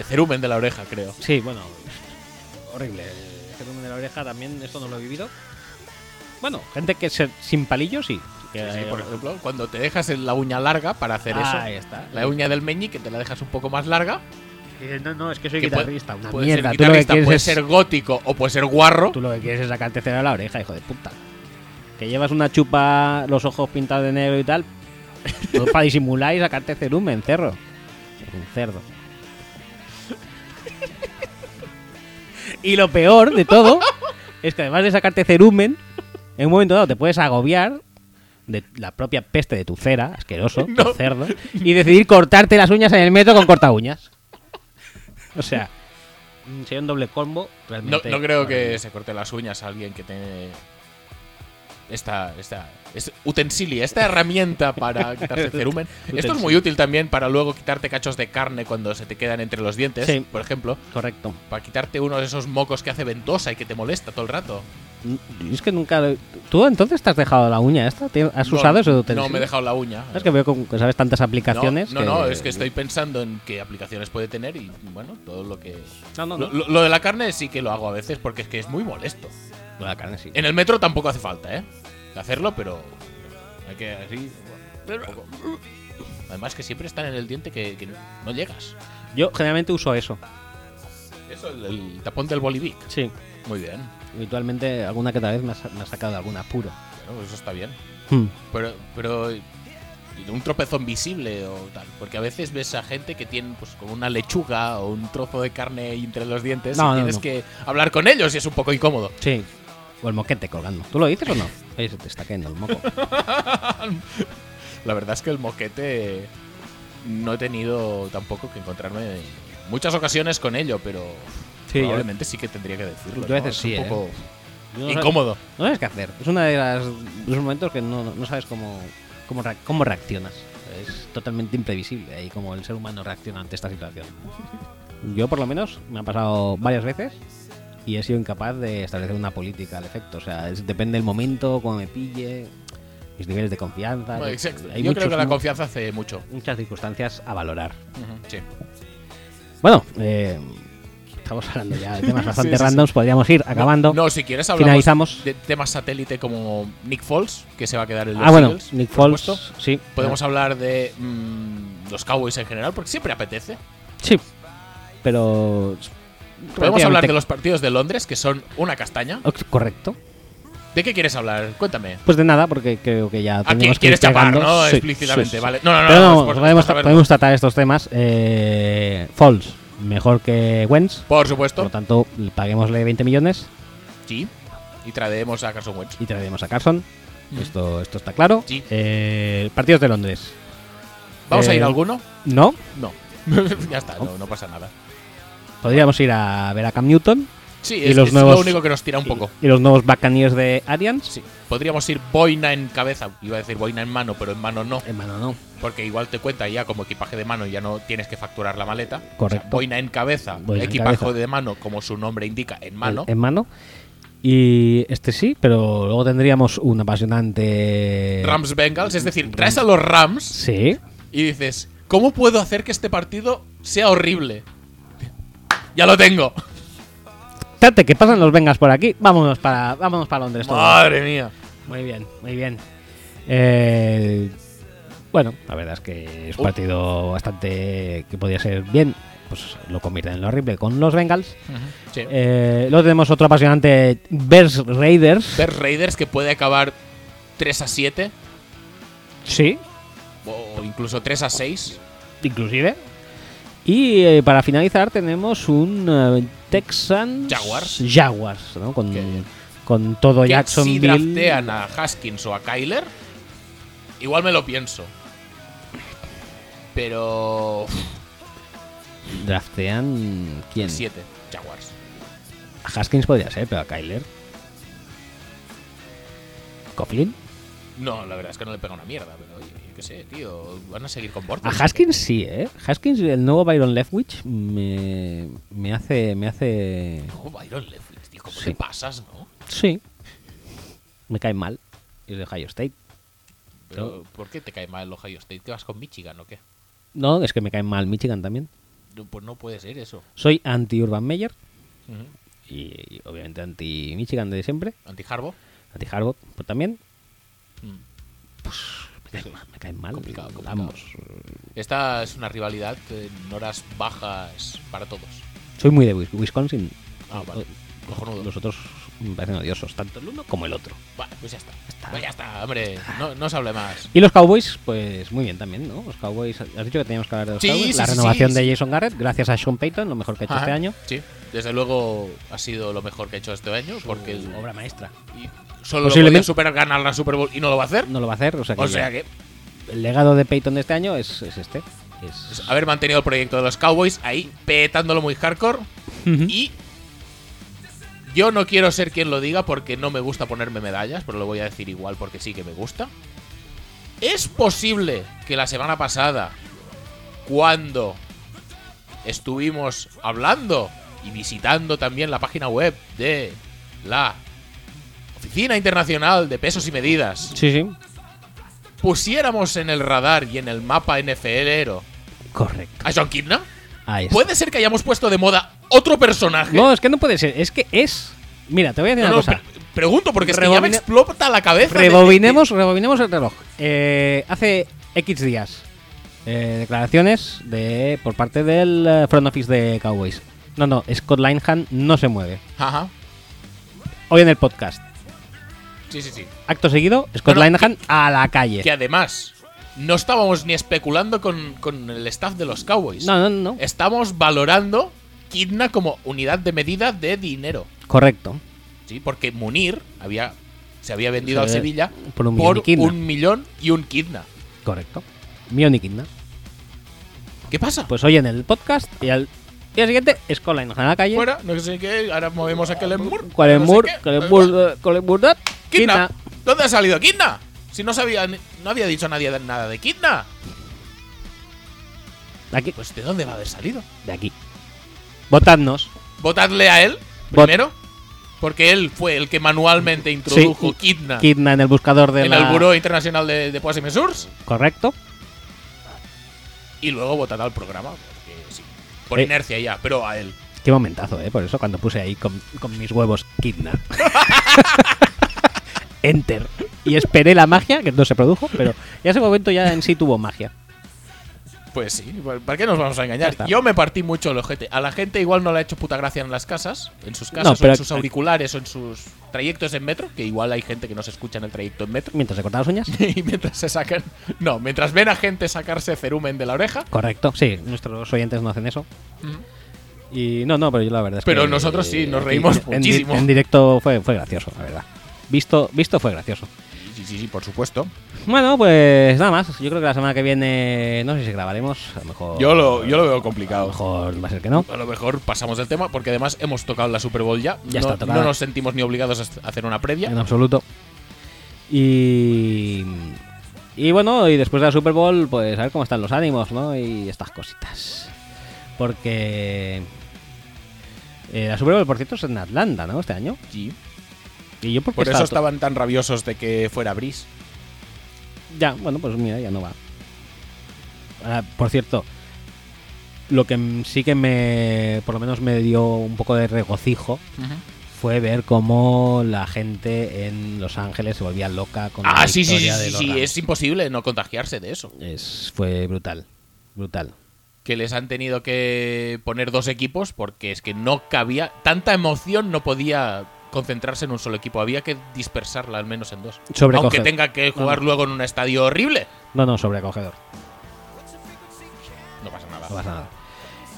S2: de cerumen de la oreja, creo.
S1: Sí, bueno, horrible. El cerumen de la oreja también, esto no lo he vivido. Bueno, gente que se- sin palillos, sí. Que,
S2: Sí,
S1: eh,
S2: por ejemplo, cuando te dejas en la uña larga para hacer
S1: ah,
S2: eso.
S1: Ahí está.
S2: La uña del meñique te la dejas un poco más larga.
S1: Dices, No, no, es que soy
S2: que puede-
S1: guitarrista, una
S2: puede
S1: mierda.
S2: ser
S1: Tú lo, que
S2: guitarrista,
S1: quieres
S2: puede
S1: es,
S2: ser gótico o puede ser guarro.
S1: tú lo que quieres es sacarte cera a la oreja, hijo de puta. Que llevas una chupa, los ojos pintados de negro y tal. todo para disimular y sacarte cerumen, cerro. Un cerdo. Y lo peor de todo es que además de sacarte cerumen, en un momento dado te puedes agobiar de la propia peste de tu cera, asqueroso, tu
S2: No.
S1: cerdo, y decidir cortarte las uñas en el metro con corta uñas. O sea, mm, sería un doble combo
S2: No,
S1: realmente.
S2: no creo que se corte las uñas a alguien que tiene esta, esta, este utensilio, esta herramienta para quitarse el cerumen. Esto es muy
S1: Utensilio.
S2: útil también para luego quitarte cachos de carne cuando se te quedan entre los dientes,
S1: Sí.
S2: por ejemplo.
S1: Correcto.
S2: Para quitarte uno de esos mocos que hace ventosa y que te molesta todo el rato.
S1: Mm, Es que nunca. lo- ¿Tú entonces te has dejado la uña esta? ¿Te- ¿Has
S2: No,
S1: usado eso de
S2: No, me he dejado la uña.
S1: Es que veo con- que sabes tantas aplicaciones.
S2: No, no, no, es que este estoy pensando en qué aplicaciones puede tener y bueno, todo lo que.
S1: No, no, no.
S2: Lo, lo- lo de la carne sí que lo hago a veces porque es que es muy molesto.
S1: Lo de la carne, sí.
S2: En el metro tampoco hace falta, ¿eh? De hacerlo, pero. Hay que así. un poco. Además que siempre están en el diente que, que no llegas.
S1: Yo generalmente uso eso.
S2: Eso, el, el tapón del Bolivic.
S1: Sí.
S2: Muy bien.
S1: Habitualmente alguna que otra vez me ha, sa- me ha sacado de algún apuro.
S2: Bueno, pues eso está bien.
S1: Hmm.
S2: Pero, pero y un tropezón visible o tal. Porque a veces ves a gente que tiene pues como una lechuga o un trozo de carne entre los dientes
S1: No,
S2: y
S1: no,
S2: tienes
S1: no.
S2: que hablar con ellos y es un poco incómodo.
S1: Sí. O el moquete colgando. ¿Tú lo dices o no? Ahí se te está cayendo el moco.
S2: La verdad es que el moquete no he tenido tampoco que encontrarme en muchas ocasiones con ello, pero
S1: Sí, yo-
S2: probablemente sí que tendría que decirlo.
S1: Yo a
S2: ¿no?
S1: veces
S2: Es
S1: sí,
S2: un
S1: ¿eh?
S2: poco
S1: Yo no sab-
S2: incómodo.
S1: No sabes qué hacer. Es uno de, las- de los momentos que no, no sabes cómo, cómo, reac- cómo reaccionas. Es totalmente imprevisible ahí cómo el ser humano reacciona ante esta situación. Yo, por lo menos, me ha pasado varias veces y he sido incapaz de establecer una política al efecto. O sea, es- depende del momento, cómo me pille, mis niveles de confianza.
S2: Bueno,
S1: Hay
S2: Pues, exacto. Yo
S1: muchos-
S2: creo que la confianza hace mucho.
S1: muchas circunstancias a valorar.
S2: Ujú, Sí.
S1: Bueno, eh, Estamos hablando ya de temas bastante randoms, podríamos ir acabando.
S2: No, si quieres hablamos
S1: Finalizamos.
S2: de temas satélite como Nick Foles, que se va a quedar en los
S1: ah, bueno,
S2: Eagles,
S1: Nick
S2: por
S1: Foles,
S2: supuesto.
S1: sí.
S2: Podemos hablar de mm, los Cowboys en general, porque siempre apetece.
S1: Sí, pero...
S2: Podemos
S1: relativamente-
S2: hablar de los partidos de Londres, que son una castaña.
S1: Oh, Correcto.
S2: ¿De qué quieres hablar? Cuéntame.
S1: Pues de nada, porque creo que ya
S2: ¿A quién
S1: tenemos que ir
S2: quieres chapar,
S1: llegando.
S2: no?
S1: Sí,
S2: Explícitamente,
S1: sí, sí.
S2: ¿vale? No, no, no.
S1: Pero no,
S2: pues, pues,
S1: podemos,
S2: vamos a ver.
S1: podemos tratar estos temas. Eh, Falls, mejor que Wentz.
S2: Por
S1: Por
S2: supuesto.
S1: lo tanto, le- paguémosle 20 millones
S2: Sí. Y traemos a Carson Wentz.
S1: y traeremos a Carson. Esto, esto está claro.
S2: Mm. Sí.
S1: Eh, partidos de Londres.
S2: ¿Vamos a ir
S1: Eh,
S2: a alguno?
S1: No.
S2: No. ya está, no, no pasa nada.
S1: Podríamos ir a ver a Cam Newton
S2: Sí,
S1: Y
S2: es,
S1: los
S2: es
S1: nuevos-
S2: lo único que nos tira un poco.
S1: y los nuevos Buccaneers de Arians.
S2: Sí. Podríamos ir boina en cabeza. Iba a decir boina en mano, pero en mano no.
S1: Hermano, no.
S2: Porque igual te cuenta ya como equipaje de mano y ya no tienes que facturar la maleta.
S1: Correcto.
S2: O sea, boina en cabeza,
S1: Boina en
S2: equipaje
S1: cabeza.
S2: de mano, como su nombre indica, en mano.
S1: En mano. Y este sí, pero luego tendríamos un apasionante.
S2: Rams Bengals, es decir, traes a los Rams
S1: Sí.
S2: y dices, ¿cómo puedo hacer que este partido sea horrible? Ya lo tengo.
S1: Tate, que pasan los vengas por aquí. Vámonos para, vámonos para Londres. todos.
S2: Madre mía.
S1: Muy bien, muy bien. Eh, bueno, la verdad es que es un
S2: Oh.
S1: partido bastante que podría ser bien. Pues lo convierten en lo horrible con los Bengals.
S2: Sí.
S1: Eh, luego tenemos otro apasionante Bears Raiders.
S2: Ver Raiders que puede acabar 3 a 7
S1: sí,
S2: o incluso 3 a 6.
S1: inclusive. Y eh, para finalizar tenemos un eh, Texans
S2: Jaguars.
S1: Jaguars, ¿no? Con,
S2: Qué bien.
S1: con todo
S2: Que si
S1: Jacksonville.
S2: draftean a Haskins o a Kyler, igual me lo pienso. Pero.
S1: Draftean, quién?
S2: 7 Jaguars.
S1: A Haskins podría ser, pero a Kyler. Coughlin.
S2: No, la verdad es que no le pega una mierda, pero oye, yo qué sé, tío. Van a seguir con
S1: A
S2: Bortles.
S1: Haskins sí, ¿eh? Haskins, el nuevo Byron Leftwich, me, me hace. Me hace.
S2: No, Byron Leftwich, tío, ¿cómo
S1: Sí.
S2: te pasas, no?
S1: Sí. Me cae mal. Es de Ohio State.
S2: Pero, ¿por qué te cae mal el Ohio State? ¿Te vas con Michigan o qué?
S1: No, es que me cae mal Michigan también.
S2: No, pues no puede ser eso.
S1: Soy anti-Urban Meyer. Y, y obviamente anti-Michigan de siempre.
S2: Anti-Harbo.
S1: Anti-Harvard pues, también.
S2: Mm.
S1: Me caen mal. Me caen mal
S2: Complicado, complicado.
S1: ambos.
S2: Esta es una rivalidad en horas bajas para todos.
S1: Soy muy de Wis- Wisconsin.
S2: Ah, vale. Cojonudo.
S1: Los otros me parecen odiosos, tanto el uno como el otro.
S2: Vale, pues ya está.
S1: Está. Ah.
S2: Pues ya está, hombre. No, no se hable más.
S1: Y los Cowboys, pues muy bien también, ¿no? Los Cowboys, has dicho que teníamos que hablar de los
S2: Sí,
S1: Cowboys.
S2: sí,
S1: la
S2: sí,
S1: renovación
S2: sí,
S1: de
S2: sí.
S1: Jason Garrett, gracias a Sean Payton, lo mejor que ha hecho
S2: Ajá,
S1: este año.
S2: Ah, Sí. Desde luego ha sido lo mejor que ha hecho este año. Porque el-
S1: obra maestra.
S2: y solo lo
S1: Posiblemente-
S2: podía superar ganar la Super Bowl y no lo va a hacer.
S1: No lo va a hacer, o sea que,
S2: O sea que
S1: el legado de Payton de este año es, es este. Es-
S2: pues, haber mantenido el proyecto de los Cowboys ahí, petándolo muy hardcore. Y yo no quiero ser quien lo diga porque no me gusta ponerme medallas, pero lo voy a decir igual porque sí que me gusta. Es posible que la semana pasada, cuando estuvimos hablando y visitando también la página web de la Oficina Internacional de Pesos y Medidas,
S1: Sí, sí,
S2: pusiéramos en el radar y en el mapa NFLero
S1: correcto.
S2: a John Kidna.
S1: Ahí está.
S2: Puede ser que hayamos puesto de moda otro personaje.
S1: No, es que no puede ser, es que es. Mira, te voy a decir
S2: No,
S1: una
S2: no,
S1: cosa.
S2: pre- pregunto porque es que ya me
S1: Rebobine-
S2: explota la cabeza. Pues de- de-
S1: Rebobinemos, rebobinemos el reloj. Eh, hace X días, eh, declaraciones de por parte del eh, front office de Cowboys. No, no, Scott Linehan no se mueve.
S2: Ajá.
S1: Hoy en el podcast,
S2: Sí, sí, sí.
S1: acto seguido, Scott
S2: No, no,
S1: Linehan a la calle.
S2: Que además, no estábamos ni especulando con, con el staff de los Cowboys.
S1: No, no, no.
S2: Estamos valorando Kidna como unidad de medida de dinero.
S1: Correcto.
S2: Sí, porque Munir había, se había vendido
S1: Se
S2: al
S1: ve-
S2: Sevilla
S1: por un millón y Kidna.
S2: un millón y un Kidna.
S1: Correcto. Mion y Kidna.
S2: ¿Qué pasa?
S1: Pues hoy en el podcast y al día siguiente, Scott Linehan a la calle.
S2: Fuera, no sé qué, ahora movemos a Kellen Moore.
S1: Colin
S2: no sé
S1: Moore,
S2: qué.
S1: Colin Moore, eh, Colin Moore, eh,
S2: Kidna.
S1: Kidna.
S2: ¿Dónde ha salido Kidna? Si no sabía, ni- no había dicho nadie de- nada de Kidna.
S1: De aquí.
S2: Pues ¿de dónde va a haber salido?
S1: De aquí. Votadnos.
S2: Votadle a él
S1: Vot-
S2: primero, porque él fue el que manualmente introdujo
S1: Sí,
S2: Kidna
S1: Kidna en el buscador de
S2: Ah. en
S1: la...
S2: el Buró Internacional de, de Poas y Mesurs
S1: Correcto.
S2: y luego votad al programa, porque sí, por
S1: Eh.
S2: inercia ya, pero a él.
S1: Qué momentazo, ¿eh? Por eso cuando puse ahí con, con mis huevos Kidna. Enter. Y esperé la magia, que no se produjo, pero ya ese momento ya en sí tuvo magia.
S2: Pues sí, ¿para- ¿para qué nos vamos a engañar?
S1: está.
S2: Yo me partí mucho el ojete. A la gente igual no le ha hecho puta gracia en las casas, en sus casas, o
S1: pero-
S2: en sus auriculares, o en sus trayectos en metro, que igual hay gente que no se escucha en el trayecto en metro.
S1: Mientras se cortaba las uñas.
S2: Y mientras se sacan. No, mientras ven a gente sacarse cerumen de la oreja,
S1: Correcto, sí, nuestros oyentes no hacen eso. Y no, no, pero yo la verdad es que.
S2: Pero nosotros sí, nos reímos
S1: en di-
S2: muchísimo.
S1: En directo fue, fue gracioso, la verdad. Visto, visto fue gracioso.
S2: Sí, sí, sí, por supuesto.
S1: Bueno, pues nada más. Yo creo que la semana que viene no sé si grabaremos. A lo mejor.
S2: Yo lo, yo lo veo
S1: A lo
S2: complicado.
S1: mejor va a ser que no.
S2: A lo mejor pasamos del tema, porque además hemos tocado la Super Bowl ya.
S1: Ya
S2: no,
S1: está tocada.
S2: no nos sentimos ni obligados a est- a hacer una
S1: En
S2: previa.
S1: absoluto. Y. Y bueno, y después de la Super Bowl, pues a ver cómo están los ánimos, ¿no? Y estas cositas. Porque. eh, la Super Bowl, por cierto, es en Atlanta, ¿no? Este año.
S2: Sí.
S1: Y yo porque
S2: Por eso estaban tan rabiosos de que fuera Breeze.
S1: Ya, bueno, pues mira, ya no va. Ah, por cierto, lo que m- sí que me, por lo menos me dio un poco de regocijo fue ver cómo la gente en Los Ángeles se volvía loca con la
S2: Ah, sí, sí, sí,
S1: victoria de
S2: sí,
S1: los
S2: sí,
S1: Rams.
S2: es imposible no contagiarse de eso.
S1: Es- fue brutal, brutal.
S2: Que les han tenido que poner dos equipos porque es que no cabía, tanta emoción no podía concentrarse en un solo equipo, había que dispersarla al menos en dos.
S1: Sobrecoge.
S2: Aunque tenga que jugar luego en un estadio horrible,
S1: No, no, sobrecogedor,
S2: no pasa nada.
S1: no pasa nada.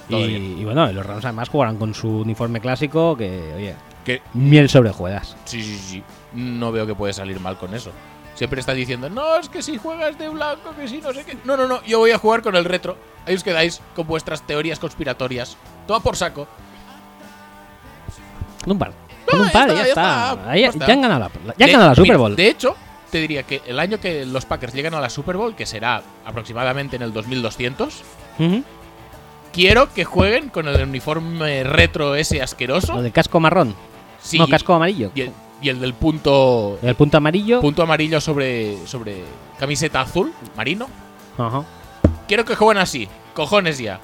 S1: Y,
S2: Todo bien.
S1: y bueno, y los Rams además jugaron con su uniforme clásico que, oye,
S2: Que
S1: miel sobre hojuelas.
S2: sí, sí, sí, no veo que puede salir mal con eso. Siempre está diciendo, no, es que si juegas de blanco, que si no sé qué. No, no, no, yo voy a jugar con el retro. Ahí os quedáis con vuestras teorías conspiratorias. Toma por saco.
S1: Con un par.
S2: No,
S1: Con un
S2: Ah, ya
S1: par,
S2: está,
S1: ya
S2: ya
S1: está.
S2: está,
S1: Ahí-
S2: ya está.
S1: ya han ganado la, ya han
S2: De-
S1: ganado la Super
S2: mira,
S1: Bowl.
S2: De hecho, te diría que el año que los Packers llegan a la Super Bowl, que será aproximadamente en el 2200,
S1: Ujú.
S2: quiero que jueguen con el uniforme retro ese
S1: Lo
S2: asqueroso.
S1: del casco marrón.
S2: Sí,
S1: No, casco amarillo.
S2: y el, y el del punto
S1: El punto amarillo.
S2: punto amarillo sobre sobre camiseta azul marino.
S1: Ajá.
S2: Quiero que jueguen así. Cojones ya.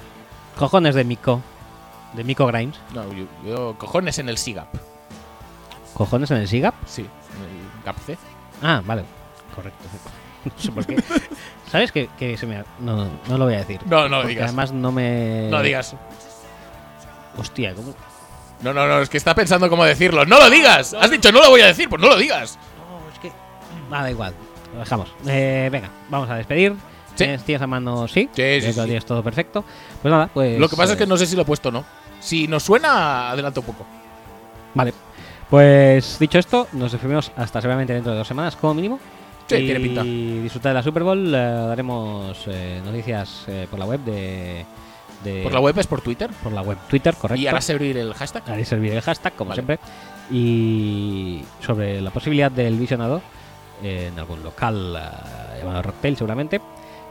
S1: Cojones de Mico. De Mico Grimes.
S2: No, yo, yo- cojones en el SIGAP.
S1: Cojones en el SIGAP.
S2: Sí, en el GAPC.
S1: Ah, vale. Correcto. No sé por qué. ¿Sabes qué? Que se me... No, no, no lo voy a decir.
S2: No, no
S1: Porque
S2: digas.
S1: además no me...
S2: No digas.
S1: Hostia, ¿cómo?
S2: No, no, no, es que está pensando cómo decirlo. ¡No lo digas! Has dicho no lo voy a decir, pues no lo digas.
S1: No, es que... Ah, da igual. Lo dejamos. Eh, venga, vamos a despedir.
S2: Sí.
S1: ¿Tienes, tienes a mano? Sí.
S2: Sí,
S1: Creo
S2: sí,
S1: que
S2: sí.
S1: lo tienes todo perfecto. Pues nada, pues...
S2: Lo que pasa es
S1: eh,
S2: que no sé si lo he puesto o no. Si nos suena, adelanto un poco.
S1: Vale. Pues dicho esto, nos despedimos hasta seguramente dentro de dos semanas, como mínimo.
S2: Sí,
S1: y
S2: tiene pinta.
S1: disfrutar de la Super Bowl. eh, daremos eh, noticias eh, por la web de, de-
S2: Por la web es por Twitter.
S1: por la web Twitter, correcto.
S2: Y harás abrir el hashtag.
S1: Haré servir el hashtag, como
S2: Vale.
S1: siempre. Y sobre la posibilidad del visionado eh, en algún local eh, llamado Rocktail, seguramente.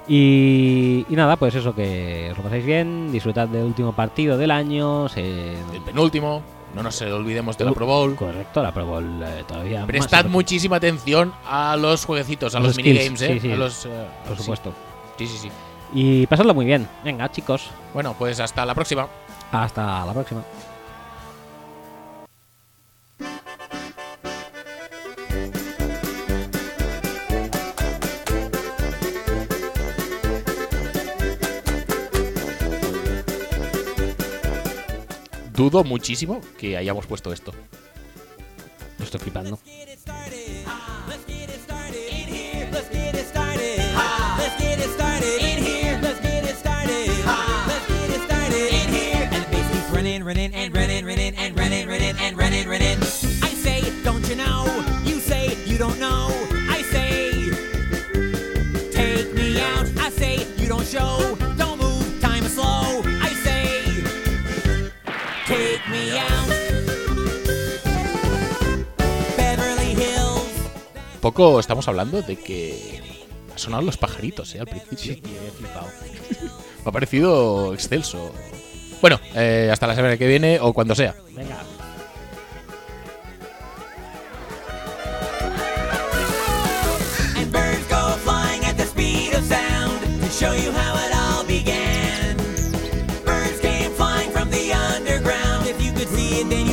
S1: Y, y nada, pues eso, que os lo paséis bien, disfrutad del último partido del año. se-
S2: El penúltimo. No nos olvidemos de la Pro Bowl.
S1: Correcto, la Pro Bowl eh, todavía. más
S2: Prestad
S1: importante.
S2: muchísima atención a los jueguecitos, a
S1: Los
S2: los,
S1: skills,
S2: minigames, ¿eh?
S1: sí, sí.
S2: A los, eh,
S1: Por
S2: sí.
S1: supuesto.
S2: Sí, sí, sí.
S1: Y pasadlo muy bien. Venga, chicos.
S2: Bueno, pues hasta la próxima.
S1: Hasta la próxima.
S2: Dudo muchísimo que hayamos puesto esto.
S1: Lo estoy flipando.
S6: Let's get it started in here. Let's get it started. Let's get it started in here. Let's get it started. Let's get it started in here. And the bass keeps running, running, and running, running, and running, running, and running, running. I say, don't you know? You say, you don't know. I say, take me out. I say, you don't show. Don't move. Time is slow. I say, take me out. Beverly Hills.
S2: Poco estamos hablando de que ha sonado los pajaritos, ¿eh? Al principio. Me ha parecido excelso. Bueno, eh, hasta la semana que viene o cuando sea.
S1: Venga.
S6: and birds go flying at the speed of sound to show you how it all began. Birds came flying from the underground it, then